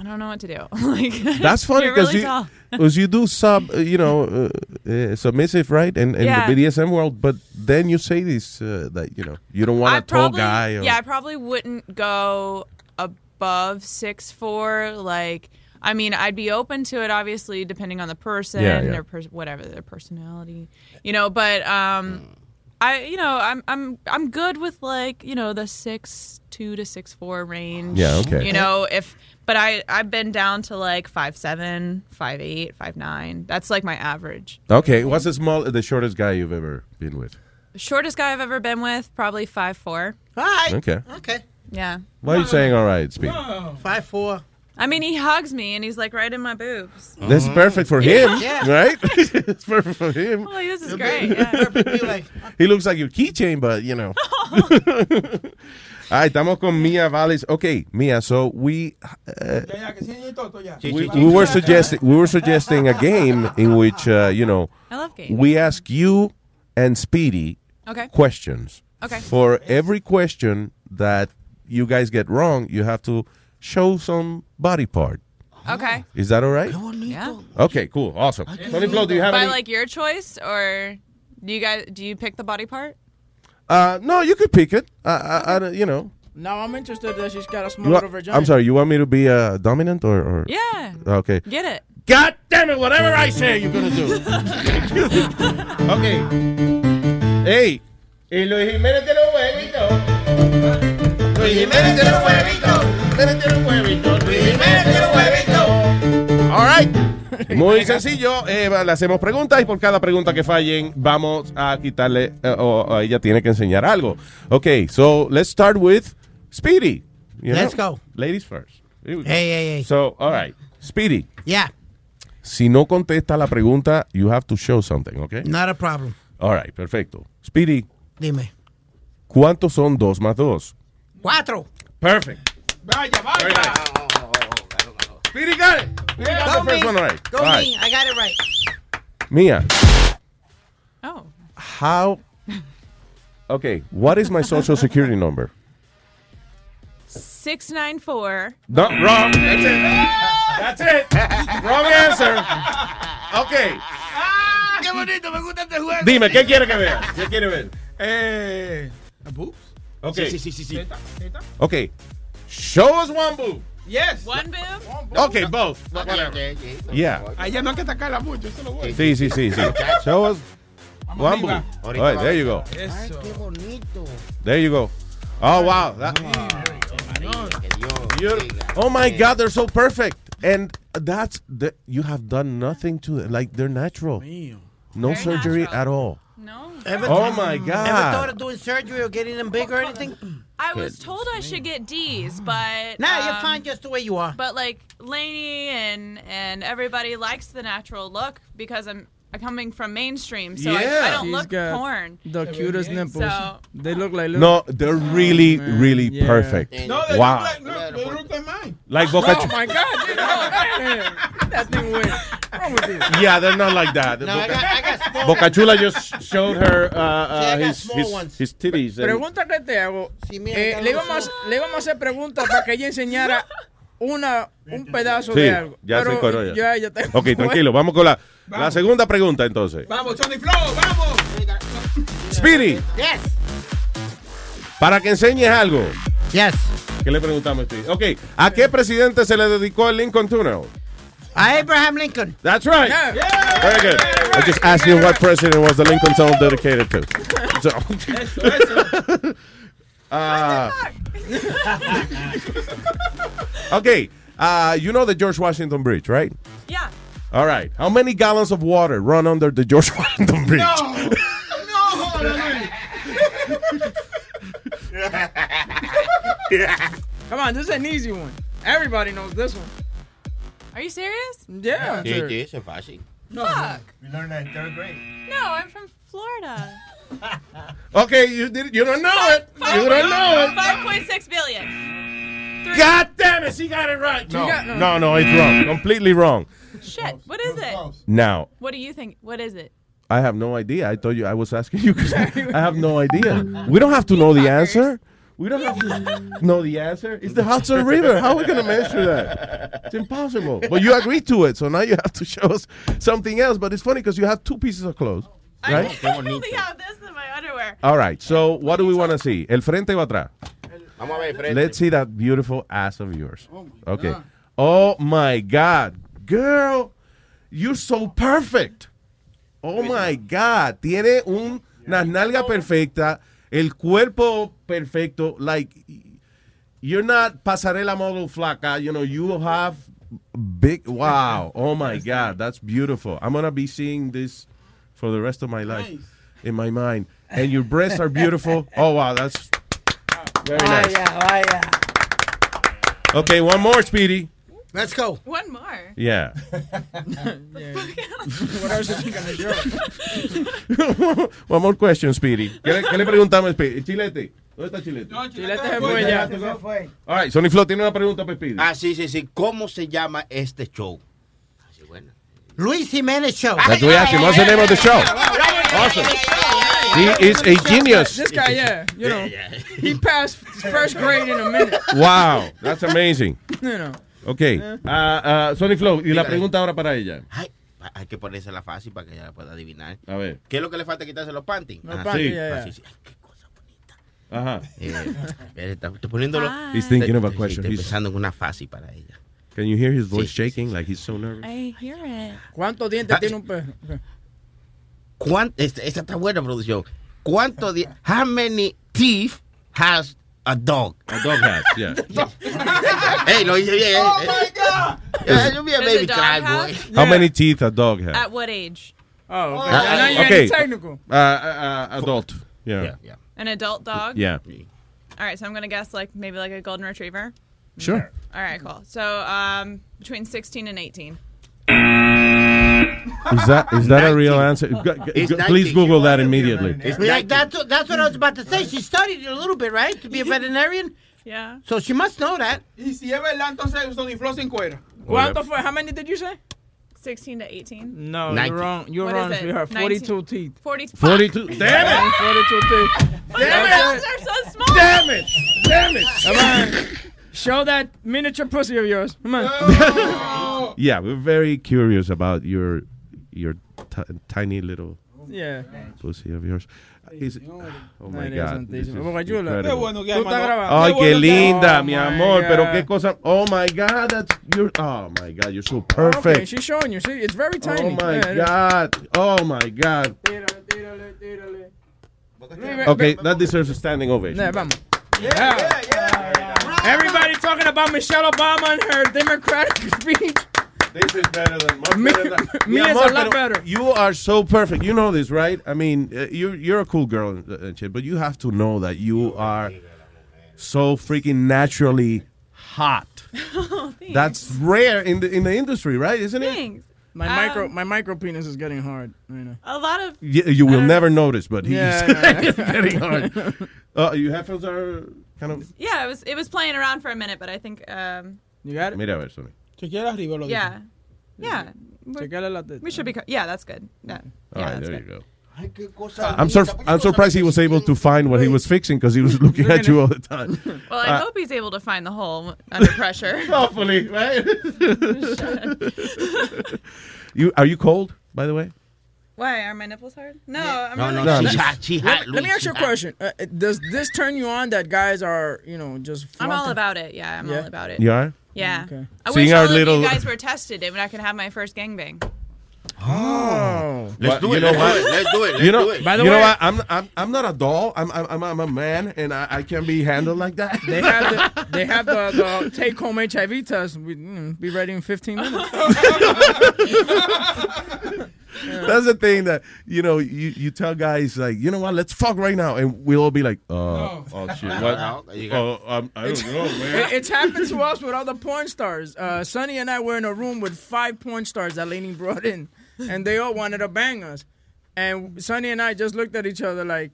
I don't know what to do. [laughs] like
That's funny
[laughs] you're really
because
tall.
you, 'cause you do sub, uh, you know, uh, uh, submissive, right? And in
Yeah.
the BDSM world, but then you say this uh, that you know you don't want a tall
probably,
guy. Or,
Yeah, I probably wouldn't go above six four. Like, I mean, I'd be open to it, obviously, depending on the person,
Yeah, yeah.
their pers- whatever their personality, you know. But um, I, you know, I'm I'm I'm good with like you know the six two to six four range.
Yeah, okay.
You know if. But I, I've been down to like five seven, five eight, five nine. That's like my average.
Okay, what's the small, the shortest guy you've ever been with?
Shortest guy I've ever been with, probably five four.
Hi.
Okay.
Okay.
Yeah.
Why are you saying all right, Speed?
Five four.
I mean, he hugs me and he's like right in my boobs.
That's perfect for him,
Yeah.
[laughs] right? it's perfect for him.
Oh, this is
[laughs]
great. Yeah.
He looks like your keychain, but you know. [laughs] All right, estamos con Mia Valles. Okay, Mia. So we uh, we, we were suggesting we were suggesting a game in which uh, you know
I love games.
we ask you and Speedy
Okay.
questions.
Okay.
For every question that you guys get wrong, you have to show some body part.
Okay.
Is that all right?
Yeah.
Okay, cool, awesome. Tony Flo, do you have
By
any?
like your choice, or do you guys do you pick the body part?
Uh, no, you could pick it. I, I, I don't- you know.
Now I'm interested that she's got a small
You wa-
little vagina.
I'm sorry. You want me to be uh, dominant or, or?
Yeah. [laughs]
Okay.
Get it.
God damn it! Whatever I say, you're gonna do. okay. Hey. Y Luis Jiménez tiene un huevito. Luis Jiménez tiene un huevito. Jiménez tiene un huevito. Luis Jiménez tiene un huevito. All right. Muy sencillo, eh, le hacemos preguntas y por cada pregunta que fallen vamos a quitarle, eh, o o ella tiene que enseñar algo. Ok, so let's start with Speedy. you
Let's
know?
go.
Ladies first. Here we go.
Hey, hey, hey.
So, all right. Speedy,
Yeah,
si no contesta la pregunta, you have to show something, ok?
not a problem.
All right, perfecto. Speedy,
Dime.
¿cuántos son dos más dos?
Cuatro.
Perfect.
Vaya, vaya.
Oh,
Speedy got it.
Go
the first
me.
one right.
Go
All right.
me. I got it right.
Mia,
Oh.
how... Ok, what is my social security number?
Six nine four.
No, wrong. That's it. That's it. Wrong answer. Ok.
Ah, ¡Qué bonito! Me gusta este juego.
Dime, ¿qué quiere que vea? ¿Qué quiere ver?
Eh. ¿Boobs?
Ok.
Sí, sí, sí. sí.
Ok. Show us one boob.
Yes.
One boob?
Okay, both. Yeah.
A ella no hay que atacarla mucho, eso es lo bueno.
Sí, sí, sí, sí. Show us one boob. All right, there you go.
Eso.
Qué bonito.
There you go. Oh, wow. That-
Ah,
You're- oh, my God, they're so perfect. And that's, the, you have done nothing to them. Like, they're natural. No surgery at all.
No.
Oh, my
Ever thought
God.
of doing surgery or getting them big or anything?
I was told I should get D's, but
Nah, you're
um,
fine just the way you are.
But like Lainey and and everybody likes the natural look because I'm I'm coming from mainstream, so I, I don't
She's
look
got
porn.
The cutest nipples.
So-
They look like little.
No, they're really, really
Yeah.
perfect.
No, they
wow.
Look, they look like mine.
Like Boca
Oh
Chu-
my God, dude. that thing went. What's wrong with you?
Yeah, they're not like that.
No, I
Boca-
got- I got small-
Boca Chula just showed her uh, uh,
Sí, I got
his,
small
his,
ones.
his titties. and-
Pregunta que te hago.
mira,
Eh,
ya
le,
lo
íbamos,
hizo.
a- le íbamos a hacer preguntas para que ella
[laughs]
enseñara una, un pedazo
Sí,
de algo.
ya se
Pero
coró ya.
ya ella te- [laughs]
Ok, tranquilo, vamos con la, la segunda pregunta entonces.
Vamos, Tony Flow, vamos.
Speedy,
Yes.
para que enseñes algo.
Yes.
¿Qué le preguntamos a Speedy? Ok, ¿a qué presidente se le dedicó el Lincoln Tunnel?
A Abraham Lincoln.
That's right. Very good. I just asked you what president was the Lincoln Tunnel dedicated to. So, [laughs] uh, okay, uh, you know the George Washington Bridge, right?
Yeah.
All right. How many gallons of water run under the George [laughs] Washington Bridge?
[laughs]
No,
[laughs] Come on, this is an easy one. Everybody knows this one.
Are you serious?
Yeah.
Sí,
sure.
sí, eso es fácil.
Fuck.
We learned that in third grade.
No, I'm from Florida.
Okay, you did. You don't know it. You don't know it.
Five point six billion. Three-
God damn it, she got it right.
She got-
No, no, it's wrong. Completely wrong.
Shit. What is it?
Now,
What do you think? What is it?
I have no idea. I told you I was asking you 'cause I have no idea. We don't have to know the answer. We don't have to know the answer. It's the Hudson River. How are we going to measure that? It's impossible. But you agreed to it, so now you have to show us something else. But it's funny because you have two pieces of clothes, right?
Oh, I only have this in my underwear.
All right. So what do we want to see? El frente o atrás?
Vamos a ver, Fred.
Let's see that beautiful ass of yours. okay. Oh my God, girl, you're so perfect. Oh my God, tiene un, una nalga perfecta, el cuerpo perfecto. Like you're not pasarela model flaca. You know you have big. Wow. Oh my God, that's beautiful. I'm gonna be seeing this for the rest of my life in my mind. And your breasts are beautiful. Oh wow, that's very nice.
vaya.
Okay, one more, Speedy.
Let's go.
One
[laughs]
more.
Yeah.
What else is she gonna do?
[laughs] [laughs] one more question, Speedy. ¿Qué le, qué le preguntamos, a Speedy? Chilete. ¿Dónde está Chilete? All right, Sony Flo tiene una pregunta para Speedy.
Ah, sí, sí, sí. ¿Cómo se llama este show?
Luis Jimenez Show.
That's what we asked him. What's the name of the show? Awesome. He is a genius.
This guy, yeah, you know, he passed first grade in a minute.
[laughs] Wow, that's amazing.
You know.
Ok. Ah, ah, Sony Flow, y la pregunta ahora para ella.
Hay que ponérsela fácil para que ella la pueda adivinar.
A ver.
¿Qué es lo que le falta quitarse los panties?
Los
Ajá,
panties,
sí.
ya,
Ah,
ya.
sí, sí. Ay, qué
Ajá.
cosa. Eh, está está poniéndolo.
He's thinking of a question.
Estoy
He's-
pensando en una fácil para ella.
Can you hear his voice shaking like he's so nervous?
I hear it.
¿Cuántos dientes tiene un perro?
¿Cuán, esta, esta está buena producción. ¿Cuánto di- How many teeth has a dog?
A dog has, yeah.
[laughs] Ey, lo hice bien.
Oh,
eh.
my God.
Yeah, you be a
There's a
baby
dog
cry, boy.
house?
How many teeth a dog has?
At what age?
Oh,
Ah,
Uh, uh, okay. Uh, uh, uh, adult. Yeah. Yeah.
An adult dog?
Yeah.
All right, so I'm going to guess like maybe like a golden retriever.
Sure.
All right, cool. So um, between 16 and 18.
Is that is that a real answer? Go- go-
It's
go- Please Google that immediately.
Like that's that's what I was about to say. She studied it a little bit, right, to be a veterinarian.
Yeah.
So she must know that.
Y si es verdad, entonces Sony Flow se encuera.
¿Cuánto fue? How many did you say?
16 to 18.
No,
Nineteen.
you're wrong. You're
What
wrong,
is it?
sweetheart. 42
Nineteen.
teeth.
42.
Yeah, 42 teeth.
Damn it! Those are so small.
Damn it! Damn it! Come on. Show that miniature pussy of yours. Come
[laughs]
on.
Yeah, we're very curious about your your ti tiny little
Yeah.
pussy of yours. Is- oh my
Madre
God.
santísima.
this is
Porque chula.
incredible.
Qué bueno que Tú estás Armando- grabando.
Ay,
Qué
qué
bueno que-
linda,
Oh
mi
my
amor. Pero
God.
qué cosa. Oh my God, that's your. Oh my God, you're so
Okay,
perfect.
she's showing you. See, it's very tiny.
Oh my
Yeah, it is.
God. Oh my God. Okay, that deserves a standing ovation.
Yeah, vamos. Yeah. Everybody talking about Michelle Obama and her Democratic [laughs] speech.
This is better than
me. me is a lot better.
You are so perfect. You know this, right? I mean, uh, you're you're a cool girl and, and shit, but you have to know that you are so freaking naturally
[laughs]
hot.
Oh,
That's rare in the in the industry, right? Isn't it?
Thanks.
My
Um,
micro, my micro penis is getting hard. Right now.
A lot of. Uh,
You, you will never notice, but he's
Uh,
[laughs]
Yeah, yeah.
getting
[laughs]
hard. Uh, your headphones are kind of.
Yeah, it was it was playing around for a minute, but I think. Um,
You got it?
Mira, a ver, Sony.
Chequeala arriba lo
yeah. Yeah. We're-
Chequeala la teta.
We should be. co- Yeah, that's good. Yeah.
All right, there you go.
cosa.
I'm, sur- I'm surprised he was able to find what he was fixing because he
[laughs]
was looking at you all the time.
Well, I
Uh,
hope he's able to find the hole under pressure.
[laughs] Hopefully, Uh, [laughs] right?
Shut.
You are you cold, by the way?
[laughs] Why are my nipples hard? No, I'm
No,
really
no,
not.
she's hot, she's hot,
Let me ask you a question. Uh, uh, does this turn you on that guys are, you know, just?
I'm all
flaunting-
about it. Yeah, I'm
Yeah?
all about it.
You are?
Yeah.
Okay.
I
Seeing
wish
our
all
little-
of you guys were tested, and I could have my first gangbang.
Oh,
Let's do it, let's do it, let's do it,
you
let's
know,
do it.
By
By
the
the
you know
way-
what? I'm, I'm I'm not a doll. I'm I'm I'm, I'm a man, and I, I can be handled like that.
They have
[laughs]
the, they have the,
[laughs]
the take home HIV test. We, mm, be ready in 15
[laughs]
minutes.
That's the thing that you know. You, you tell guys like, you know what? Let's fuck right now, and we'll all be like, uh, oh shit, what?
No, you
Oh, um, I don't
[laughs]
know, man.
[laughs]
It- it's happened to us with other porn stars. Uh, Sonny and I were in a room with five porn stars that Lainey brought in, and they all wanted to bang us. And Sonny and I just looked at each other like,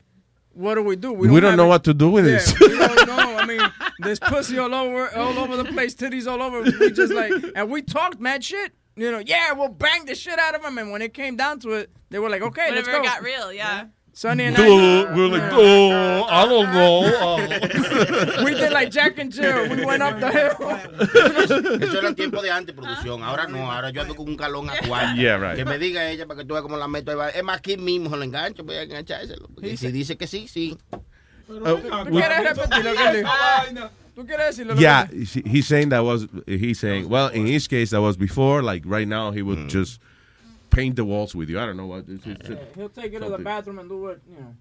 what do we do?
We don't
have
know
it-
what to do with
Yeah,
this.
we don't know. I mean, there's pussy all over, all over the place, titties all over. We just like, and we talked mad shit. You know, yeah, we'll bang the shit out of them. And when it came down to it, they were like, okay,
Whenever
let's go.
it got real, yeah.
Sonny
[laughs]
and
Duh.
I,
We're like, oh, I don't
[laughs]
know.
we did like Jack and Jill. We went up the hill.
[laughs]
Eso era el tiempo de antes, producción. Ahora no, ahora yo ando con un calón actual.
[laughs] Yeah, right.
Que me diga ella para que tú veas cómo la meto. ahí va. Es más, aquí mismo se lo engancho, voy a enganchárselo. Y si dice que sí, sí.
¿Tú
[laughs]
quieres repetir lo que le- Eh, ¿Tú quieres decirlo? lo
[laughs]
que
yeah,
le-
she- he's saying that was he's saying. Well, in his case, that was before. Like right now, he
Hmm.
would just paint the walls with you. I don't know what. It's, it's,
He'll take you to the
Something.
bathroom and do what, you know.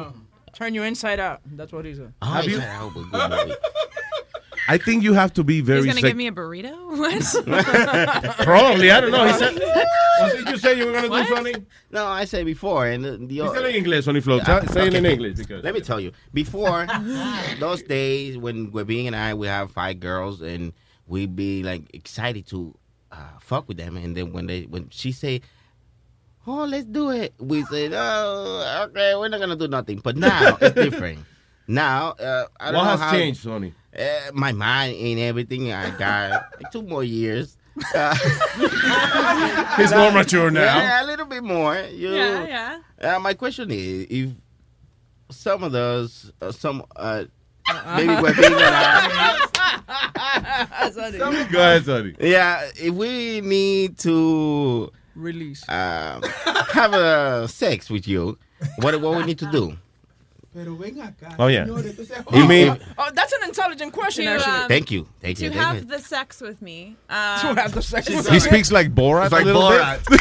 No. Turn you inside out. That's what he said.
Have you- [laughs]
movie.
I think you have to be
He's
very.
gonna
sec-
give me a burrito.
[laughs]
[laughs] What?
Probably, I don't know. He [laughs] said, what did you say you were gonna
What?
do, Sonny?
No, I said before. And the, the,
He said in English, Sonny Flow. Say say it in
Okay.
English because.
Let me tell you, before [laughs] those days when Webin and I we have five girls and we'd be like excited to uh, fuck with them, and then when they when she say, "Oh, let's do it," we said, "Oh, okay, we're not gonna do nothing." But now
[laughs]
it's different. Now uh, I don't
What
know
has
how-
changed, Sonny?
[laughs] Uh, my mind and everything. I got like, two more years.
[laughs] He's more mature now.
Yeah, a little bit more. You-
Yeah, yeah.
Uh, my question is, if some of those, uh, some, uh,
Uh-huh.
Uh-huh.
maybe we're
[laughs]
being
[laughs]
allowed-
Sorry.
Go ahead, Sonny.
Yeah, if we need to
Release.
um, have a sex with you, what what we need to do?
Pero ven acá.
Oh, yeah.
señores, entonces-
You mean-
Oh, that's an intelligent question.
actually. Thank you. Thank you.
um, To
Thank
have
you.
the sex with me. Um,
To have the sex
with
He speaks like Borat
It's like
a little
Borat.
[laughs] bit.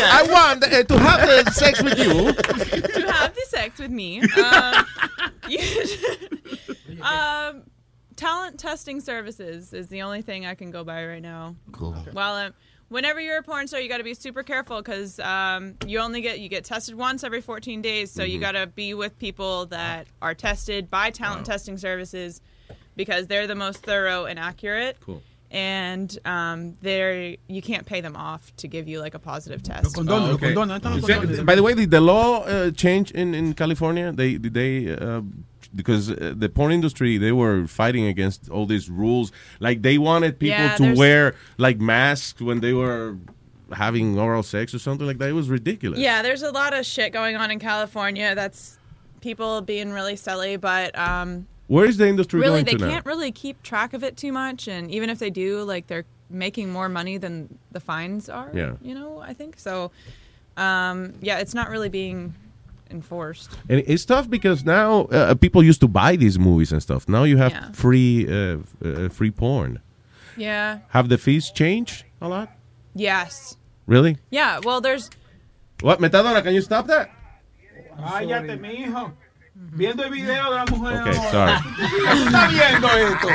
I
want uh, to have uh, sex with you.
to have the sex with me. Um, you should- um, talent testing services is the only thing I can go by right now.
Cool.
Well, um, whenever you're a porn star, you got to be super careful because um, you only get you get tested once every 14 days. So you
Mhm.
got to be with people that are tested by talent testing services because they're the most thorough and accurate.
Cool.
And um, they're you can't pay them off to give you like a positive test.
condones, los condones, ¿dónde están los
Say-
condones?
By the way, did the law uh, change in, in California? They did they uh, because uh, the porn industry they were fighting against all these rules. Like they wanted people
Yeah,
to
there's-
wear like masks when they were having oral sex or something like that. It was ridiculous.
Yeah, there's a lot of shit going on in California. That's people being really silly, but um,
Where is the industry
really
going
they
to now?
can't really keep track of it too much. And even if they do, like they're making more money than the fines are.
Yeah.
You know, I think so. Um, yeah, it's not really being enforced.
And it's tough because now uh, people used to buy these movies and stuff. Now you have
Yeah.
free uh, f- uh, free porn.
Yeah.
Have the fees changed a lot?
Yes.
Really?
Yeah. Well, there's
What Metadona? Can you stop that?
Cállate, mi hijo. Viendo el video de la mujer.
Okay,
ahora.
sorry.
¿Quién está [laughs] viendo esto?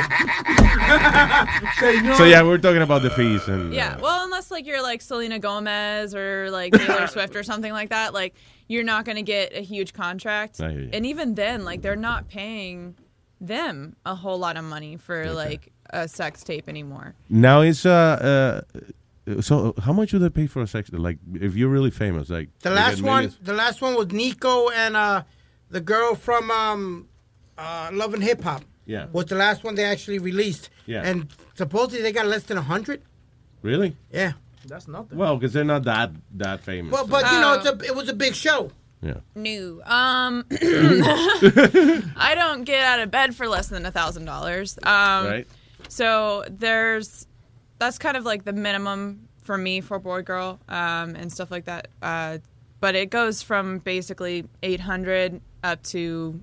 [laughs] Señor.
So yeah, we're talking about the fees and uh,
Yeah, well, unless like you're like Selena Gomez or
[coughs]
like Taylor Swift or something like that, like you're not going to get a huge contract.
I hear you.
And even then, like they're not paying them a whole lot of money for like a sex tape anymore.
Now it's uh, uh so how much do they pay for a sex? Like if you're really famous, like
The
they
last
get
one,
millions?
the last one was Nico and uh, the girl from um, uh, Love and Hip Hop.
Yeah.
was the last one they actually released.
Yeah.
and supposedly they got less than hundred.
Really?
Yeah,
that's nothing.
Well, because they're not that that famous.
Well, but you know, it's a, it was a big show.
Yeah.
Um, New.
[coughs]
Um, [laughs] I don't get out of bed for less than a thousand dollars. Um,
right?
So there's that's kind of like the minimum for me for boy girl um, and stuff like that. Uh, but it goes from basically 800 up to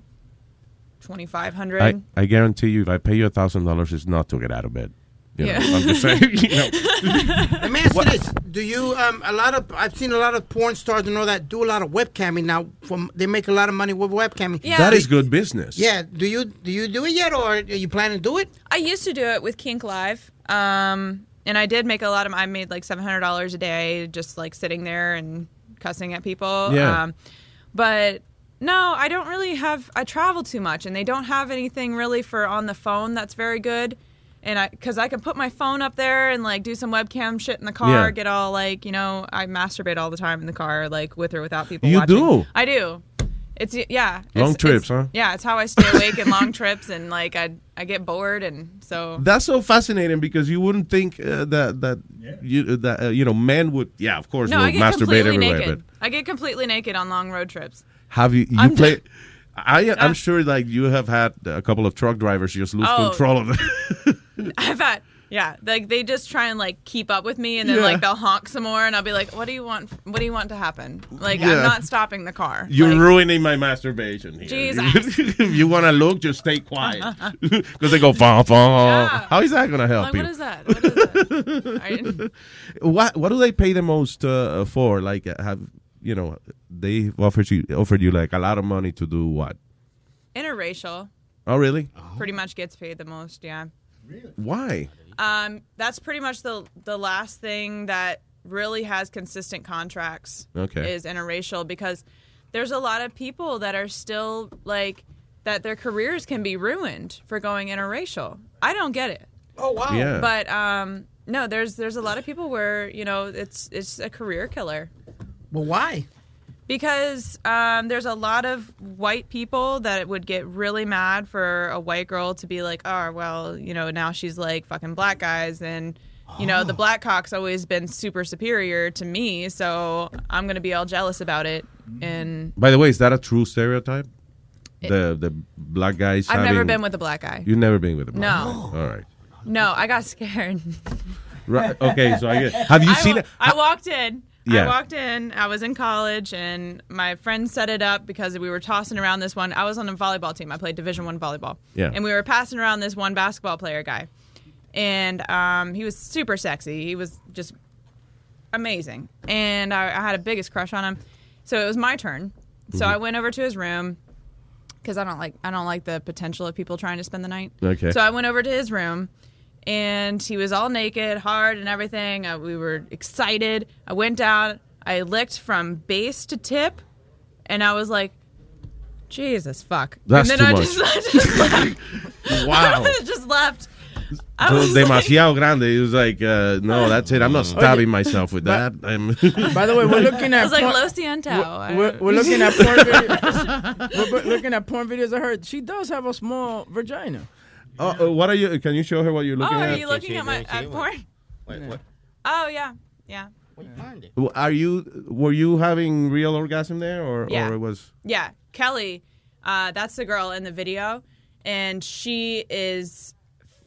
2500.
I, I guarantee you, if I pay you a thousand dollars, it's not to get out of bed. You know,
Yeah.
I'm just saying. [laughs] You know.
[laughs]
[laughs]
Let me ask you this: Do you um a lot of I've seen a lot of porn stars and all that do a lot of webcamming now. From they make a lot of money with webcamming.
That is good business.
Yeah. Do you do you do it yet, or are you planning to do it?
I used to do it with Kink Live. Um, and I did make a lot of I made like $700 a day just like sitting there and cussing at people.
Yeah.
Um, but no, I don't really have I travel too much and they don't have anything really for on the phone that's very good. And I cuz I can put my phone up there and like do some webcam shit in the car,
Yeah.
get all like, you know, I masturbate all the time in the car like with or without people
You
watching.
do?
I do. It's yeah. it's-
Long
it's-
trips, huh?
Yeah, it's how I stay awake in long trips, and like I I get bored, and so
That's so fascinating because you wouldn't think uh, that that you that uh, you know men would yeah of course
no, I
would
get
masturbate
completely
everywhere
naked.
but
I get completely naked on long road trips. [laughs]
Have you you
I'm Uh,
play? I I'm sure like you have had a couple of truck drivers just lose
Oh.
control
[laughs]
of it.
I've had yeah, like they just try and like keep up with me, and then
Yeah.
like they'll honk some more, and I'll be like, "What do you want? What do you want to happen? Like
Yeah.
I'm not stopping the car.
[laughs] You're
Like,
ruining my masturbation here. [laughs]
Jesus.
if you want to look, just stay
[laughs]
quiet [laughs] because they go fa fa. Uh, How is that gonna help
like
you?
what is that? What
[laughs]
is that? I didn't-
what What do they pay the most uh, for? Like uh, have you know they offered you offered you like a lot of money to do what?
interracial
Oh really?
pretty much gets paid the most. Yeah.
Why?
Um, that's pretty much the the last thing that really has consistent contracts.
Okay.
Is interracial because there's a lot of people that are still like that their careers can be ruined for going interracial. I don't get it.
Oh wow.
Yeah.
But um no, there's there's a lot of people where, you know, it's it's a career killer.
Well, why?
Because um, there's a lot of white people that would get really mad for a white girl to be like, oh, well, you know, now she's like fucking black guys and You know, the Blackhawks always been super superior to me, so I'm going to be all jealous about it. And
By the way, is that a true stereotype?
It-
the the black guys.
I've never
having-
been with a black guy.
You've never been with a black
No.
guy. All right.
no, I got scared. [laughs]
Right. Okay. So I get. Have you
I
seen
wa-
it?
I walked in.
Yeah.
I walked in. I was in college, and my friend set it up because we were tossing around this one. I was on a volleyball team. I played Division One volleyball.
Yeah.
And we were passing around this one basketball player guy, and um, he was super sexy. He was just amazing, and I, I had a biggest crush on him. So it was my turn. So
Mm-hmm.
Mhm.
I went over to his room because I don't like I don't like the potential of people trying to spend the night.
Okay.
So I went over to his room, and he was all naked, hard, and everything. Uh, we were excited. I went down. I licked from base to tip, and I was like, "Jesus fuck!"
That's
and
too
then I
much.
just, [laughs] I just left.
[laughs] Wow.
just left. [laughs] I
So
was
demasiado grande. It was like, uh, no, that's it. I'm not stabbing myself with that. I'm
[laughs] By the way, we're looking
I [laughs]
at
was like,
por-
"Lo siento."
we're, we're looking at
[laughs]
porn videos. we're looking at porn videos of her. She does have a small vagina.
[laughs] Oh, uh, what are you? Can you show her what you're
Oh,
looking
are
at?
you looking at my at porn?
what?
Oh yeah, yeah.
Well, Are you? Were you having real orgasm there, or,
Yeah.
or it was?
Yeah, Kelly, uh, that's the girl in the video, and she is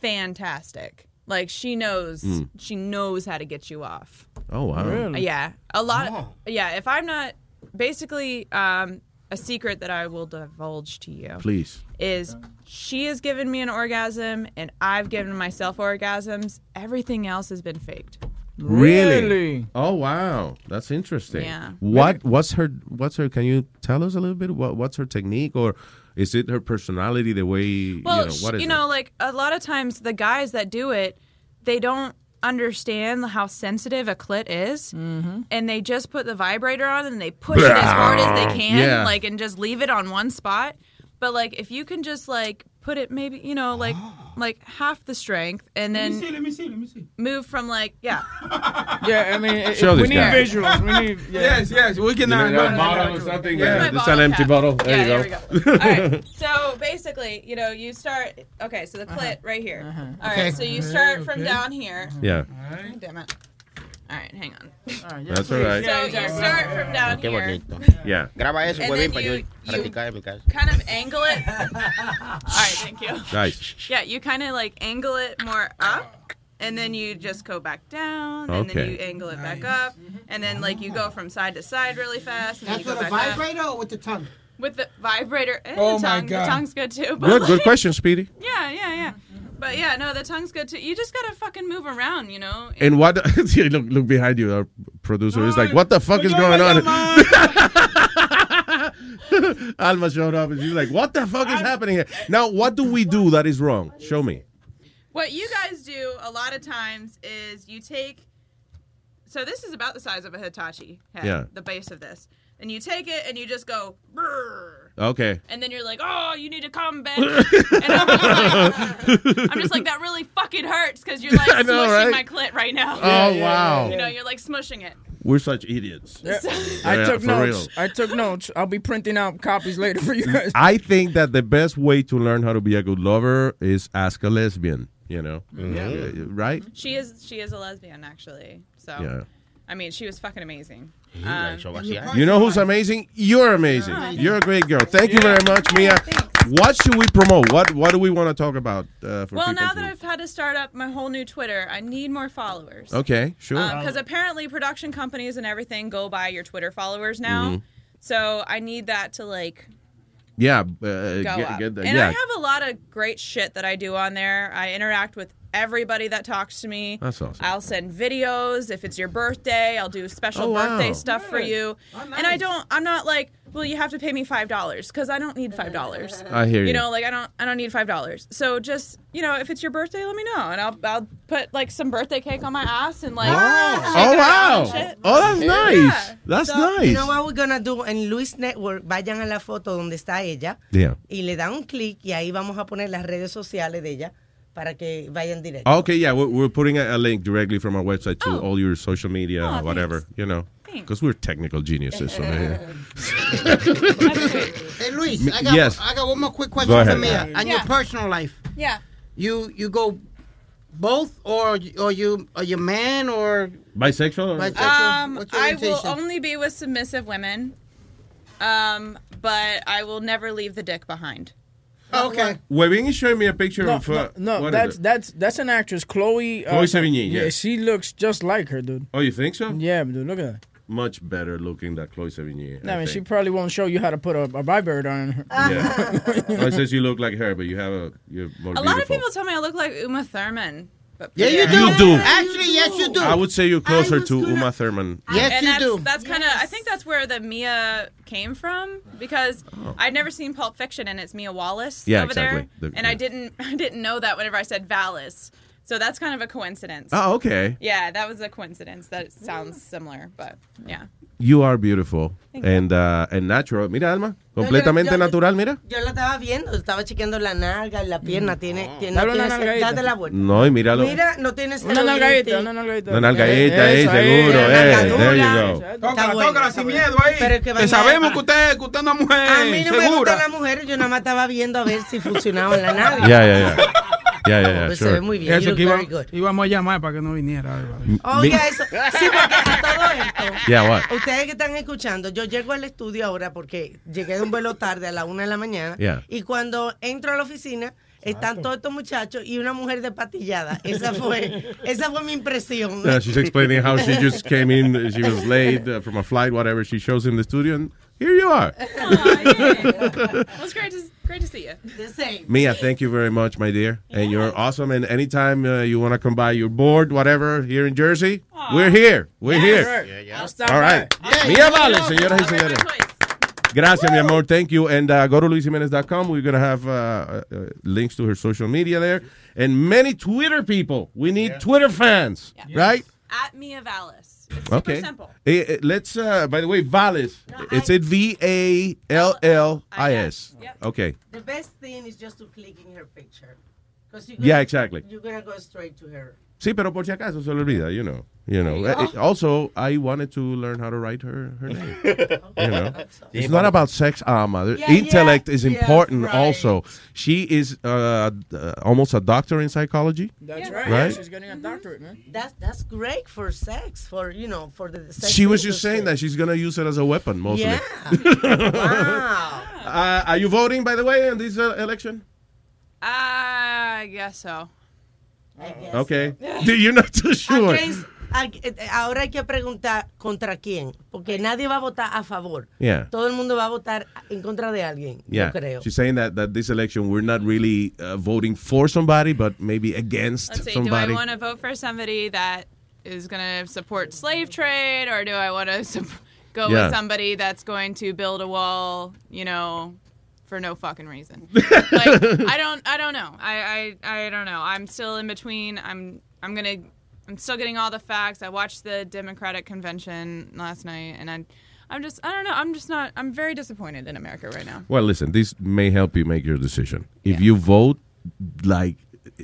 fantastic. Like she knows,
Mm.
she knows how to get you off.
Oh wow.
Yeah, a lot. yeah, if I'm not basically um, a secret that I will divulge to you,
Please.
is she has given me an orgasm and I've given myself orgasms. Everything else has been faked.
Really? Oh wow, that's interesting.
Yeah.
What? What's her? What's her? Can you tell us a little bit? What? What's her technique, or is it her personality? The way
Well,
you know
sh-
what is
you
it?
know, like a lot of times the guys that do it, they don't understand how sensitive a clit is,
Mm-hmm.
and they just put the vibrator on and they push it as hard as
[laughs]
they can,
Yeah.
like and just leave it on one spot. But like if you can just like put it maybe you know
[gasps]
like like half the strength and
Let
then
me see, let me see, let me see.
move from like yeah
Yeah, I mean, it-
Show
we
this
need
guy.
[laughs] visuals. We need. Yeah.
Yes, yes, we can.
You know
uh,
that
go-
bottle or something?
Yeah.
Yeah, this is an empty bottle. There
Yeah,
you go.
All right. So basically, you know, you start. Okay, so the
Uh-huh.
clit right here. All right,
Okay.
so you start from
Okay.
down here.
Uh-huh.
Yeah.
Oh, damn it. All right, hang on.
yes, That's all please. right.
So you start from down
Qué
here.
bonito.
Yeah.
Graba eso,
And
huevín,
then
para
you-
yo practicar en mi casa.
Kind of angle
[laughs]
it. All right, thank you.
Nice.
Yeah, you kind of like angle it more up, and then you just go back down, and then
Okay.
you angle it back up, and then like you go from side to side really fast.
That's
And then you
with
go
a
back up.
vibrator or with the tongue?
With the vibrator and
Oh
the
my
tongue.
God.
The tongue's good too. But
Good. Good
like-
question, Speedy.
[laughs] Yeah, yeah, yeah. But yeah, no, the tongue's good too. You just gotta fucking move around, you know.
[laughs] And what? [laughs] See, look, look behind you. Our producer is like, "What the fuck is going on?" [laughs] Alma showed up and she's like, "What the fuck is happening here?" Now, what do we do that is wrong? Show me.
What you guys do a lot of times is you take. So this is about the size of a Hitachi head.
Yeah.
The base of this, and you take it and you just go. "Brrr,"
Okay.
And then you're like, oh, you need to come
[laughs]
back. and I'm just, like, [laughs] I'm just like, that really fucking hurts because you're like
[laughs] I know, right?
smushing my clit right
Oh,
now.
Yeah, yeah, wow. yeah.
You know, you're like smushing it.
We're such idiots.
Yeah.
[laughs]
Yeah,
I took
for
notes.
real.
I took notes. I'll be printing out copies later for you guys.
I think that the best way to learn how to be a good lover is ask a lesbian. You know, Uh,
Yeah.
right?
She is she is a lesbian actually. So
Yeah.
I mean, she was fucking amazing.
Yeah,
Um,
so vacía.
You know who's amazing? You're amazing.
Oh,
You're a great girl. Thank you very much, Mia. What should we promote? What What do we want to talk about uh, for
well,
people?
now that
to-
I've had to start up my whole new Twitter, I need more followers.
Okay, sure.
Because apparently, production companies and everything go by your Twitter followers now.
Mhm.
So I need that to like
yeah, uh,
go
get,
up.
get the,
and
yeah.
I have a lot of great shit that I do on there. I interact with everybody that talks to me.
That's awesome.
I'll send videos if it's your birthday. I'll do special
Oh, wow.
birthday stuff for
Good.
you. And I don't. I'm not like, well, you have to pay me five dollars because I don't need five
[laughs]
dollars.
I hear you.
You know, like I don't. I don't need five dollars. So just you know, if it's your birthday, let me know, and I'll I'll put like some birthday cake on my ass and like.
Oh
shake it around and
wow!
shit.
Oh, that's nice. That's
You
nice.
know what we're gonna do en Luis Network? Vayan a la foto donde está ella
Yeah.
y le dan un clic y ahí vamos a poner las redes sociales de ella para que vayan directo.
Okay, yeah, we're, we're putting a, a link directly from our website to
Oh.
all your social media,
Oh,
whatever you know,
Thanks.
because we're technical geniuses over
[laughs]
here.
hey, Luis, I got,
Yes.
I got one more quick
Go
question for
ahead.
me on your
Yeah.
personal life.
Yeah.
You you go Both or or you are you man or
Bisexual? or-
bisexual?
Um,
What's your
I will
orientation?
only be with submissive women, um, but I will never leave the dick behind.
okay.
Webin is showing me a picture
No,
of. Uh,
no,
what
no
is
that's
it?
that's that's an actress, Chloe.
Chloe Sevigny, yeah.
Uh, she looks just like her, dude.
Oh, you think so?
Yeah, dude, look at that.
Much better looking than Chloe Sevigny.
No, I
I
mean, she
think.
probably won't show you how to put a, a bird on her.
Yeah. oh, it says you look like her, but you have a. You're more
A
beautiful.
lot of people tell me I look like Uma Thurman. But
Yeah, you do. You do.
Actually, yes, you do.
I would say you're closer to Uma Thurman.
and that's, That's kind of. I think that's where the Mia came from because I'd never seen Pulp Fiction and it's Mia Wallace
Oh. Yeah,
over
exactly.
there,
The-
and I didn't. [laughs] I didn't know that whenever I said Valis. So that's kind of a coincidence.
Oh, okay.
Yeah, that was a coincidence. That it sounds similar, but yeah.
You are beautiful
Thank you.
and uh, and natural. Mira, Alma, completamente
yo- yo-
natural. Mira.
Yo la estaba viendo, estaba chequeando la nalga y la pierna. Tiene, tiene,
Dale
no
una
tiene cel-
nalgadita.
date la vuelta.
No, y míralo.
Mira, no tienes
Una nalgadita, una
Una nalgadita, eh, seguro, eh. There you go.
Tócala, tócala sin miedo
ahí. Que sabemos que usted, que usted es una mujer
A mí no me
segura.
gustan las mujeres, yo nada más estaba viendo a ver si funcionaba en la nalga.
Yeah, yeah, yeah. Yeah,
[laughs]
yeah, yeah.
Pues se
sure.
ve muy bien.
Eso
You
que
look
iba-
very good.
íbamos a llamar para que no viniera.
Oh,
Oiga,
[laughs]
eso. Sí, porque a todo esto.
Yeah, what?
Ustedes que están escuchando, yo llego al estudio ahora porque llegué de un vuelo tarde a la una de la mañana.
Yeah.
Y cuando entro a la oficina, están todos estos muchachos y una mujer despatillada.
[laughs]
Esa fue, esa fue mi impresión.
Yeah, Uh, she's explaining how she just came in. She was late uh, from a flight, whatever. She shows him the studio, and here you are.
Well, it's great to great to see you.
The same.
[laughs] Mia, thank you very much, my dear. And you're awesome. And anytime uh, you want to come by, you're bored, whatever, here in Jersey, we're here. We're
Yeah,
here.
sure. Yeah, yeah. I'll stop
All right.
by. Yeah,
Mia
yeah.
Vale, señoras y señores. Gracias, mi amor. Thank you. And uh, go to luisjimenez.com. We're going to have uh, uh, uh, links to her social media there. And many Twitter people. We need Twitter fans, right?
At Mia Valis. It's super
Okay.
simple.
Eh, eh, let's, uh, by the way, Valles. it's it V A L L I S. Okay.
The best thing is just to click in her picture. 'Cause you're
Yeah, exactly.
You're gonna go straight to her.
Sí, pero por si acaso se lo olvida, you know. You know.
There you
Eh, eh, Also, I wanted to learn how to write her, her name. you know.
Yeah,
It's not
but-
about sex, Alma. The
Yeah,
Intellect
yeah,
is
yeah,
important
right.
also. She is uh, uh, almost a doctor in psychology.
That's
right.
Right?
getting a doctorate, man.
That's that's great for sex, for you know, for the sex.
She was just
industry.
saying that she's going to use it as a weapon mostly. [laughs]
Yeah. wow.
Uh, are you voting, by the way, in this uh, election?
I guess so.
okay. Do [laughs] You're not too sure.
Against- ag- eh, ahora hay que preguntar contra quién, porque nadie va a votar a favor.
Yeah.
Todo el mundo va a votar en contra de alguien,
Yeah,
yo creo.
she's saying that, that this election we're not really uh, voting for somebody, but maybe against
Let's see. Do
somebody.
I want to vote for somebody that is going to support slave trade, or do I want [laughs] to go
Yeah.
with somebody that's going to build a wall? You know, for no
[laughs]
fucking reason. like, I don't. I don't know. I, I. I don't know. I'm still in between. I'm. I'm gonna. I'm still getting all the facts. I watched the Democratic convention last night, and I. I'm just. I don't know. I'm just not. I'm very disappointed in America right now.
Well, listen, this may help you make your decision. If you vote, like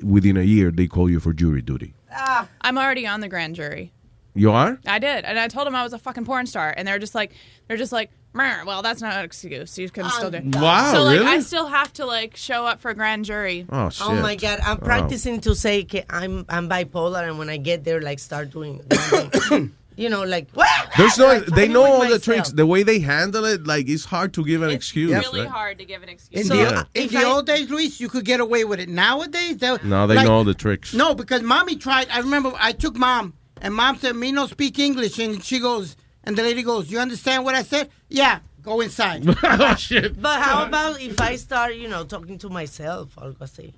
within a year, they call you for jury duty.
Ah.
I'm already on the grand jury.
You are?
I did, and I told them I was a fucking porn star, and they're just like, they're just like, "Meh, well, that's not an excuse. You can still do. it."
Wow,
So like, I
really?
still have to like show up for grand jury.
Oh, shit.
my God, I'm
Wow.
practicing to say que I'm I'm bipolar, and when I get there, like start doing, [coughs] one thing. you know, like "Wah!"
There's no. They know all the
myself.
tricks. The way they handle it, like it's hard to give an excuse.
really
right?
hard to give an excuse.
In
So,
the,
Yeah.
in the old days, Luis, you could get away with it. Nowadays, they,
No, they
like-
know all the tricks.
No, because mommy tried. I remember I took mom, and mom said, "Me no speak English," and she goes, and the lady goes, "You understand what I said? Yeah, go inside."
[laughs] oh shit!
But how about if I start, you know, talking to myself, algo así?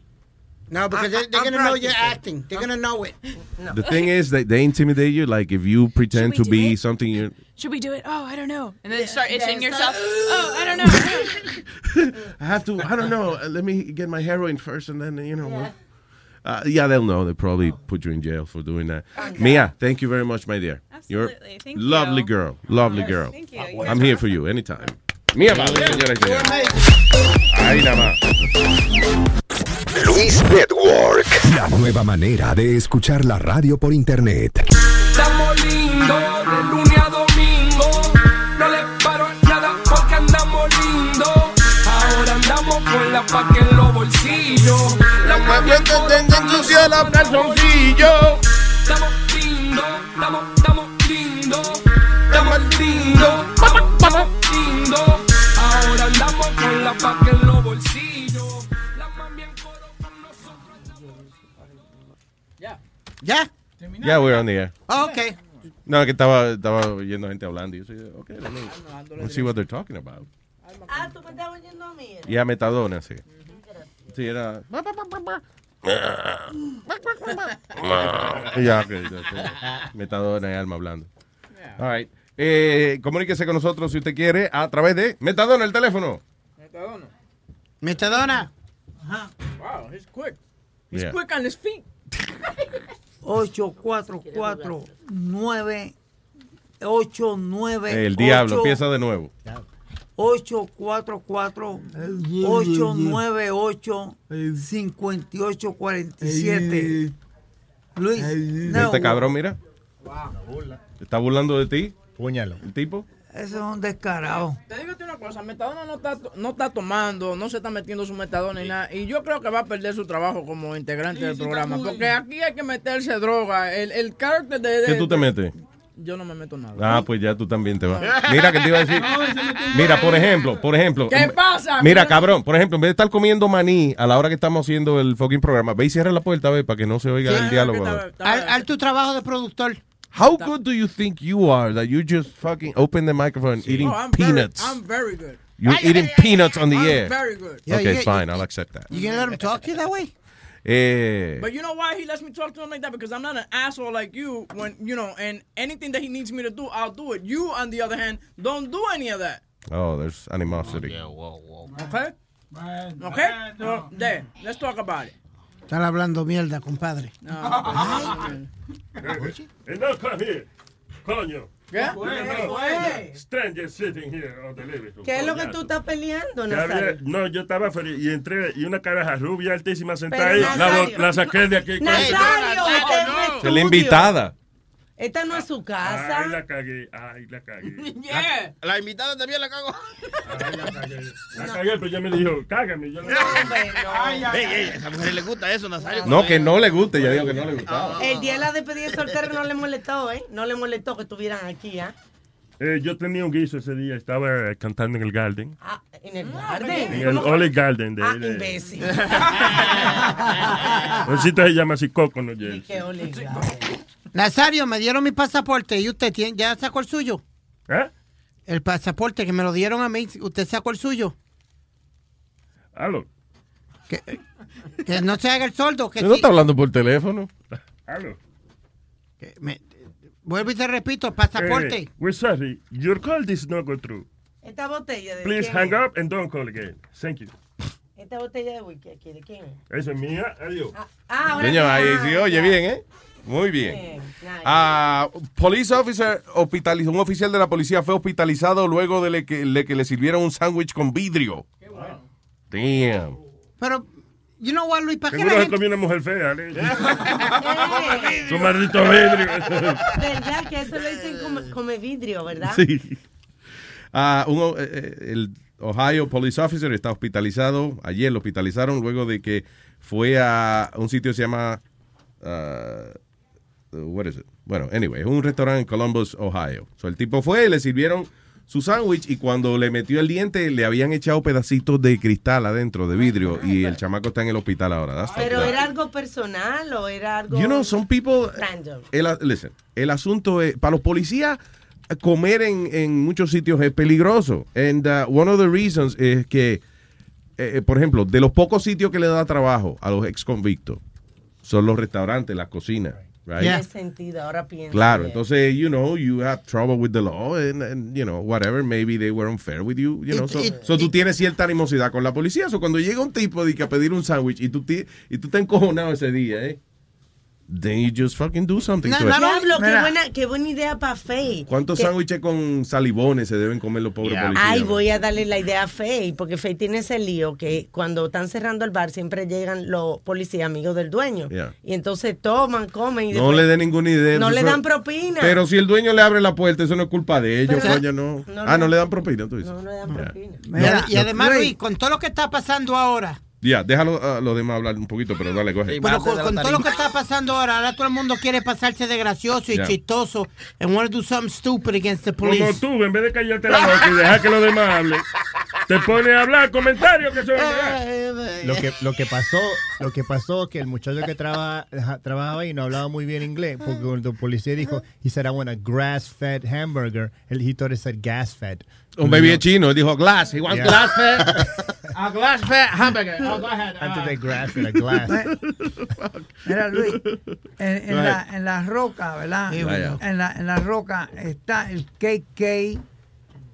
No, because they, they're
I'm
gonna know you're
practicing.
acting. They're gonna know it.
The thing is that they intimidate you. Like if you pretend to be something, you
Should we do it? Oh, I don't know. And then you start
yeah,
itching
it's
yourself.
[gasps] like,
oh, I don't know.
[laughs]
I have to. I don't know. uh, Let me get my heroin first, and then you know. Yeah. Uh, yeah, they'll know. They probably put you in jail for doing that. Mia, thank you very much, my dear. Absolutely. You're
Thank
lovely
you.
girl. Lovely
Yes,
girl.
thank you.
I'm here for you anytime. Mia, vale, señoras y señores. Ahí nada más.
Luis Network. La nueva manera de escuchar la radio por internet.
Estamos lindos de lunes a domingo. No le paro a nada porque andamos lindos. Ahora andamos con la pa' que en los bolsillos. La mami por-
los calzoncillos. Estamos lindo, estamos, estamos lindo, estamos lindo, estamos lindo. Ahora andamos con la paca en los bolsillos.
¿Ya?
Yeah, we're on the air.
Oh, ok.
No, que estaba, estaba oyendo gente hablando. Y yo soy, okay, let me- let's see what they're talking about.
Ah, tú me estás oyendo a mí.
Y a Metadona, sí. Sí, era. Ya, ok, ya, ok. Metadona y alma hablando. All right. Eh, comuníquese con nosotros si usted quiere a través de Metadona, el teléfono.
Metadona.
[laughs] Wow, he's quick. He's
Yeah.
quick on his feet.
844-9. 89.
El diablo, empieza de nuevo.
844-898-5847. Luis,
Este
no,
cabrón, mira. Está burlando de ti. El tipo.
Eso es un descarado.
Te digo una cosa, Metadona no está, no está tomando, no se está metiendo su metadona ni nada. Y yo creo que va a perder su trabajo como integrante
Sí,
del
sí,
programa.
está cool.
Porque aquí hay que meterse droga. El, el carácter de, de-
¿Qué tú te
de-
metes?
Yo no me meto nada.
Ah, pues ya tú también te
[laughs]
vas. Mira que te iba a decir. Mira, por ejemplo, por ejemplo.
¿Qué pasa?
Mira, cabrón, por ejemplo, en vez de estar comiendo maní a la hora que estamos haciendo el fucking programa, ve y cierra la puerta, ve, para que no se oiga el diálogo.
Haz haz tu trabajo de productor.
How good do you think you are that you just fucking open the microphone eating
Oh, I'm very-
peanuts?
I'm very good.
You're
Ay,
eating
ay, ay,
peanuts on the
I'm
air.
very good. Yeah,
okay,
yeah,
fine, I'll accept that.
You gonna let him talk to you that way?
Eh,
But you know why he lets me talk to him like that? Because I'm not an asshole like you. When you know, and anything that he needs me to do, I'll do it. You, on the other hand, don't do any of that.
oh, there's animosity.
Okay. Okay. So, there. Let's talk about it.
Están hablando mierda, compadre.
Enough come here. Coño.
¿Qué?
Enough.
Güey.
Stranger sitting here on the living room.
¿Qué es lo que
Coñazo.
tú estás peleando,
Ya había-
Nazario?
no, yo estaba feliz y entré y una caraja rubia altísima sentada
Pero
ahí. La,
Nazario.
la saqué de aquí.
Nazario, este es
Es la invitada.
Esta no es su casa.
Ay, la cagué. Ay, la cagué.
Yeah.
La invitada también la cago.
La cagué, pero ya me dijo, cágame. Yo la
Ey, ey, a esa mujer le gusta eso, Nazario.
No, que no le guste, ya digo que no le gusta.
El día de la despedida de soltero no le molestó, ¿eh? No le molestó que estuvieran aquí, ¿ah?
Eh, yo tenía un guiso ese día, estaba eh, cantando en el garden.
Ah, en el
En
jardín.
el Olive Garden de,
Ah,
de-
imbécil.
Un sitio que Pues se llama así Coco, ¿no? Jay?
Qué Olive Garden.
Nazario, me dieron mi pasaporte y usted tiene, ya sacó el suyo.
¿Eh?
El pasaporte que me lo dieron a mí, usted sacó el suyo.
Aló.
Que, que no se haga el soldo. Que
¿No
sí.
está hablando por teléfono?
Aló.
Vuelvo y te repito, pasaporte.
Eh, we're sorry, your call did not go through.
Esta botella de.
Please
quién
hang
es?
up and don't call again. Thank you.
Esta botella de whisky aquí, ¿de quién? es?
Esa es mía. Adiós.
Ah, ahora.
Coño,
sí.
ahí sí, oye, bien, ¿eh? Muy bien. Ah, police officer hospitaliz- un oficial de la policía fue hospitalizado luego de le que, le que le sirvieron un sándwich con vidrio. Damn.
Pero, you know what, Luis, ¿para qué
Seguro
la
se
gente...
comió
[laughs]
una mujer fea, ¿eh?
[laughs] Eh,
Su maldito vidrio. [laughs]
¿Verdad? Que eso le dicen come, come vidrio, ¿verdad?
Sí. Ah, un o- eh, eh, el Ohio police officer está hospitalizado. Ayer lo hospitalizaron luego de que fue a un sitio que se llama. ah, what is it? Bueno, anyway, es un restaurante en Columbus, Ohio. So, el tipo fue, le sirvieron su sándwich y cuando le metió el diente le habían echado pedacitos de cristal adentro, de vidrio, y el chamaco está en el hospital ahora. That's fucked
Pero
up.
era algo personal o era algo.
You know, some people.
Random.
El, a- listen, el asunto es, para los policías, comer en, en muchos sitios es peligroso. And uh, one of the reasons es que, eh, eh, por ejemplo, de los pocos sitios que le da trabajo a los ex convictos, son los restaurantes, las cocinas. Right?
Tiene sentido, ahora pienso.
Claro,
bien.
entonces, you know, you have trouble with the law and, and, you know, whatever, maybe they were unfair with you, you know, so, so tú tienes cierta animosidad con la policía, so cuando llega un tipo de que a pedir un sándwich y tú, ti- y tú te encojonado ese día, eh, then you just fucking do something to it.
Diablo, qué
Mira,
buena, qué buena idea para Faye.
¿Cuántos
Que-
sándwiches con salivones se deben comer los pobres policías?
Ay, voy a darle la idea a Faye, porque Faye tiene ese lío que cuando están cerrando el bar siempre llegan los policías amigos del dueño.
Yeah.
Y entonces toman, comen y
No
después-
le den ninguna idea.
No
eso
le
es-
dan propina.
Pero si el dueño le abre la puerta, eso no es culpa de ellos,
Pero-
coño, no.
No,
Ah,
no.
no le dan propina, tú dices.
No le dan
Yeah.
propina.
Mira,
No,
y además,
no.
Luis, con todo lo que está pasando ahora,
Ya, déjalo a los demás hablar un poquito, pero dale, coge.
Bueno, con, con todo lo que está pasando ahora, ahora todo el mundo quiere pasarse de gracioso y
Yeah.
chistoso and want to do something stupid against the police.
Como tú, en vez de callarte la boca y dejar Ah, que los demás hablen, te pone a hablar comentarios que son.
Lo que, lo que pasó, lo que pasó que el muchacho que traba- ja- trabajaba ahí no hablaba muy bien inglés, porque cuando el policía dijo, he said I want a grass fed hamburger, el he thought it said gas fed.
Un baby es chino, él dijo glass, he wants
Yeah.
glass.
A glass fat hamburger. Oh, go ahead.
Antes de grass fed, a glass.
Mira, Luis, [laughs] en, en
Right.
la, en la roca, ¿verdad?
Sí, bueno.
En la, en la roca está el KK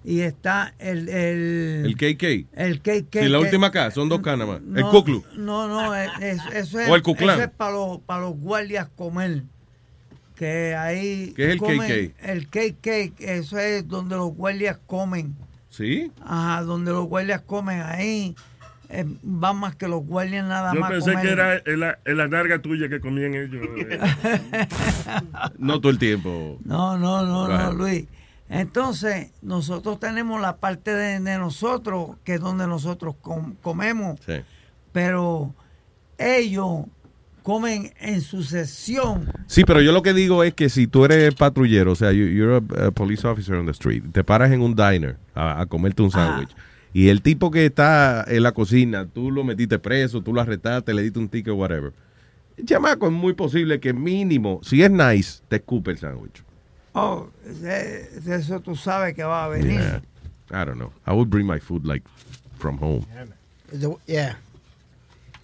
y está el. El,
El KK.
el KK.
Sí, la
que-
última K, son dos K nada más. el
no,
Kuklu.
No, no, es- es- eso es.
O el Ku Klux.
Eso es para los, para los guardias comer. Que ahí.
¿Qué es el
comen-
KK?
El KK, eso es donde los guardias comen.
¿Sí?
Ajá, donde los guardias comen ahí. eh, van más que los guardias nada
Yo
más.
pensé
comer.
que era en la, en la narga tuya que comían ellos. eh.
No todo el tiempo.
No, no, no,
Go ahead.
no, Luis. Entonces, nosotros tenemos la parte de, de nosotros, que es donde nosotros com- comemos,
Sí.
pero ellos comen en sucesión.
Sí, pero yo lo que digo es que si tú eres patrullero, o sea, you- you're a, a police officer on the street, te paras en un diner a, a comerte un sándwich y el tipo que está en la cocina, tú lo metiste preso, tú lo arrestaste, le diste un ticket, whatever. Chamaco, es muy posible que mínimo, si es nice, te escupe el sándwich.
Oh, de- de eso tú sabes que va a venir.
Yeah. I don't know. I would bring my food like from home.
The- yeah.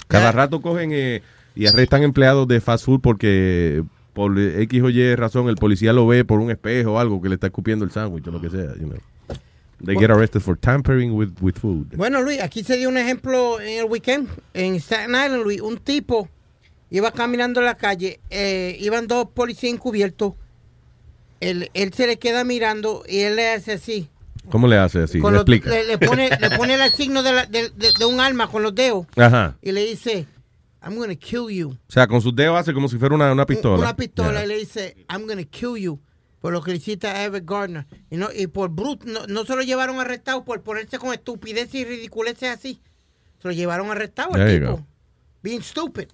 Cada rato cogen eh, y arrestan empleados de fast food porque por X o Y razón el policía lo ve por un espejo o algo que le está escupiendo el sándwich o lo que sea. You know. They get arrested for tampering with, with food.
Bueno, Luis, aquí se dio un ejemplo en el weekend en Staten Island, Luis. Un tipo iba caminando en la calle, eh, iban dos policías encubiertos. Él, él se le queda mirando y él le hace así.
¿Cómo le hace así?
Con
Le
los-
explica.
le, le
[laughs]
pone, le pone el signo de, la- de- de- de un alma con los dedos
Ajá.
y le dice, I'm gonna kill you.
O sea, con sus dedos hace como si fuera una, una pistola.
Una pistola y le dice, I'm gonna kill you. Por lo que le hiciste a Everett Gardner. Y, no, y por bruto, no, no se lo llevaron arrestado por ponerse con estupideces y ridiculeces así. Se lo llevaron arrestado al
There you
tipo.
go.
Being stupid.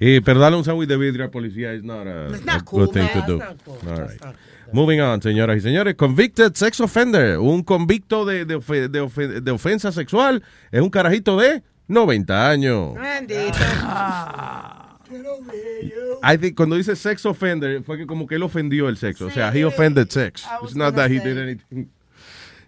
Eh, pero darle un sándwich de vidrio al policía is not a,
It's not
a
cool,
good thing
man.
to do.
That's not cool.
All
That's
right. Moving on, señoras y señores. Convicted sex offender. Un convicto de, de, ofe- de ofe- de ofensa sexual es un carajito de 90 años.
Ah.
I think cuando dice sex offender fue que como que él ofendió el sexo. o sea, he offended sex. It's not that he did anything.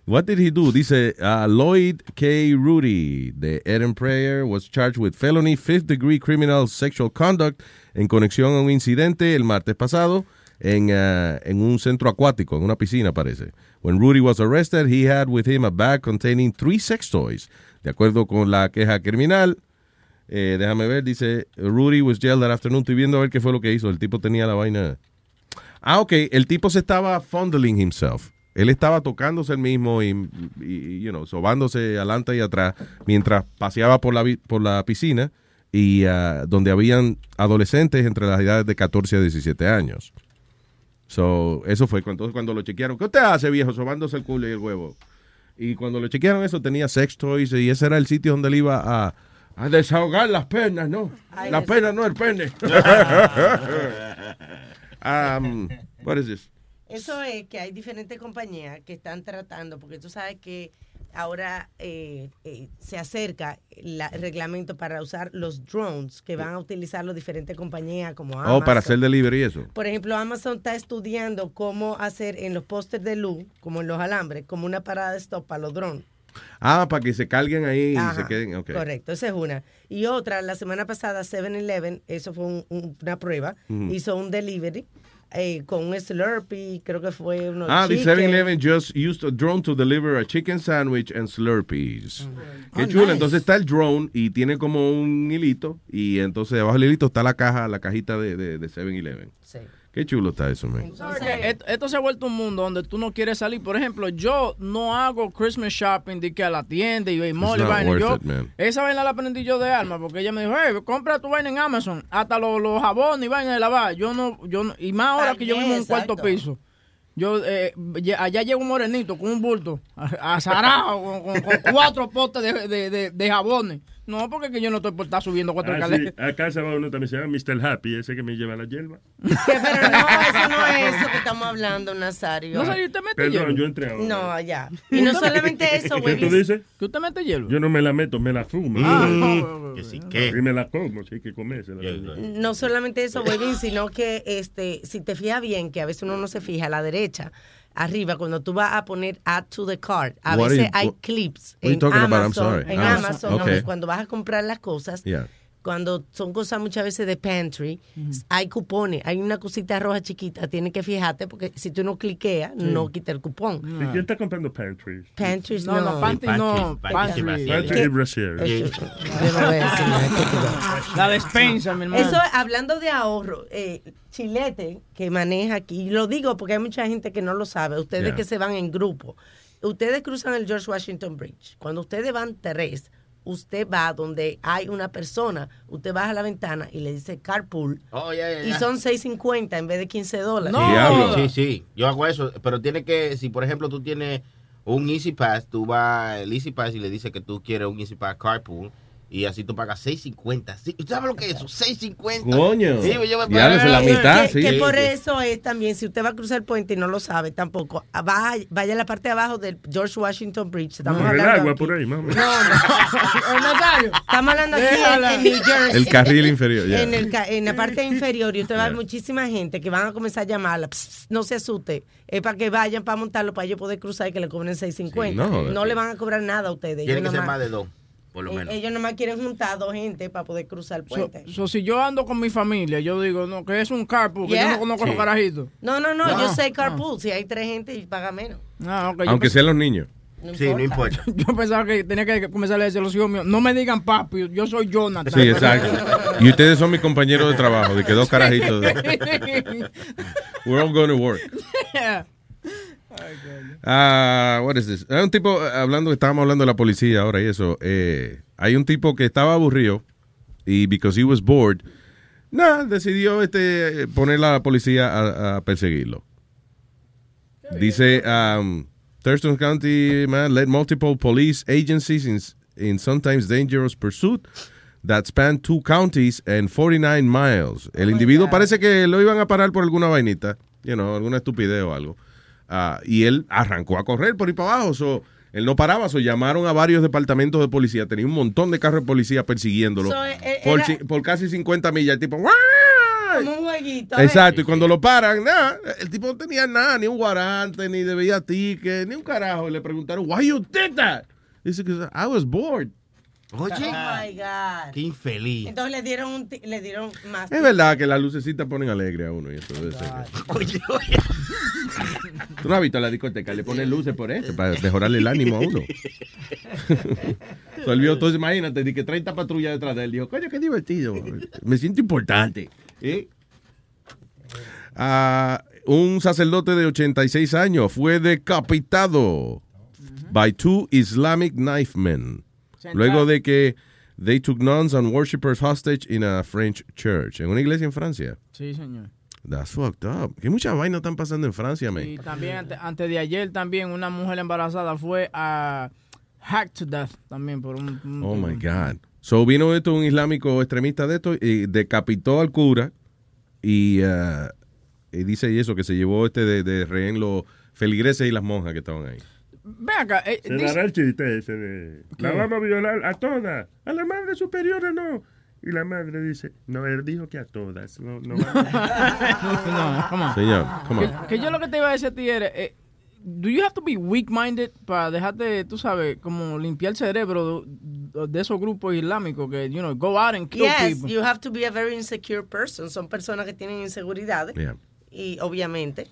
What did he do? Dice uh, Lloyd K. Rudy de Eden Prayer was charged with felony fifth degree criminal sexual conduct en conexión a un incidente el martes pasado en, uh, en un centro acuático, en una piscina parece. When Rudy was arrested, he had with him a bag containing three sex toys. De acuerdo con la queja criminal, eh, déjame ver, dice Rudy was jailed that afternoon. Estoy viendo a ver qué fue lo que hizo. El tipo tenía la vaina. Ah, ok. El tipo se estaba fondling himself. Él estaba tocándose el mismo y, y, you know, sobándose adelante y atrás mientras paseaba por la, vi- por la piscina y ah, donde habían adolescentes entre las edades de 14 a 17 años. So, eso fue cuando, cuando lo chequearon. ¿Qué usted hace, viejo? Sobándose el culo y el huevo. Y cuando lo chequearon eso, tenía sex toys y ese era el sitio donde él iba a, a desahogar las penas, ¿no? las penas, no el
[laughs]
pene. um, what is this?
Eso es que hay diferentes compañías que están tratando, porque tú sabes que ahora eh, eh, se acerca la- el reglamento para usar los drones que van a utilizar las diferentes compañías como Amazon.
Oh, para hacer delivery y eso.
Por ejemplo, Amazon está estudiando cómo hacer en los pósters de luz, como en los alambres, como una parada de stop para los drones.
Ah, para que se carguen ahí
Ajá,
y se queden. ok.
Correcto, esa es una. Y otra, la semana pasada, 7-Eleven, eso fue un- un- una prueba,
Ujú.
hizo un delivery eh, con un Slurpee, creo que fue uno
Ah, the
chicken.
7-Eleven just used a drone to deliver a chicken sandwich and Slurpees. Qué
Oh,
chulo.
nice.
Entonces está el drone y tiene como un hilito y entonces debajo del hilito está la caja, la cajita de, de, de 7-Eleven.
Sí.
Qué chulo está eso, man.
¿Sabes qué? Esto, E-, esto se ha vuelto un mundo donde tú no quieres salir. Por ejemplo, yo no hago Christmas shopping de que a la tienda y y mall y
not
vaina.
worth
Yo-
it, man.
esa vaina la aprendí yo de alma porque ella me dijo, hey, compra tu vaina en Amazon, hasta los, los jabones y vaina de lavar. Yo no, yo no- y más ahora que yo vivo en un cuarto piso. Yo, eh, ye- allá llega un [laughs] morenito con un bulto, azarado, con, con- con cuatro potes de, de, de- de jabones. No, porque es que yo no estoy por estar subiendo cuatro
Ah, sí,
escaleras.
acá se va uno también, se llama Mr. Happy, ese que me lleva la hierba.
Eso no es eso que estamos hablando, Nazario.
Nazario,
usted
mete Perdón, hielo? yo entré ahora.
No, ya. Y no solamente
[laughs]
eso,
¿Qué
güey.
tú dices?
¿Que usted mete hielo?
Yo no me la meto, me la fumo.
Ah,
mm,
que sí, que. Y me la como, sí, que comerse. La verdad.
No solamente eso, Webin, sino que este, si te fijas bien, que a veces uno no se fija a la derecha, arriba, cuando tú vas a poner add to the cart, a
What
veces
are you-
hay
what-
clips
what are you
en
talking about? I'm
Amazon,
sorry.
en
Ah,
Amazon
okay.
donde cuando vas a comprar las cosas,
Yeah.
cuando son cosas muchas veces de pantry, hay cupones, hay una cosita roja chiquita, tienes que fijarte porque si tú no cliqueas,
Sí.
no quita el cupón.
¿Y quién está comprando pantries?
Pantries Ah. no.
Pantry y brasier.
[laughs] La despensa, mi hermano.
Eso, hablando de ahorro, eh, Chilete, que maneja aquí, y lo digo porque hay mucha gente que no lo sabe, ustedes
Yeah.
que se van en grupo, ustedes cruzan el George Washington Bridge, cuando ustedes van tres, usted va donde hay una persona, usted baja la ventana y le dice carpool,
Oh, yeah, yeah,
y
yeah.
son 6.50 en vez de 15 dólares.
Sí, sí, sí. Yo hago eso. Pero tiene que, si por ejemplo tú tienes un Easy Pass, tú vas al Easy Pass y le dices que tú quieres un Easy Pass Carpool. Y así tú pagas 6.50. Sí, ¿Tú sabes lo que es eso? 6.50.
Coño.
Sí, yo me
Diablo, esa es la
pago-
mitad, sí.
Que por eso es también, si usted va a cruzar el puente y no lo sabe tampoco, a- vaya, vaya a la parte de abajo del George Washington Bridge. Estamos
Mm,
Por el
hablando
agua,
aquí.
por ahí, mami.
[laughs] No, Nazario. Estamos hablando aquí en,
Déjala.
en New
[laughs]
Jersey.
El carril inferior, pues, ya.
En, el ca- en
[laughs]
la parte inferior, y usted va a ver
Ya.
muchísima gente que van a comenzar a llamarla. "Psst, psst, no se asuste. Es para que vayan para montarlo, para ellos poder cruzar y que le cobren 6.50.
Sí,
no
no,
le van a cobrar nada a ustedes.
Tiene que
Ellos
ser
nada
más de dos, por lo
eh,
menos.
Ellos nomás quieren juntar dos gente para poder cruzar
So,
el puente.
so, si yo ando con mi familia, yo digo, no, que es un carpool, que
Yeah.
yo no conozco los
Sí.
carajitos.
No, no, no, yo
Ah,
sé carpool. Si hay tres gente y paga menos.
Ah, ok, yo
Aunque
pensé-
sean los niños.
Sí, pues. no importa.
Yo pensaba que tenía que comenzar a decir a los hijos míos, no me digan papi, yo soy Jonathan.
Sí,
[laughs]
exacto. Y ustedes son mis compañeros de trabajo, de que dos
[laughs]
carajitos. We're all going to work.
[laughs]
Yeah.
Ah, what is this? Hay un tipo, eh, hablando, estábamos hablando de la policía ahora y eso. eh, hay un tipo que estaba aburrido y because he was bored, nada, decidió este, eh, poner a la policía a, a perseguirlo. Dice, um, Thurston County man led multiple police agencies in, in sometimes dangerous pursuit that span two counties and 49 miles. El individuo parece que lo iban a parar por alguna vainita, you know, alguna estupidez o algo. Ah, y él arrancó a correr por ahí para abajo. so, él no paraba, so, llamaron a varios departamentos de policía. Tenía un montón de carros de policía persiguiéndolo.
So, eh, eh,
por,
era-
chi- por casi 50 millas, el tipo... ¡guau!
Como un jueguito. ¿eh?
Exacto, y cuando lo paran, nada, el tipo no tenía nada, ni un guarante, ni debía ticket, ni un carajo. Y le preguntaron, why you did that? Dice que I was bored.
Oh my God.
Qué infeliz.
Entonces le dieron, un ti- le dieron más.
Es verdad que las lucecitas ponen alegre a uno y
Oh
eso. eso. [laughs] Tú no has visto la discoteca, le ponen luces por eso,
[laughs]
para mejorarle el ánimo a uno. [laughs] Se olvidó, entonces imagínate, di que 30 patrullas detrás de él. Dijo, coño, qué divertido. Me siento importante. ¿eh? Ah, un sacerdote de 86 años fue decapitado by two Islamic knife men. Luego de que they took nuns and worshippers hostage in a French church. En una iglesia en Francia.
[laughs] Sí, señor.
That's fucked up. Que muchas vainas están pasando en Francia, man.
Y también ante- antes de ayer también una mujer embarazada fue a hack to death también por un, un-
Oh my God. So vino esto un islámico extremista de esto y decapitó al cura y, ah, y dice y eso que se llevó este de, de rehén los feligreses y las monjas que estaban ahí.
Ven acá, eh,
Se
dice-
dará el chiste ese de. La
¿Qué?
vamos a violar a todas. A la madre superiora no. Y la madre dice, no, él dijo que a todas. No, no.
no, come on.
Señor, come on.
que, que yo lo que te iba a decir a ti era, eh, do you have to be weak minded para dejarte, tú sabes, como limpiar el cerebro de, de esos grupos islámicos que you know, go out and kill
Yes,
people.
you have to be a very insecure person. Son personas que tienen inseguridades.
Yeah.
Y obviamente,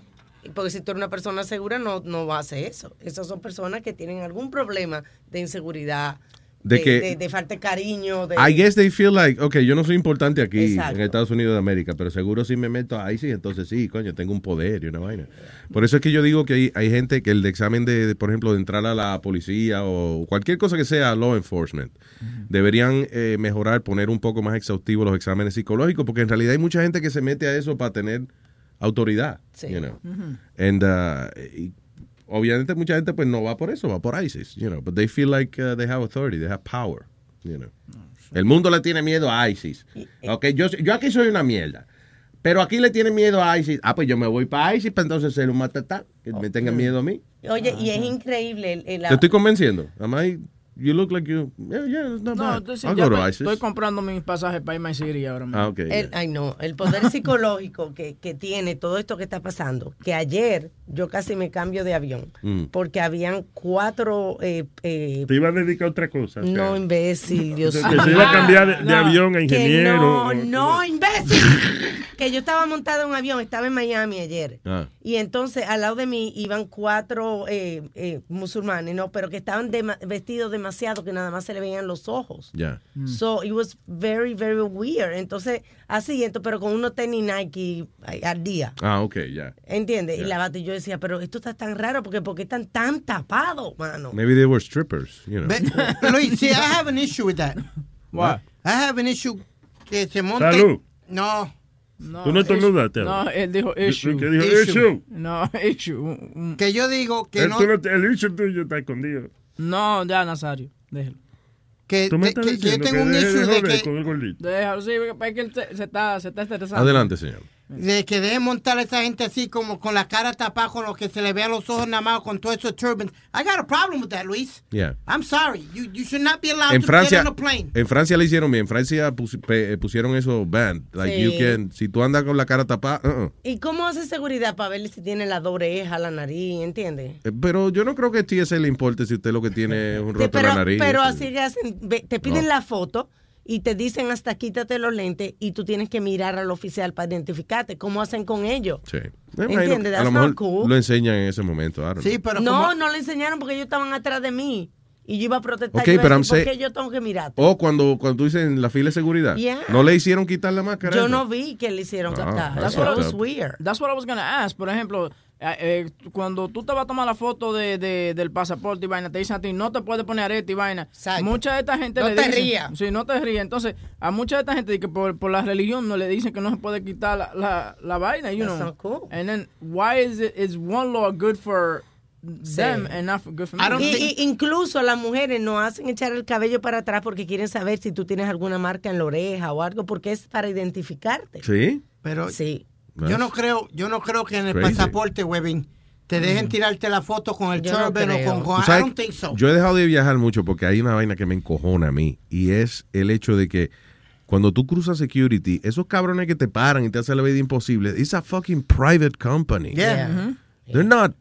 porque si tú eres una persona segura, no, no va a hacer eso. Esas son personas que tienen algún problema de inseguridad,
De que-
de, de falta de cariño. De,
I guess they feel like, ok, yo no soy importante aquí
Exacto.
en Estados Unidos de América, pero seguro si me meto ahí sí, entonces sí, coño, tengo un poder y una vaina. Por eso es que yo digo que hay, hay gente que el de examen de, de, por ejemplo, de entrar a la policía o cualquier cosa que sea law enforcement, deberían eh, mejorar, poner un poco más exhaustivos los exámenes psicológicos, porque en realidad hay mucha gente que se mete a eso para tener autoridad.
Sí.
you know.
Ujú.
And, uh, y obviamente mucha gente pues no va por eso, va por ISIS, you know, but they feel like uh, they have authority, they have power. you know.
Ah,
El mundo le tiene miedo a ISIS. Ok, yo, yo aquí soy una mierda. Pero aquí le tiene miedo a ISIS. Ah, pues yo me voy para ISIS para entonces ser un matatá. Que me tengan miedo a mí.
Oye,
Ah,
y es increíble. el- el-
Te estoy convenciendo. Am I- you look like you... Yeah, yeah, it's not
No,
bad.
entonces
I'll
ya
go to
estoy,
ISIS.
estoy comprando mis pasajes para irme a Siria ahora mismo.
Ah, ok,
El, ay, no, el
[laughs]
poder psicológico que, que tiene todo esto que está pasando, que ayer yo casi me cambio de avión,
Mm.
porque habían cuatro... eh, eh,
Te iba a dedicar a otra cosa. o sea,
no, imbécil, Dios
Te- te iba a cambiar de- de avión a
Que
ingeniero,
No,
o-
no, imbécil. que yo estaba montada en un avión, estaba en Miami ayer.
Ah.
Y entonces al lado de mí iban cuatro eh, eh, musulmanes, ¿no? Pero que estaban dema- vestidos demasiado que nada más se le veían los ojos.
Ya.
So it was very, very weird. Entonces, así, ento- pero con unos tenis Nike ay, al día.
Ah, ok, ya.
¿Entiendes?
Yeah.
Y la bata, y yo decía, pero esto está tan raro porque porque están tan tapados, mano. [laughs]
Maybe they were strippers, you know.
Luis, see, I have an issue with that.
What?
I have an issue que se monte.
Salud.
No.
Tú no estornudaste.
No, él dijo
Yo-
issue.
¿Qué dijo? Issue.
No, issue.
Que yo digo
El, tú no te- el issue tuyo está escondido.
No, ya, Nazario, déjelo. Eh,
Que,
Tú me estás diciendo que deje de joder con el gordito.
Déjalo, sí, porque es que él se, se está, se está estresando.
Adelante, señor.
De que dejen montar a esa gente así, como con la cara tapada, con lo que se le vean los ojos nada más, con todos esos turbans. I got a problem with that, Luis.
Yeah.
I'm sorry. You, you should not be allowed
en
to
Francia
get on a plane.
en Francia le hicieron bien en Francia pusi- pe- eh, pusieron eso banned like
Sí.
you can si tú andas con la cara tapada uh-uh.
¿Y cómo hace seguridad para ver si tiene la doble oreja, la nariz, ¿entiendes?
Eh, pero yo no creo que a TSA le importe si usted lo que tiene es un roto en
pero,
la nariz
pero
eso.
así que hacen, ve- te piden
No.
la foto y te dicen hasta quítate los lentes y tú tienes que mirar al oficial para identificarte. ¿Cómo hacen con ellos?
Sí. Me imagino
¿Entiendes?
que a
That's
lo
not
mejor
cool.
lo enseñan en ese momento I don't know.
no, no le enseñaron porque ellos estaban atrás de mí y yo iba a protestar.
Ok,
yo iba a
pero
decir,
I'm
¿Por
say-
qué yo tengo que mirarte?
o cuando cuando tú dices en la fila de seguridad
Yeah.
no le hicieron quitar la máscara
Yo
esa?
no vi que le hicieron
Ah,
captar.
that's
That's what I
fucked
was
up.
weird.
That's what I was gonna ask. Por ejemplo, eh, eh, cuando tú te vas a tomar la foto de, de- del pasaporte y vaina, te dicen a ti, no te puedes poner arete y vaina. Mucha de esta gente
No
le
te
dicen-
rías.
Sí, no te rías. Entonces, a mucha de esta gente que por, por la religión no le dicen que no se puede quitar la, la, la vaina, you
That's
know.
not cool.
And then, why is, it, is one law good for them and not good for me?
Y- y- incluso las mujeres no hacen echar el cabello para atrás porque quieren saber si tú tienes alguna marca en la oreja o algo porque es para identificarte.
sí
Pero
sí.
Yo no creo, yo no creo que en el
Crazy.
pasaporte, Webin, te dejen tirarte la foto con el
Mm. Yo no
turban o
creo.
con
Tú
con- I
sabes,
don't think so.
Pues Yo he dejado de viajar mucho porque hay una vaina que me encojona a mí y es el hecho de que cuando tú cruzas security, esos cabrones que te paran y te hacen la vida imposible, it's a fucking private company.
Yeah. Mhm.
They're not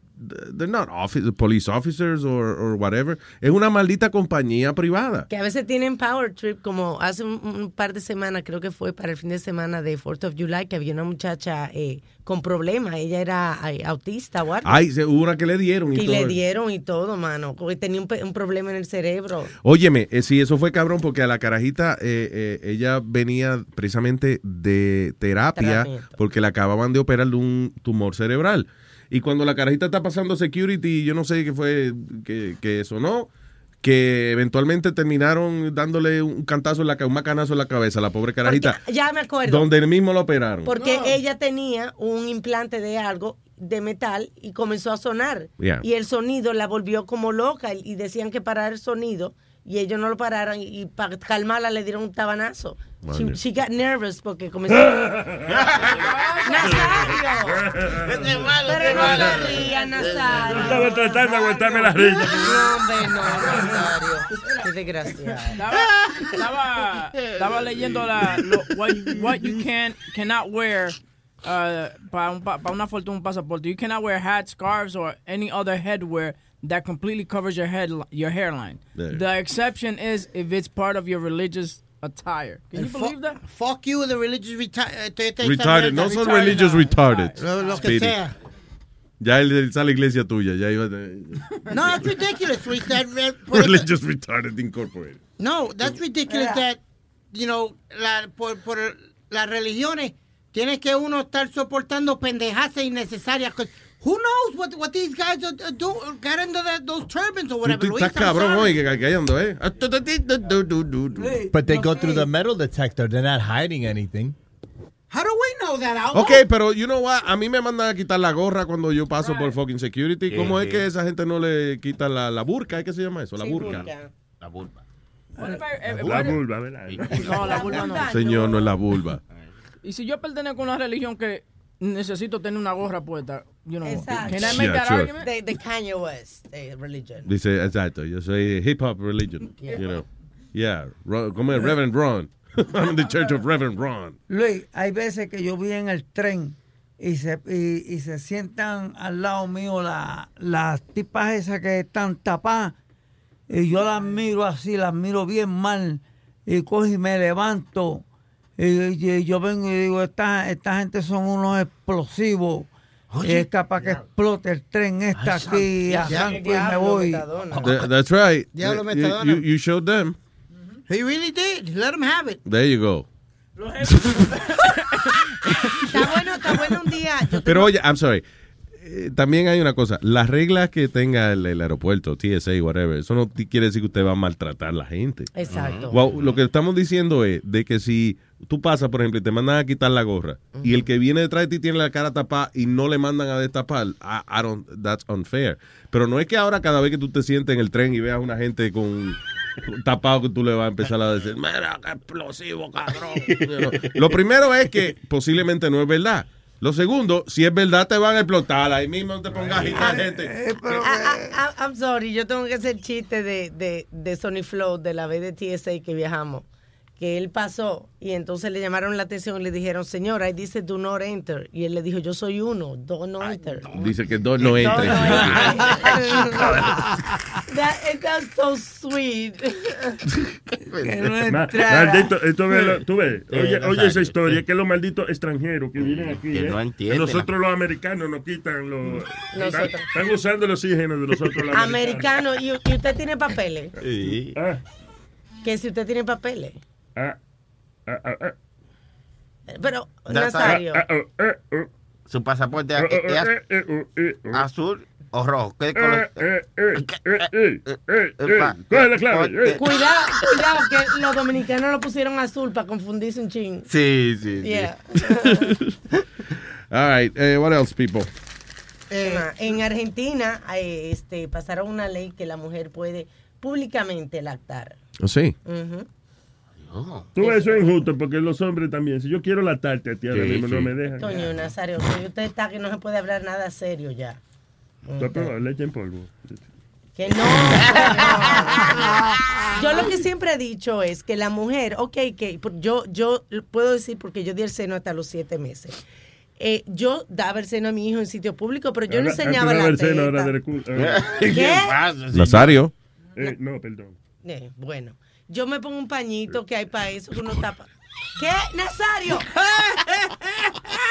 they're not office- police officers or, or whatever. Es una maldita compañía privada.
Que a veces tienen power trip, como hace un, un par de semanas, creo que fue para el fin de semana de 4 of July, que había una muchacha eh, con problemas. Ella era ay, autista o algo.
Ay, se- hubo una que le dieron y,
y
todo.
le dieron y todo, mano. Porque tenía un, pe- un problema en
[laughs]
el cerebro.
Óyeme, eh, sí, eso fue cabrón porque a la carajita eh, eh, ella venía precisamente de terapia
Tratamiento.
porque la acababan de operar de un tumor cerebral. Y cuando la carajita está pasando security, yo no sé qué fue que, que eso, ¿no? Que eventualmente terminaron dándole un cantazo, en la, ca- un macanazo en la cabeza a la pobre carajita,
Ah, Ya me acuerdo.
donde mismo la operaron.
Porque ella tenía un implante de algo de metal y comenzó a sonar.
Yeah.
Y el sonido la volvió como loca y decían que parar el sonido y ellos no lo pararon y, para calmarla le dieron un tabanazo. She,
Vale.
she got nervous porque
[laughs]
comenzó... ¡Nazario!
Este
Pero no se ría, Nazario.
Yo estaba tratando de aguantarme la risa.
No,
[laughs]
hombre, no, Nazario.
[laughs]
Qué desgraciado.
Estaba, estaba, estaba leyendo la, lo- what, you, what you can, cannot wear uh, para un, pa, pa una foto un pasaporte. You cannot wear hats, scarves, or any other headwear that completely covers your head your hairline.
There.
The exception is if it's part of your religious attire. Can you
Fu-
believe that?
Fuck you, the religious eh, retarded.
Retarded, no son religious retarded.
Lo, lo que
Speedy.
sea.
Ya él, él sale a la iglesia tuya, ya iba a-
No,
[laughs]
that's ridiculous, Luis. That- that- por eso-
Religious Retarded Incorporated.
No, that's ridiculous that, you know, la- por, por las religiones tiene que uno estar soportando pendejadas innecesarias. 'cause Who knows what, what these guys are, are doing? Got into that, those turbans or whatever.
Tú
Luis,
estás
I'm
cabrón
sorry.
hoy, que callando, ¿eh?
But they go through the metal detector. They're not hiding anything.
How do we know that? Aldo?
Ok, pero you know what? A mí me mandan a quitar la gorra cuando yo paso por fucking security. ¿Cómo
Sí,
es
sí.
que esa gente no le quita la, la burka? ¿Qué se llama eso? La burka.
La vulva.
What if I- eh,
La
what if-
vulva, ¿verdad?
No, la vulva no.
Señor, no es la vulva.
Y si yo pertenezco a una religión que necesito tener una gorra puesta, you know,
Exacto.
can I make
Yeah,
that
sure.
argument?
The, the Kanye West eh, religion.
Dice, exacto, yo soy hip hop religion. You know. Yeah, Ro- ¿cómo es? Reverend Ron. [laughs] I'm in the church of Reverend Ron.
Luis, hay veces que yo vi en el tren y se, y, y se sientan al lado mío la- las tipas esas que están tapadas y yo las miro así, las miro bien mal y cojo y me levanto y, y yo vengo y digo, esta, esta gente son unos explosivos.
Oye.
es capaz que explote el tren esta aquí, a
Santi,
y pues me voy.
Th- that's right.
Diablo
You-
Metadona.
you, you showed them.
He really did. Let him have it.
There you go.
Está bueno, está bueno un día. Yo
Pero oye, I'm sorry. Eh, También hay una cosa, las reglas que tenga el, el aeropuerto, TSA, whatever, eso no ti- quiere decir que usted va a maltratar a la gente.
Exacto.
Wow, lo que estamos diciendo es de que si tú pasas, por ejemplo, y te mandan a quitar la gorra, y el que viene detrás de ti tiene la cara tapada y no le mandan a destapar, I, I don't, that's unfair. Pero no es que ahora cada vez que tú te sientes en el tren y veas a una gente con con tapado que tú le vas a empezar a decir, mira, qué explosivo,
[laughs]
cabrón. Lo primero es que posiblemente no es verdad. Lo segundo, si es verdad, te van a explotar. Ahí mismo no te pongas a agitar, gente.
I- Ah, I'm sorry, yo tengo que hacer chiste de, de, de Sony Flow de la vez de TSA que viajamos. Que él pasó y entonces le llamaron la atención y le dijeron, señora, ahí dice do not enter. Y él le dijo, yo soy uno, do not enter.
Dice que dos no entren. [laughs]
That, it- that's so sweet. [laughs]
[laughs]
Ma- Maldito, esto ve lo- tú ves, oye,
no
oye
sabe.
esa historia, que los malditos extranjeros
Mm,
que vienen aquí,
Que
eh,
no entienden.
nosotros los americanos nos quitan los... Están,
Nosotros.
están usando el oxígeno de nosotros los americanos.
Americano, y, y usted tiene papeles.
Sí. Ah,
Que si usted tiene papeles.
ah, ah, ah, ah.
Pero, Nazario.
Eh,
Ah,
Su pasaporte es- es
es
azul o rojo. ¿Qué
Eh,
color?
eh, eh, eh, eh, eh, eh,
pa-
coge la clave,
ah.
eh.
Cuidado, cuidado, que los dominicanos lo pusieron azul para confundirse un ching.
Sí, sí,
Yeah.
[laughs] All right, eh, what else, people?
Ajá. Ah, en Argentina eh, este, pasaron una ley que la mujer puede públicamente lactar.
Oh, sí.
Ujú.
Tú ves, eso es injusto porque los hombres también. Si yo quiero latarte a ti ahora
Sí,
mismo, no
sí.
me dejan.
Coño, Nazario, que usted está que no se puede hablar nada serio ya.
Tú has probado leche en polvo.
Que no. no. Yo lo que siempre he dicho es que la mujer, ok, que por- yo, yo puedo decir porque yo di el seno hasta los siete meses. Eh, yo daba el seno a mi hijo en sitio público, pero yo no
Ahora-
enseñaba
antes
la
daba el seno, ahora
teta.
del culo. Ahora-
¿Qué? ¿Qué
pasa, señor? Nazario.
Ah. Eh, no, perdón.
Eh, bueno, yo me pongo un pañito que hay para eso que uno tapa. ¿Qué, Nazario? [laughs]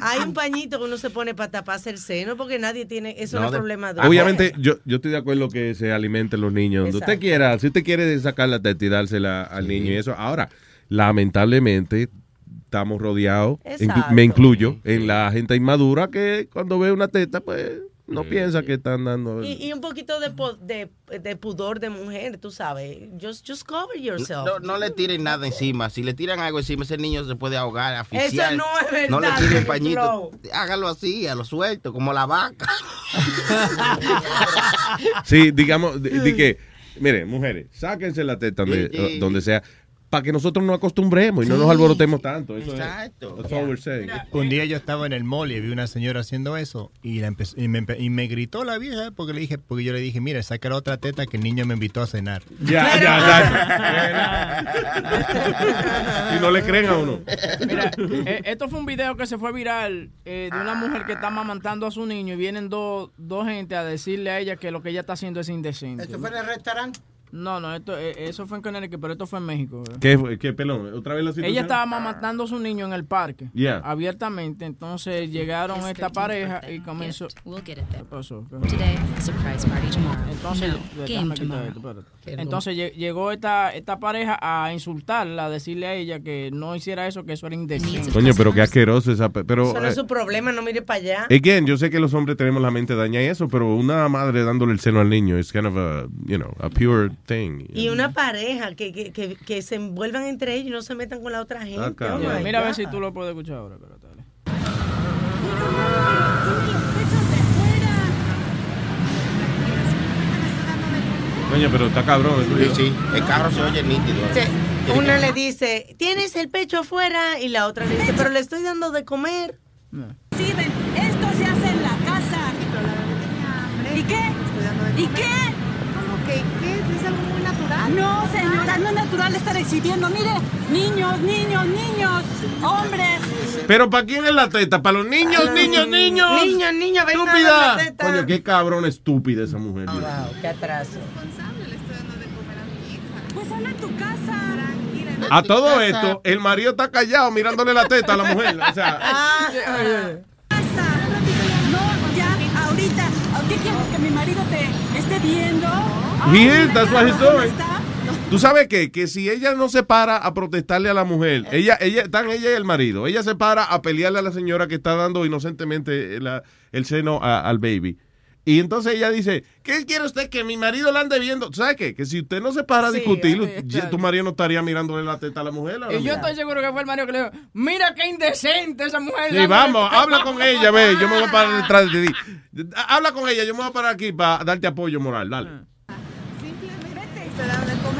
Hay un pañito que uno se pone para taparse el seno porque nadie tiene, eso no, es
de- Ah,
problema de
Obviamente, yo, yo estoy de acuerdo que se alimenten los niños donde
Exacto.
usted quiera. Si usted quiere sacar la teta y dársela al niño y eso. Ahora, lamentablemente, estamos rodeados,
Exacto.
inclu- me incluyo, en la gente inmadura que cuando ve una teta, pues no piensa que están dando.
Y, y un poquito de, po- de, de pudor de mujer, tú sabes. Just, just cover yourself.
No, no le tiren nada encima. Si le tiran algo encima, ese niño se puede ahogar, asfixiar.
Eso no es verdad,
No le tiren
Luis
pañito. Hágalo así, a lo suelto, como la vaca.
Sí, digamos, de, de
[laughs]
que, miren, mujeres, sáquense la teta donde, donde sea, para que nosotros nos acostumbremos y no nos alborotemos tanto. Eso es. That's all we're saying.
Un día yo estaba en el mall y vi una señora haciendo eso y, la empezó- y me, empe- y me gritó la vieja porque le dije porque yo le dije, mira, saca la otra teta que el niño me invitó a cenar.
Ya, Claro. Y no le creen a uno.
Mira, eh, esto fue un video que se fue viral eh, de una mujer que está mamantando a su niño y vienen dos dos gente a decirle a ella que lo que ella está haciendo es indecente.
¿Esto fue en el restaurante?
No, no, esto, eh, eso fue en Connecticut, pero esto fue en México. eh.
¿Qué, fue? ¿Qué, pelón? ¿Otra vez la situación?
Ella estaba mamantando a su niño en el parque,
Yeah.
abiertamente. Entonces llegaron esta pareja y comenzó. ¿Qué pasó? Entonces,
No,
déjame
game
quitar
tomorrow.
esto, espérate.
Perdón.
Entonces lle- llegó esta, esta pareja a insultarla, a decirle a ella que no hiciera eso, que eso era indecente.
Coño, pero qué asqueroso esa. pe- Pero,
eso no es
eh,
su problema, no mire para allá.
again, yo sé que los hombres tenemos la mente dañada y eso, pero una madre dándole el seno al niño es kind of a, you know, a pure thing.
Y una pareja que, que, que, que se envuelvan entre ellos y no se metan con la
Ah,
otra gente.
cabrón.
Oh, my
Mira a ver
God.
si tú lo puedes escuchar ahora. espérate, dale.
Me está dando de comer.
Coño, pero está cabrón.
Sí, sí. El carro se oye nítido.
O sea, Una le dice, tienes el pecho afuera, y la otra le dice, pero le estoy dando de comer.
Steven, esto se hace en la casa. ¿Y qué? ¿Y qué? ¿Cómo que qué? Es algo muy natural. No, señora, no es natural estar exhibiendo. Mire, niños, niños, niños, hombres.
Pero ¿para quién es la teta? ¿Para los niños, niños, niños?
Niños, niños, vengan a
¡Estúpida!
ver la teta.
Coño, qué cabrón estúpida esa mujer. Dios mío.
Wow, qué atraso.
Pues habla en tu casa.
A todo esto, el marido está callado mirándole la teta a la mujer. O sea,
Ah, No, ya, ahorita. ¿Qué quieres que mi marido te esté viendo?
Mierda, that's what he's doing. ¿Tú sabes qué? Que si ella no se para a protestarle a la mujer,
Eh.
ella, ella, están ella y el marido, ella se para a pelearle a la señora que está dando inocentemente eh, la- el seno a- al baby. Y entonces ella dice, ¿qué quiere usted que mi marido la ande viendo? ¿Tú ¿Sabes qué? Que si usted no se para a
Sí,
discutir,
ahí está.
ya tu marido no estaría mirándole la teta a la mujer. ahora
Y yo
mismo.
estoy seguro que fue el Mario que le dijo, mira qué indecente esa mujer. Ah.
Sí, vamos,
[laughs]
habla con ella, ve, yo me voy a parar detrás de ti. Habla con ella, yo me voy a parar aquí para darte apoyo moral, dale.
Ah.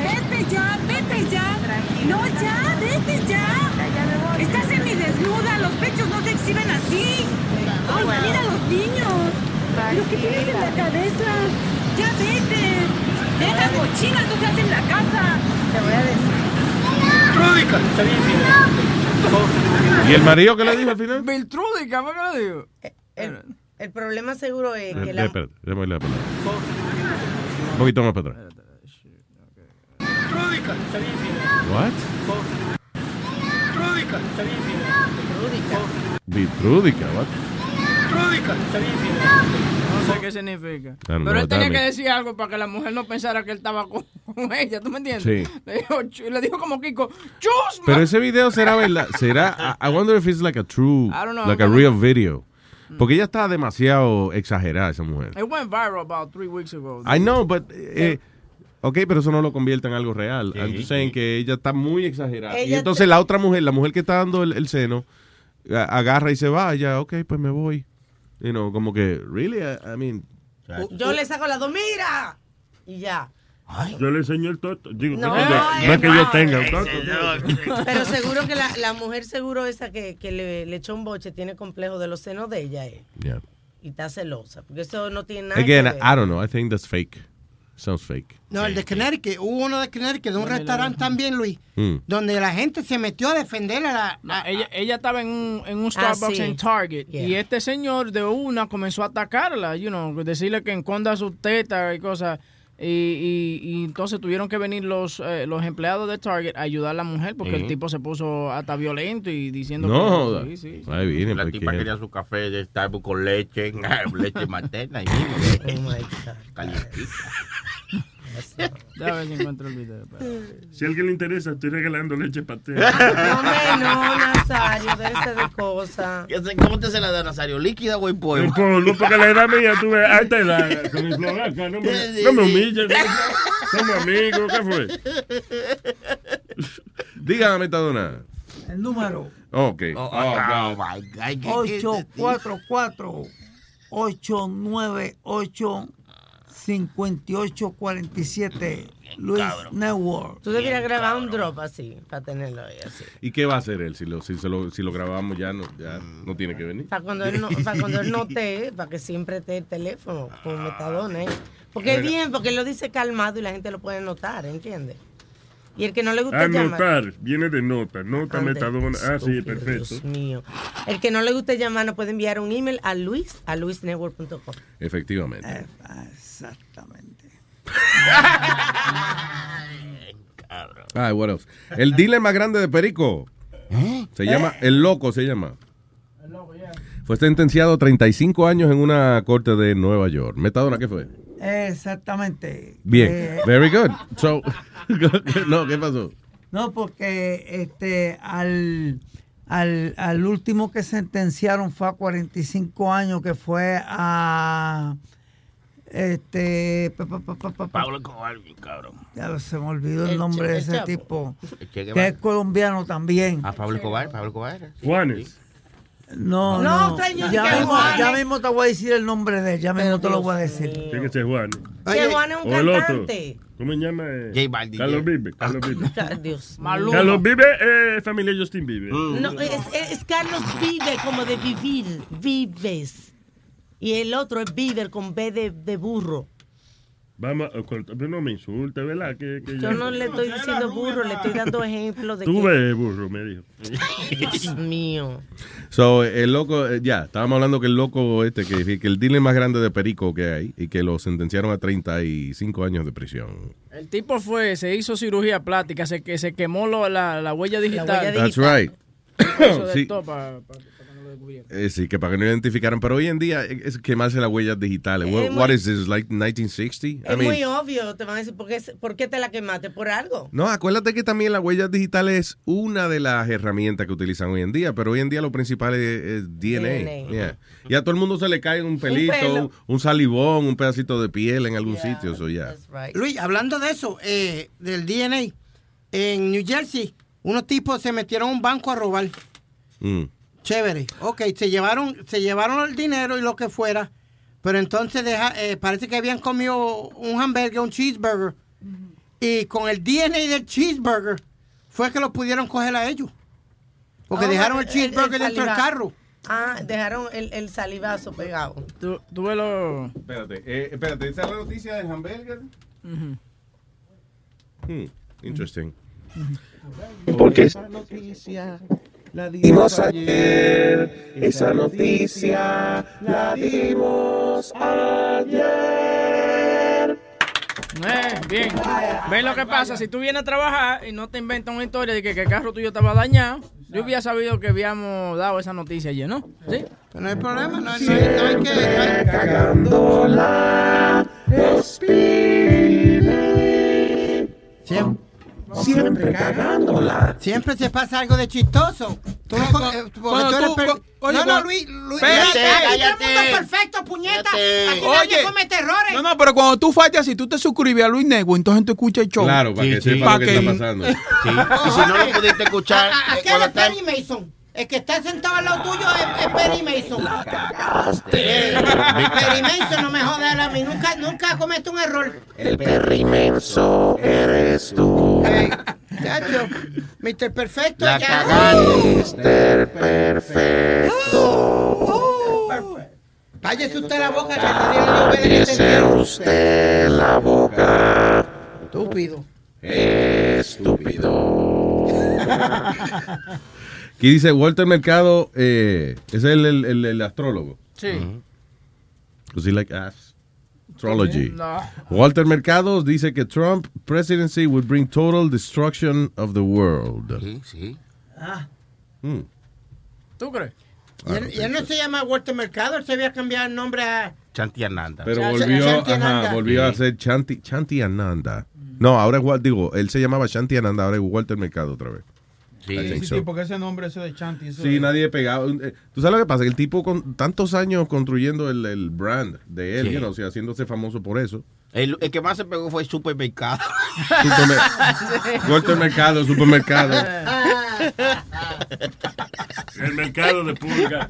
Vete ya, vete ya. No, ya, vete ya. Estás en mi desnuda, los pechos no se exhiben así. Ay, mira los niños. Lo que tienes en la cabeza. Ya vete. Deja cochinas, tú se hacen la casa. Te voy a decir.
Rúdica. [laughs] ¿Y el marido qué le dijo al final?
Viltrúdica, ¿por qué lo digo? Eh, El, el problema seguro es que
Espera,
la...
Eh, espérate, déjame la palabra. Un poquito más para atrás. What? Vitrúdica, what?
No sé qué significa.
Ah, no,
Pero él tenía
dame.
que decir algo para que la mujer no pensara que él estaba con, [laughs] con ella, ¿tú me entiendes?
Sí.
Le dijo, chu- le dijo como Kiko, chusma.
Pero ese video será verdad, será I I wonder if it's like a true,
I don't know, Mm.
like a
I'm
real video. Porque ella está demasiado exagerada esa mujer.
It went viral about three weeks ago.
I know, but eh, ok, pero eso no lo convierte en algo real. I'm just saying que ella está muy exagerada. y
Ella
entonces
te-
la otra mujer, la mujer que está dando el, el seno, a- agarra y se va, ya, ok, pues me voy. You know, como que, really, I, I mean,
Yo le saco las dos, mira. Y ya.
Yo le enseño el toto. Digo,
No,
no, es que yo,
ay,
no es que yo
no,
tenga
ese
un toto.
Pero seguro que la, la mujer seguro esa que, que le, le echó un boche tiene complejo de los senos de ella eh,
yeah.
y está celosa. Porque eso no tiene nada
Again,
que ver.
I don't know, I think that's fake. Sounds fake.
No, el de Connecticut. Hubo uno de Connecticut, de un restaurante también, Luis,
Mm.
donde la gente se metió a defender a la...
No, ella, ella estaba en un, en
Ah,
un Starbucks
sí.
en Target y
Yeah.
este señor de una comenzó a atacarla, you know, decirle que enconda sus tetas y cosas. Y, y- y entonces tuvieron que venir los eh, los empleados de Target a ayudar a la mujer porque
Sí.
el tipo se puso hasta violento y diciendo que-
No,
sí, sí.
ahí viene.
La
porque-
tipa quería su café de Starbucks con leche, [laughs] ah, leche materna. Y mismo, Calientita.
Ya ves si encuentro el video.
Si a alguien le interesa, estoy regalando leche
[laughs] No,
paterna.
hombre,
[laughs]
no, Nazario, déjese de cosas.
¿Cómo te se la da Nazario? ¿Líquida o en polvo?
En polvo, porque la edad mía, tú ves, ahí está la, con mi floraca, no me, no
[laughs]
me humilles. Somos amigos, ¿qué fue?
Dígame, Metadona.
El número
Ok. Oh,
oh,
God.
my God.
844-898-5847. Luis Network.
Tú deberías grabar un drop así para tenerlo ahí así.
¿Y qué va a hacer él? Si lo, si, se lo, si lo grabamos ya no, ya no tiene que venir.
Para cuando él no, para cuando él no te, para que siempre esté el teléfono con metadona. ¿eh? Porque es
Bueno.
bien, porque él lo dice calmado y la gente lo puede notar, ¿entiendes? Y el que no le gusta llamar.
Anotar, viene de nota, nota
Ande,
metadona. Ah, sí,
estúpido,
perfecto.
Dios mío. El que no le guste llamar nos puede enviar un email a luis, a luisnetwork.com.
Efectivamente. Ah, what else? El dealer más grande de Perico. Se llama El Loco, se llama. Fue sentenciado a 35 años en una corte de Nueva York. Metadona, ¿qué fue?
Exactamente.
Bien.
Eh,
Very good. So, [laughs] no, ¿qué pasó?
No, porque este al, al, al último que sentenciaron fue a 45 años, que fue a este pa, pa, pa, pa, pa, pa.
Pues Pablo Cobalbi, cabrón.
Ya lo- se me olvidó el,
El
nombre
Che-
de
el
ese
Chapo.
tipo,
El Che
que
Guevara.
es colombiano también.
A Pablo Cobar, Pablo Cobar.
Juanes.
No,
No,
no.
señor,
ya,
que
mismo,
Juanes.
ya mismo te voy a decir el nombre de él. Ya mismo te lo voy a decir.
Tiene que ser Juan.
Que
eh,
Oye. Juan es un
O el otro.
cantante.
¿Cómo se llama? eh?
J Balvin,
Carlos
ya.
Vive. Carlos
[laughs]
Vive.
Dios.
Carlos Vive es familia de Justin Vive.
No, es, es Carlos Vive, como de vivir, vives. Y el otro es Viver con B de, de burro.
Vamos, a cortar, pero no me insulte, ¿verdad? Que, que
Yo no le estoy diciendo burro, le estoy dando ejemplos de
Tú
que...
ves, burro, me dijo.
Dios mío.
So, el loco, eh, ya, estábamos hablando que el loco este, que, que el dealer más grande de perico que hay y que lo sentenciaron a 35 años de prisión.
El tipo fue, se hizo cirugía plástica, se, que, se quemó lo- la, la huella digital.
That's right.
Eso de
Sí.
todo pa- pa-
Eh, sí, que para que no lo identificaran, pero hoy en día eh, es quemarse las huellas digitales.
Es
What,
muy-
what is this, like 1960? I
Es
mean,
muy obvio, te van a decir, ¿por qué, por qué te la quemaste? ¿Por algo?
no, acuérdate que también las huellas digitales es una de las herramientas que utilizan hoy en día, pero hoy en día lo principal es, es DNA.
DNA.
Yeah. Y a todo el mundo se le cae un pelito,
pelo.
un, un salivón, un pedacito de piel en algún sitio, eso ya.
Luis, hablando de eso, eh, del DNA, en New Jersey, unos tipos se metieron a un banco a robar.
Mm.
Chévere. Ok, se llevaron, se llevaron el dinero y lo que fuera. Pero entonces deja, eh, parece que habían comido un hamburger, un cheeseburger. Y con el DNA del cheeseburger fue que lo pudieron coger a ellos. Porque
Oh,
dejaron el
eh,
cheeseburger
el
dentro del
saliva-
carro.
Ah, dejaron el, el salivazo pegado.
Tú, ves lo...
Espérate, eh, espérate, ¿esa es la noticia del hamburger? Hmm, interesting.
Porque
esa noticia la dimos ayer, esa noticia la dimos ayer.
Eh, bien. ¿Ves lo que pasa? Si tú vienes a trabajar y no te inventas una historia de que, que el carro tuyo estaba dañado, yo hubiera sabido que habíamos dado esa noticia ayer, ¿no? ¿Sí?
No hay problema, no hay, Siempre. Siempre cagándola. Siempre se pasa algo de chistoso. Tú no, co- eh, porque
cuando
tú eres
tú-
per-
cu- oye,
no, no,
cuando-
Luis. Luis
Espérate,
aquí todo el mundo
cállate.
es perfecto, puñeta.
Cállate.
Aquí nadie
Oye.
comete errores.
No, no, pero cuando tú fallas, si tú te suscribes a Luis Nego, entonces tú escuchas el show.
Claro, para que sepa
Pa'
lo que está pasando.
Y si no lo pudiste escuchar,
¿A-
eh,
¿A qué
cuando
es
está-
Perry Mason? El que está sentado al lado tuyo es, es Perry Mason. La
eh,
cagaste. Perry Mason, no me jodas a mí. Nunca, nunca comete un error.
el perro inmenso eres tú.
Chacho, Mr. Perfecto.
La
ya.
Mister Perfecto.
Cállese usted la boca que nadie le dio vela en este
Cállese
entierro.
usted la boca.
Estúpido.
Eh. Estúpido.
Aquí dice Walter Mercado, eh, es el, el, el- el astrólogo.
Sí.
Because he like ass. Astrology.
No.
Walter Mercado dice que Trump presidency would bring total destruction of the world. Sí, sí.
Ah.
Hmm.
¿Tú crees?
Y él, y él no se llama Walter Mercado, él se había cambiado el nombre a.
Chanti Ananda.
Pero
Ch-
volvió,
Shanti
ajá,
Ananda.
volvió a ser Chanti, Chanti Ananda. No, ahora es Wal- digo, él se llamaba Chanti Ananda, ahora es Walter Mercado otra vez.
Sí,
I think
sí,
so.
sí, porque ese nombre ese de Chanti. eso
Sí,
es-
nadie pegaba. Eh, Tú sabes lo que pasa, que el tipo con tantos años construyendo el, el brand de él,
Sí.
you know, o sea, haciéndose famoso por eso.
El, el que más se pegó fue el supermercado. [laughs]
Supermer- Walter Mercado, supermercado.
El mercado de pulga.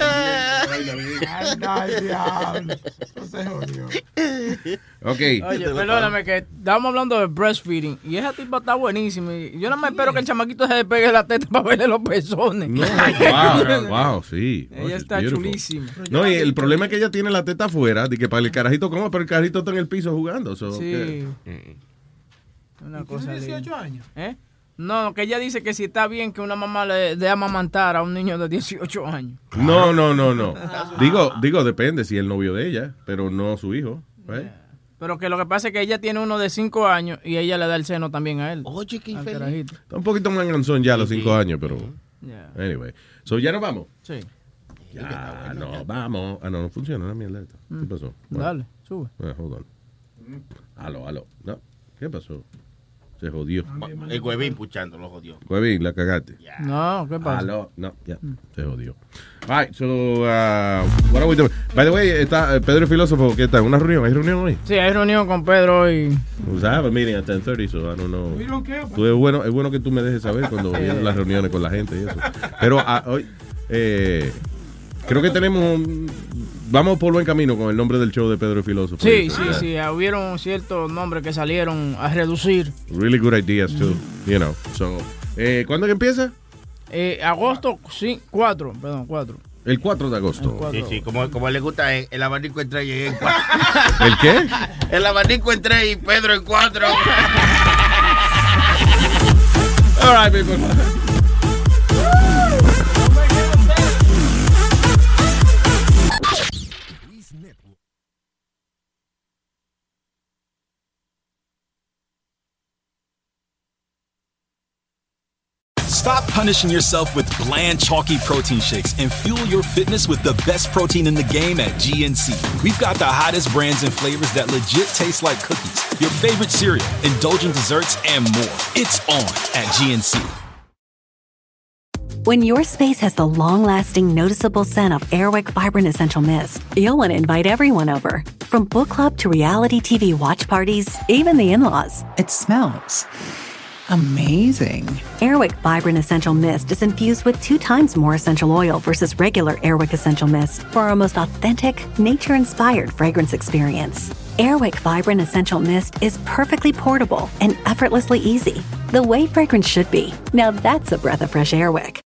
Ok.
Oye, perdóname que estábamos hablando de breastfeeding y esa tipa está buenísima. y Yo no me espero que el chamaquito se despegue de la teta para verle los pezones.
Wow, wow, sí.
Ella
Oye, it's
está
beautiful.
chulísima.
No, y el problema es que ella tiene la teta afuera, de que para el carajito coma, pero el carajito está en el piso jugando. so,
Sí.
¿qué?
[laughs] Una
¿Tiene
cosa
18 años?
¿Eh? No, que ella dice que si está bien que una mamá le dé amamantar a un niño de 18 años.
No, no, no, no.
Ah.
Digo, digo, depende si el novio de ella, pero no su hijo. right?
Pero que lo que pasa es que ella tiene uno de 5 años y ella le da el seno también a él.
Oye, qué
infeliz. Carajito.
Está un poquito más ganzón ya a los cinco años, pero.
Yeah.
Anyway. So, ya nos vamos.
Sí.
Ya nos vamos. Ah, no, no funciona la mierda esta. ¿Qué pasó?
Mm. Dale, sube.
Ah, hold on. Aló, aló. No. ¿Qué pasó? Se jodió.
Ah,
[laughs] El huevín puchando lo jodió.
Güey, la cagaste.
No, ¿qué pasa? Mm.
Aló. No, ya. Se jodió. All right, so, uh, what are we doing? By the way, está eh, Pedro el Filósofo, ¿qué tal? ¿Una reunión? ¿Hay reunión hoy?
Sí, hay reunión con Pedro hoy.
Pues, I have a meeting at 10.30, so I don't know.
We don't care, but-
Tú, es, bueno, es bueno que tú me dejes saber cuando vienen las reuniones con la gente y eso. Pero ah, hoy, eh, Creo que tenemos un- Vamos por buen camino con el nombre del show de Pedro el Filósofo.
Sí, sí,
Yeah.
sí. ah, Hubieron ciertos nombres que salieron a reducir.
Really good ideas, too. You know, so... eh, ¿Cuándo que empieza?
Eh, agosto 4, perdón, 4.
El 4 de agosto.
Sí, sí, como, como le gusta el, el abanico entre y en cuatro. [laughs]
¿El qué?
El abanico entre y Pedro en cuatro.
[laughs] All right, people.
Stop punishing yourself with bland, chalky protein shakes and fuel your fitness with the best protein in the game at GNC. We've got the hottest brands and flavors that legit taste like cookies, your favorite cereal, indulgent desserts, and more. It's on at GNC.
When your space has the long lasting, noticeable scent of Airwick Vibrant Essential Mist, you'll want to invite everyone over. From book club to reality TV watch parties, even the in laws. It smells amazing. Airwick Vibrant Essential Mist is infused with two times more essential oil versus regular Airwick Essential Mist for our most authentic, nature inspired fragrance experience. Airwick Vibrant Essential Mist is perfectly portable and effortlessly easy. The way fragrance should be. Now that's a breath of fresh Airwick.